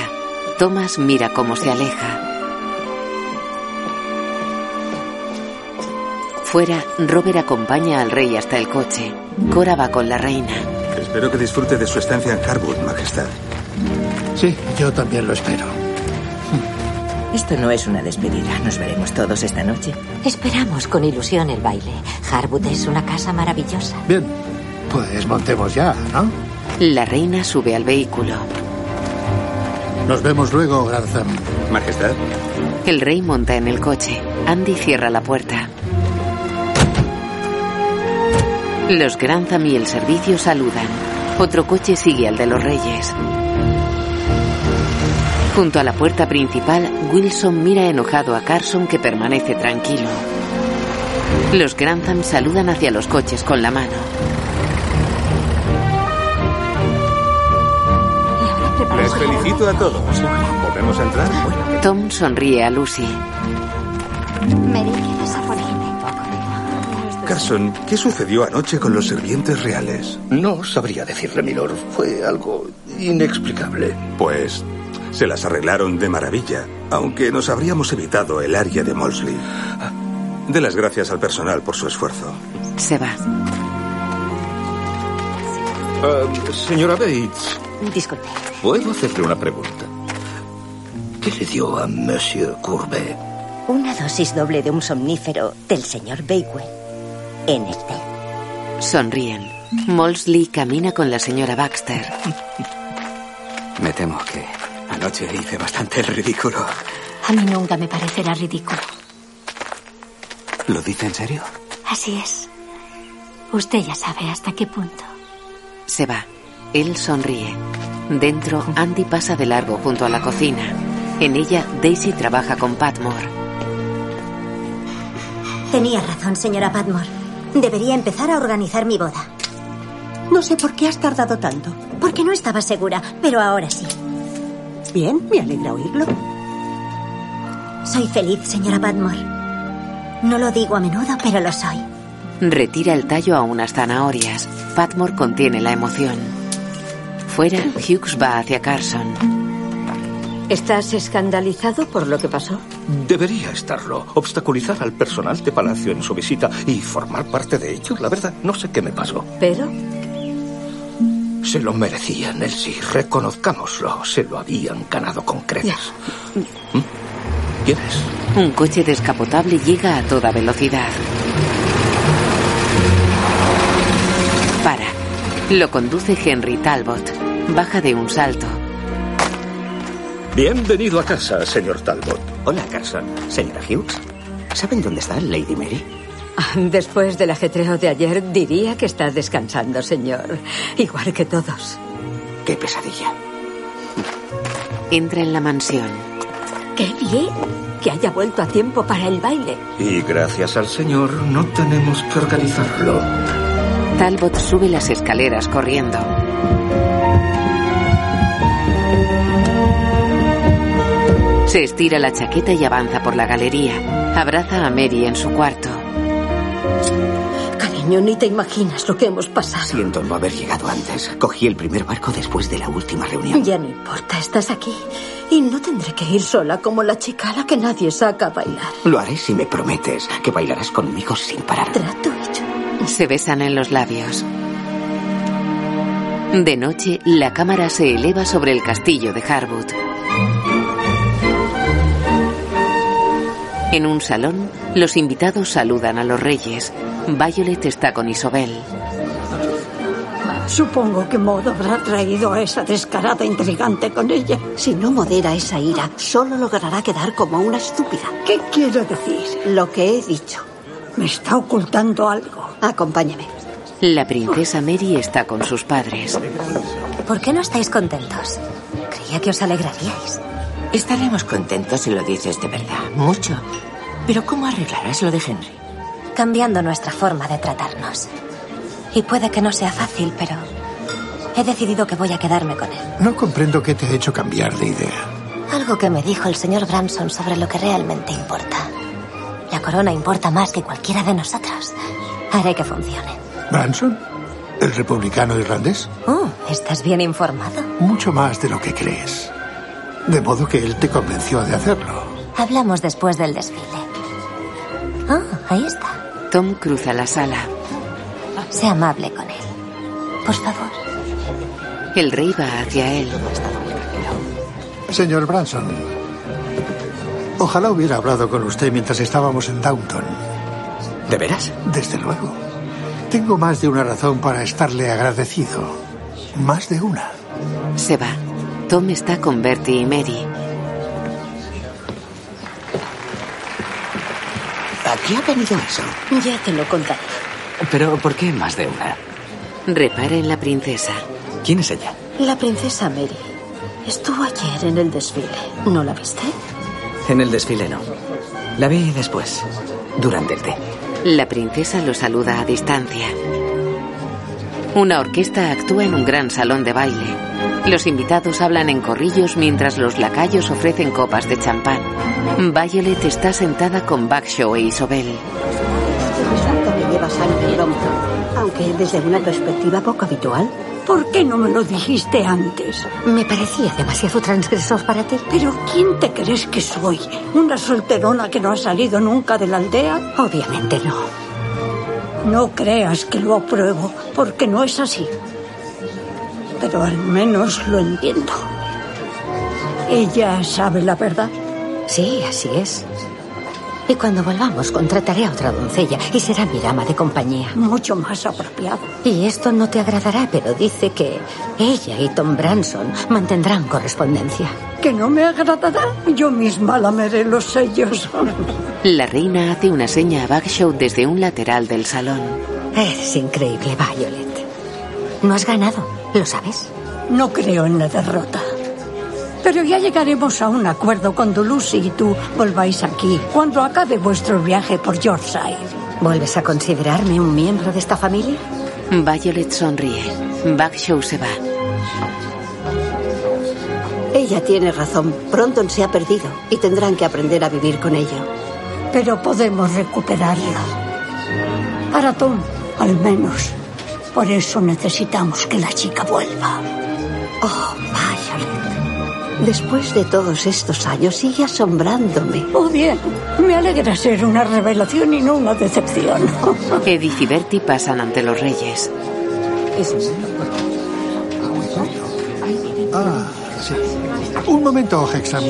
[SPEAKER 2] Thomas mira cómo se aleja. Fuera, Robert acompaña al rey hasta el coche. Cora va con la reina.
[SPEAKER 5] Espero que disfrute de su estancia en Harwood, Majestad.
[SPEAKER 14] Sí, yo también lo espero.
[SPEAKER 65] Esto no es una despedida. Nos veremos todos esta noche.
[SPEAKER 11] Esperamos con ilusión el baile. Harwood es una casa maravillosa.
[SPEAKER 14] Bien, pues montemos ya, ¿no?
[SPEAKER 2] La reina sube al vehículo.
[SPEAKER 14] Nos vemos luego, Grantham.
[SPEAKER 5] Majestad.
[SPEAKER 2] El rey monta en el coche. Andy cierra la puerta. Los Grantham y el servicio saludan. Otro coche sigue al de los reyes. Junto a la puerta principal, Wilson mira enojado a Carson que permanece tranquilo. Los Grantham saludan hacia los coches con la mano.
[SPEAKER 5] Les felicito a todos. ¿Volvemos a entrar?
[SPEAKER 2] Tom sonríe a Lucy.
[SPEAKER 10] Mary, ¿quieres apoyarme un poco?
[SPEAKER 5] Carson, ¿qué sucedió anoche con los sirvientes reales?
[SPEAKER 12] No sabría decirle, Milord. Fue algo inexplicable.
[SPEAKER 5] Pues se las arreglaron de maravilla, aunque nos habríamos evitado el área de Molsley. De las gracias al personal por su esfuerzo.
[SPEAKER 2] Se va.
[SPEAKER 12] Eh, señora Bates,
[SPEAKER 11] Disculpe.
[SPEAKER 12] ¿puedo hacerle una pregunta? ¿Qué le dio a Monsieur Courbet?
[SPEAKER 66] Una dosis doble de un somnífero del señor Bakewell. En el té.
[SPEAKER 2] Sonríen. Molsley camina con la señora Baxter.
[SPEAKER 19] Me temo que anoche hice bastante el ridículo.
[SPEAKER 67] A mí nunca me parecerá ridículo.
[SPEAKER 19] ¿Lo dice en serio?
[SPEAKER 67] Así es. Usted ya sabe hasta qué punto.
[SPEAKER 2] Se va. Él sonríe. Dentro, Andy pasa de largo junto a la cocina. En ella, Daisy trabaja con Patmore.
[SPEAKER 9] Tenía razón, señora Padmore. Debería empezar a organizar mi boda. No sé por qué has tardado tanto. Porque no estaba segura, pero ahora sí. Bien, me alegra oírlo. Soy feliz, señora Padmore. No lo digo a menudo, pero lo soy.
[SPEAKER 2] Retira el tallo a unas zanahorias. Patmore contiene la emoción. Fuera, Hughes va hacia Carson.
[SPEAKER 8] ¿Estás escandalizado por lo que pasó?
[SPEAKER 12] Debería estarlo. Obstaculizar al personal de Palacio en su visita y formar parte de ello, la verdad, no sé qué me pasó.
[SPEAKER 8] Pero
[SPEAKER 12] Se lo merecía, Nelsie. Reconozcámoslo. Se lo habían ganado con creces. ¿Mm? ¿Quieres?
[SPEAKER 2] Un coche descapotable llega a toda velocidad. Para. Lo conduce Henry Talbot. Baja de un salto.
[SPEAKER 12] Bienvenido a casa, señor Talbot.
[SPEAKER 19] Hola, Carson. Señora Hughes. ¿Saben dónde está Lady Mary?
[SPEAKER 8] después del ajetreo de ayer diría que está descansando, señor. Igual que todos.
[SPEAKER 19] Qué pesadilla.
[SPEAKER 2] Entra en la mansión.
[SPEAKER 8] ¡Qué bien! Que haya vuelto a tiempo para el baile.
[SPEAKER 12] Y gracias al señor no tenemos que organizarlo.
[SPEAKER 2] Talbot sube las escaleras corriendo. Se estira la chaqueta y avanza por la galería. Abraza a Mary en su cuarto.
[SPEAKER 4] Cariño, ni te imaginas lo que hemos pasado.
[SPEAKER 19] Siento no haber llegado antes. Cogí el primer barco después de la última reunión.
[SPEAKER 4] Ya no importa, estás aquí. Y no tendré que ir sola como la chica a la que nadie saca a bailar.
[SPEAKER 19] Lo haré si me prometes que bailarás conmigo sin parar.
[SPEAKER 4] Trato hecho.
[SPEAKER 2] Se besan en los labios. De noche, la cámara se eleva sobre el castillo de Harwood. En un salón, los invitados saludan a los reyes. Violet está con Isobel.
[SPEAKER 15] Supongo que Maud habrá traído a esa descarada intrigante con ella.
[SPEAKER 4] Si no modera esa ira, solo logrará quedar como una estúpida.
[SPEAKER 15] ¿Qué quiero decir?
[SPEAKER 4] Lo que he dicho.
[SPEAKER 15] Me está ocultando algo.
[SPEAKER 4] Acompáñame.
[SPEAKER 2] La princesa Mary está con sus padres.
[SPEAKER 11] ¿Por qué no estáis contentos? Creía que os alegraríais.
[SPEAKER 22] Estaremos contentos si lo dices de verdad, mucho. Pero ¿cómo arreglarás lo de Henry?
[SPEAKER 11] Cambiando nuestra forma de tratarnos. Y puede que no sea fácil, pero he decidido que voy a quedarme con él.
[SPEAKER 21] No comprendo qué te ha hecho cambiar de idea.
[SPEAKER 11] Algo que me dijo el señor Branson sobre lo que realmente importa. La corona importa más que cualquiera de nosotros. Haré que funcione.
[SPEAKER 21] ¿Branson? ¿El republicano irlandés?
[SPEAKER 11] Oh, estás bien informado.
[SPEAKER 21] Mucho más de lo que crees. De modo que él te convenció de hacerlo.
[SPEAKER 11] Hablamos después del desfile. Ah, ahí está.
[SPEAKER 2] Tom cruza la sala.
[SPEAKER 11] Sé amable con él. Por favor.
[SPEAKER 2] El rey va hacia él.
[SPEAKER 21] Señor Branson, ojalá hubiera hablado con usted mientras estábamos en Downton.
[SPEAKER 19] ¿De veras?
[SPEAKER 21] Desde luego. Tengo más de una razón para estarle agradecido. Más de una.
[SPEAKER 2] Se va. Tom está con Bertie y Mary.
[SPEAKER 19] ¿A qué ha venido eso?
[SPEAKER 4] Ya te lo contaré.
[SPEAKER 19] Pero ¿por qué más de una?
[SPEAKER 2] Repara en la princesa.
[SPEAKER 19] ¿Quién es ella?
[SPEAKER 4] La princesa Mary estuvo ayer en el desfile. ¿No la viste?
[SPEAKER 19] En el desfile no. La vi después, durante el té.
[SPEAKER 2] La princesa lo saluda a distancia. Una orquesta actúa en un gran salón de baile. Los invitados hablan en corrillos mientras los lacayos ofrecen copas de champán. Violet está sentada con Bagshaw e Isobel.
[SPEAKER 35] Salta que llevas años en Brompton, aunque desde una perspectiva poco habitual.
[SPEAKER 15] ¿Por qué no me lo dijiste antes?
[SPEAKER 11] Me parecía demasiado transgresor para ti.
[SPEAKER 15] ¿Pero quién te crees que soy? ¿Una solterona que no ha salido nunca de la aldea?
[SPEAKER 11] Obviamente no.
[SPEAKER 15] No creas que lo apruebo, porque no es así. Pero al menos lo entiendo. Ella sabe la verdad.
[SPEAKER 11] Sí, así es. Y cuando volvamos, contrataré a otra doncella y será mi dama de compañía.
[SPEAKER 15] Mucho más apropiado.
[SPEAKER 11] Y esto no te agradará, pero dice que ella y Tom Branson mantendrán correspondencia.
[SPEAKER 15] ¿Que no me agradará? Yo misma lameré los sellos.
[SPEAKER 2] La reina hace una seña a Bagshaw desde un lateral del salón.
[SPEAKER 11] Eres increíble, Violet. No has ganado, ¿lo sabes?
[SPEAKER 15] No creo en la derrota. Pero ya llegaremos a un acuerdo cuando Lucy y tú volváis aquí, cuando acabe vuestro viaje por Yorkshire.
[SPEAKER 11] ¿Vuelves a considerarme un miembro de esta familia?
[SPEAKER 2] Violet sonríe. Bagshaw se va.
[SPEAKER 35] Ella tiene razón. Pronto se ha perdido y tendrán que aprender a vivir con ello.
[SPEAKER 15] Pero podemos recuperarla. Para Tom, al menos. Por eso necesitamos que la chica vuelva.
[SPEAKER 35] Oh, Violet. Después de todos estos años sigue asombrándome.
[SPEAKER 15] Oh, bien. Me alegra ser una revelación y no una decepción.
[SPEAKER 2] Edith y Bertie pasan ante los reyes.
[SPEAKER 21] Ah, sí. Un momento, Hexam.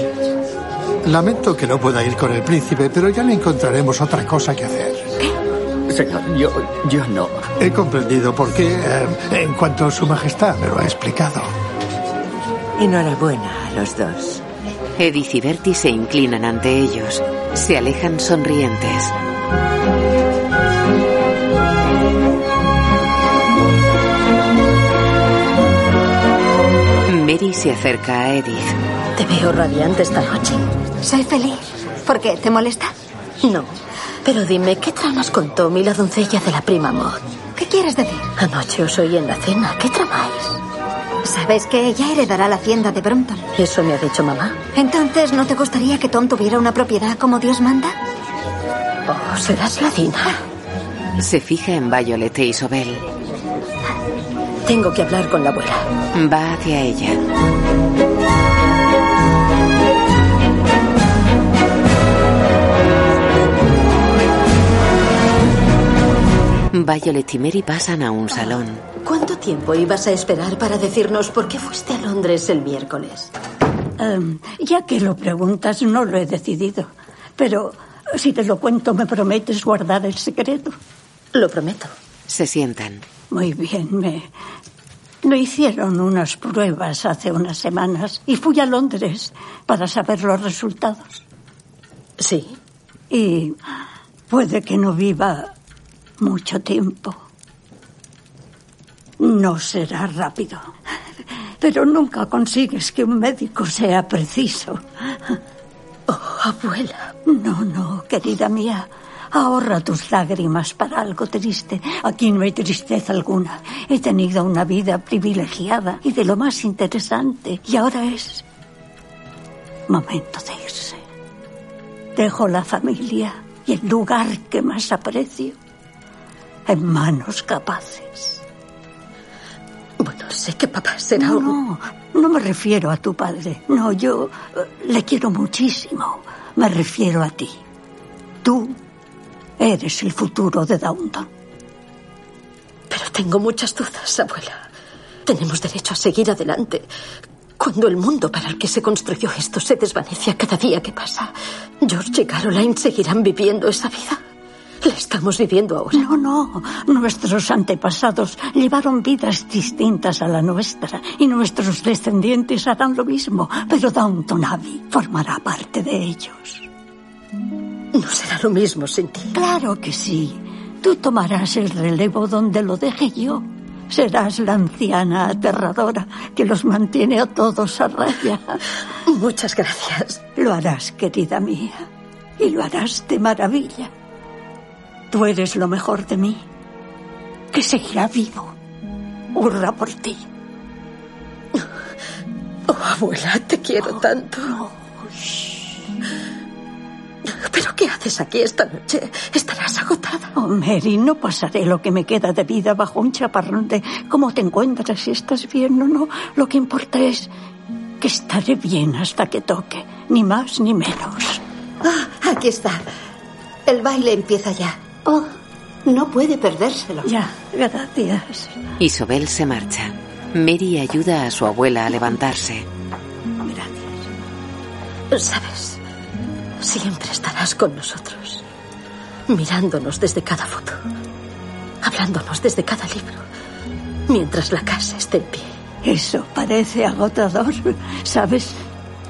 [SPEAKER 21] Lamento que no pueda ir con el príncipe, pero ya le encontraremos otra cosa que hacer.
[SPEAKER 19] Señor, yo, yo no.
[SPEAKER 21] He comprendido por qué eh, en cuanto su majestad me lo ha explicado.
[SPEAKER 22] Enhorabuena a los dos.
[SPEAKER 2] Edith y Bertie se inclinan ante ellos. Se alejan sonrientes. Mary se acerca a Edith.
[SPEAKER 4] Te veo radiante esta noche.
[SPEAKER 10] Soy feliz. ¿Por qué? ¿Te molesta?
[SPEAKER 4] No. Pero dime, ¿qué tramas con Tommy, la doncella de la prima Maud?
[SPEAKER 10] ¿Qué quieres decir?
[SPEAKER 4] Anoche os oí en la cena. ¿Qué tramáis?
[SPEAKER 10] Sabes que ella heredará la hacienda de Brompton.
[SPEAKER 4] Eso me ha dicho mamá.
[SPEAKER 10] Entonces, ¿no te gustaría que Tom tuviera una propiedad como Dios manda?
[SPEAKER 4] Oh, serás ladina.
[SPEAKER 2] Se fija en Violet e Isobel.
[SPEAKER 4] Tengo que hablar con la abuela.
[SPEAKER 2] Va hacia ella. Violet y Mary pasan a un salón.
[SPEAKER 4] ¿Cuánto tiempo ibas a esperar para decirnos por qué fuiste a Londres el miércoles?
[SPEAKER 15] Em, ya que lo preguntas, no lo he decidido. Pero si te lo cuento, me prometes guardar el secreto.
[SPEAKER 4] Lo prometo.
[SPEAKER 2] Se sientan.
[SPEAKER 15] Muy bien, me. Me hicieron unas pruebas hace unas semanas y fui a Londres para saber los resultados.
[SPEAKER 4] Sí.
[SPEAKER 15] Y puede que no viva mucho tiempo. No será rápido. Pero nunca consigues que un médico sea preciso. Oh,
[SPEAKER 4] abuela.
[SPEAKER 15] No, no, querida mía. Ahorra tus lágrimas para algo triste. Aquí no hay tristeza alguna. He tenido una vida privilegiada y de lo más interesante. Y ahora es momento de irse. Dejo la familia y el lugar que más aprecio en manos capaces.
[SPEAKER 4] Bueno, sé que papá será
[SPEAKER 15] no,
[SPEAKER 4] un-
[SPEAKER 15] No, no me refiero a tu padre. No, yo eh, le quiero muchísimo. Me refiero a ti. Tú eres el futuro de Downton.
[SPEAKER 4] Pero tengo muchas dudas, abuela. Tenemos derecho a seguir adelante. Cuando el mundo para el que se construyó esto se desvanece a cada día que pasa, George y Caroline seguirán viviendo esa vida. La estamos viviendo ahora.
[SPEAKER 15] No, no. Nuestros antepasados llevaron vidas distintas a la nuestra y nuestros descendientes harán lo mismo, pero Downton Abbey formará parte de ellos.
[SPEAKER 4] No será lo mismo sin ti.
[SPEAKER 15] Claro que sí. Tú tomarás el relevo donde lo deje yo. Serás la anciana aterradora que los mantiene a todos a raya.
[SPEAKER 4] Muchas gracias.
[SPEAKER 15] Lo harás, querida mía. Y lo harás de maravilla. Tú eres lo mejor de mí. Que seguirá vivo. Hurra por ti.
[SPEAKER 4] Oh, abuela, te
[SPEAKER 15] Oh,
[SPEAKER 4] quiero tanto. ¿Pero qué haces aquí esta noche? Estarás agotada.
[SPEAKER 15] Oh, Mary, no pasaré lo que me queda de vida bajo un chaparrón de cómo te encuentras, si estás bien o no. Lo que importa es que estaré bien hasta que toque, ni más ni menos.
[SPEAKER 35] Ah, aquí está. El baile empieza ya. Oh, no puede perdérselo.
[SPEAKER 15] Ya, gracias.
[SPEAKER 2] Isobel se marcha. Mary ayuda a su abuela a levantarse.
[SPEAKER 4] Sabes, siempre estarás con nosotros, mirándonos desde cada foto, hablándonos desde cada libro, mientras la casa esté en pie.
[SPEAKER 15] Eso parece agotador, ¿sabes?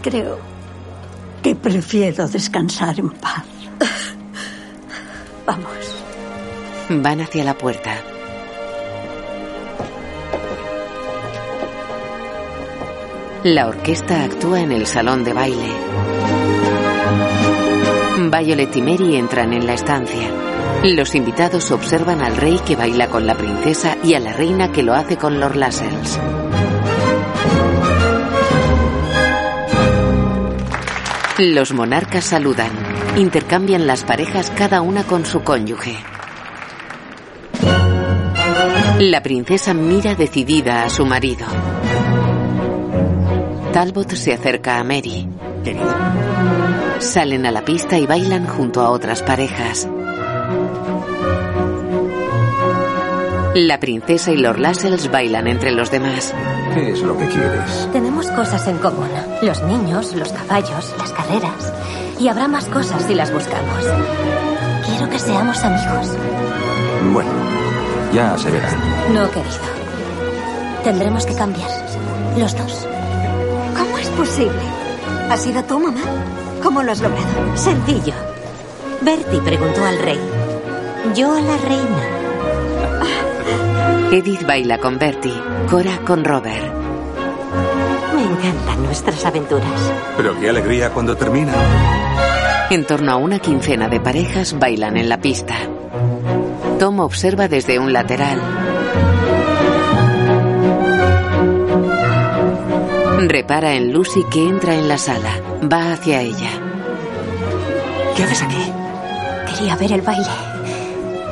[SPEAKER 15] Creo que prefiero descansar en paz. Vamos.
[SPEAKER 2] Van hacia la puerta. La orquesta actúa en el salón de baile. Violet y Mary entran en la estancia. Los invitados observan al rey que baila con la princesa y a la reina que lo hace con Lord Lascelles. Los monarcas saludan. Intercambian las parejas cada una con su cónyuge. La princesa mira decidida a su marido. Talbot se acerca a Mary. Salen a la pista y bailan junto a otras parejas. La princesa y Lord Lascelles bailan entre los demás.
[SPEAKER 17] ¿Qué es lo que quieres?
[SPEAKER 11] Tenemos cosas en común. Los niños, los caballos, las carreras. Y habrá más cosas si las buscamos. Quiero que seamos amigos.
[SPEAKER 68] Bueno, ya se verá.
[SPEAKER 11] No, querido. Tendremos que cambiar. Los dos.
[SPEAKER 10] ¿Cómo es posible? ¿Has sido tú, mamá? ¿Cómo lo has logrado?
[SPEAKER 11] Sencillo. Bertie preguntó al rey. Yo a la reina.
[SPEAKER 2] Edith baila con Bertie, Cora con Robert.
[SPEAKER 11] Me encantan nuestras aventuras.
[SPEAKER 17] Pero qué alegría cuando termina.
[SPEAKER 2] En torno a una quincena de parejas bailan en la pista. Tom observa desde un lateral. Repara en Lucy que entra en la sala. Va hacia ella.
[SPEAKER 11] ¿Qué haces aquí? Quería ver el baile.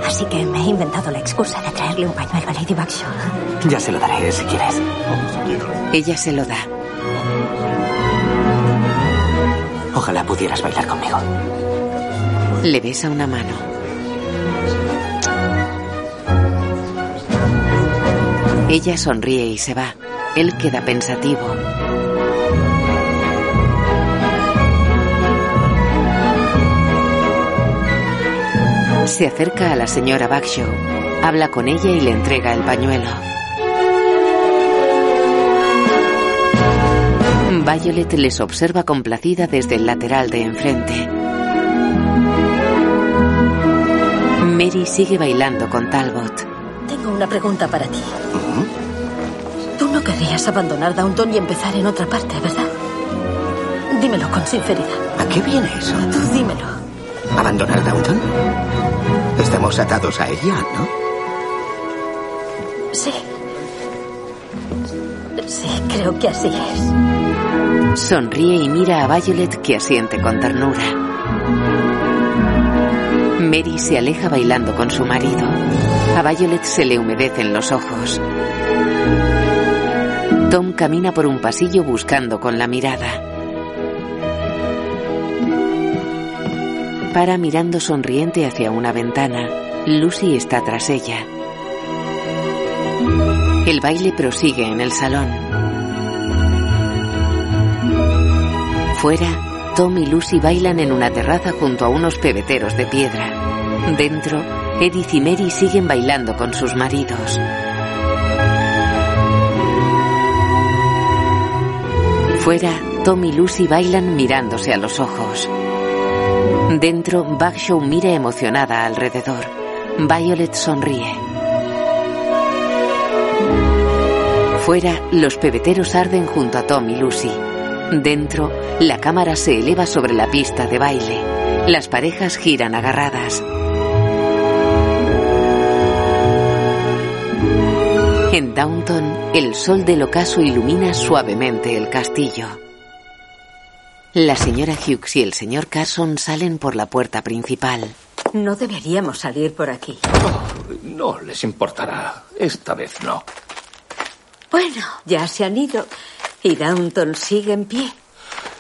[SPEAKER 11] Así que me he inventado la excusa de traerle un pañuelo a Lady Bagshaw.
[SPEAKER 19] Ya se lo daré si quieres.
[SPEAKER 2] Ella se lo da.
[SPEAKER 19] Ojalá pudieras bailar conmigo.
[SPEAKER 2] Le besa una mano. Ella sonríe y se va. Él queda pensativo. Se acerca a la señora Bagshaw. Habla con ella y le entrega el pañuelo. Violet les observa complacida desde el lateral de enfrente. Mary sigue bailando con Talbot.
[SPEAKER 4] Tengo una pregunta para ti. Tú no querrías abandonar Downton y empezar en otra parte, ¿verdad? Dímelo con sinceridad.
[SPEAKER 19] ¿A qué viene eso?
[SPEAKER 4] Tú dímelo.
[SPEAKER 19] ¿Abandonar Downton? Estamos atados a ella, ¿no?
[SPEAKER 4] Sí. Sí, creo que así es.
[SPEAKER 2] Sonríe y mira a Violet que asiente con ternura. Mary se aleja bailando con su marido. A Violet se le humedecen los ojos. Tom camina por un pasillo buscando con la mirada. Para mirando sonriente hacia una ventana. Lucy está tras ella. El baile prosigue en el salón. Fuera, Tom y Lucy bailan en una terraza junto a unos pebeteros de piedra. Dentro, Edith y Mary siguen bailando con sus maridos. Fuera, Tom y Lucy bailan mirándose a los ojos. Dentro, Bagshaw mira emocionada alrededor. Violet sonríe. Fuera, los pebeteros arden junto a Tom y Lucy. Dentro, la cámara se eleva sobre la pista de baile. Las parejas giran agarradas. En Downton, el sol del ocaso ilumina suavemente el castillo. La señora Hughes y el señor Carson salen por la puerta principal.
[SPEAKER 8] No deberíamos salir por aquí.
[SPEAKER 5] No les importará. Esta vez no.
[SPEAKER 8] Bueno, ya se han ido. Y Downton sigue en pie.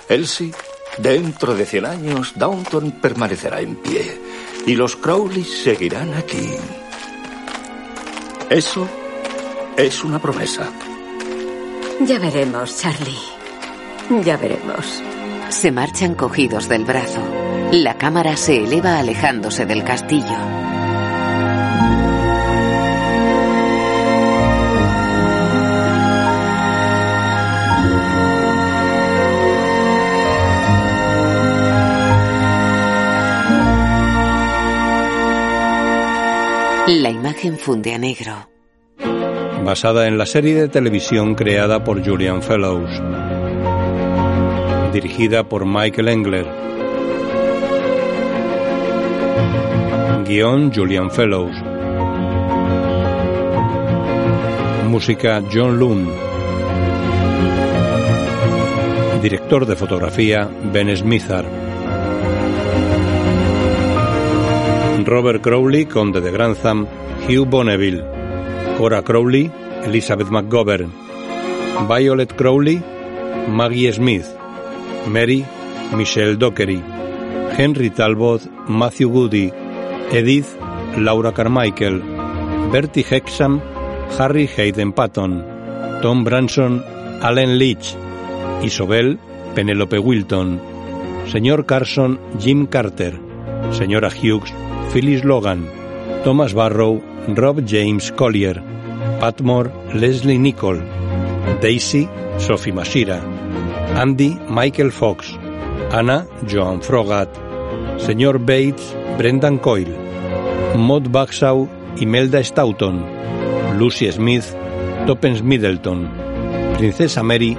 [SPEAKER 5] Elsie, dentro de 100 años, Downton permanecerá en pie. Y los Crowley seguirán aquí. Eso es una promesa.
[SPEAKER 8] Ya veremos, Charlie. Ya veremos.
[SPEAKER 2] Se marchan cogidos del brazo. La cámara se eleva alejándose del castillo. La imagen funde a negro.
[SPEAKER 36] basada en la serie de televisión creada por Julian Fellows, dirigida por Michael Engler. Guión Julian Fellows. Música John Loon. Director de fotografía Ben Smithar. Robert Crowley, conde de Grantham, Hugh Bonneville. Cora Crowley, Elizabeth McGovern. Violet Crowley, Maggie Smith. Mary, Michelle Dockery. Henry Talbot, Matthew Goody. Edith, Laura Carmichael. Bertie Hexam, Harry Hayden Patton. Tom Branson, Allen Leach. Isobel, Penelope Wilton. Señor Carson, Jim Carter. Señora Hughes, Phyllis Logan. Thomas Barrow, Rob James Collier. Patmore, Leslie Nichol. Daisy, Sophie Mashira. Andy, Michael Fox. Ana, Joan Frogat. Señor Bates, Brendan Coyle. Maud Baxaw, Imelda Stoughton. Lucy Smith, Toppens Middleton. Princesa Mary,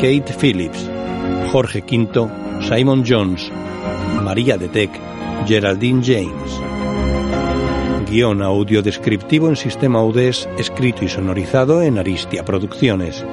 [SPEAKER 36] Kate Phillips. Jorge V, Simon Jones. María de Tech, Geraldine James. Guión audio descriptivo en sistema UDES, escrito y sonorizado en Aristia Producciones.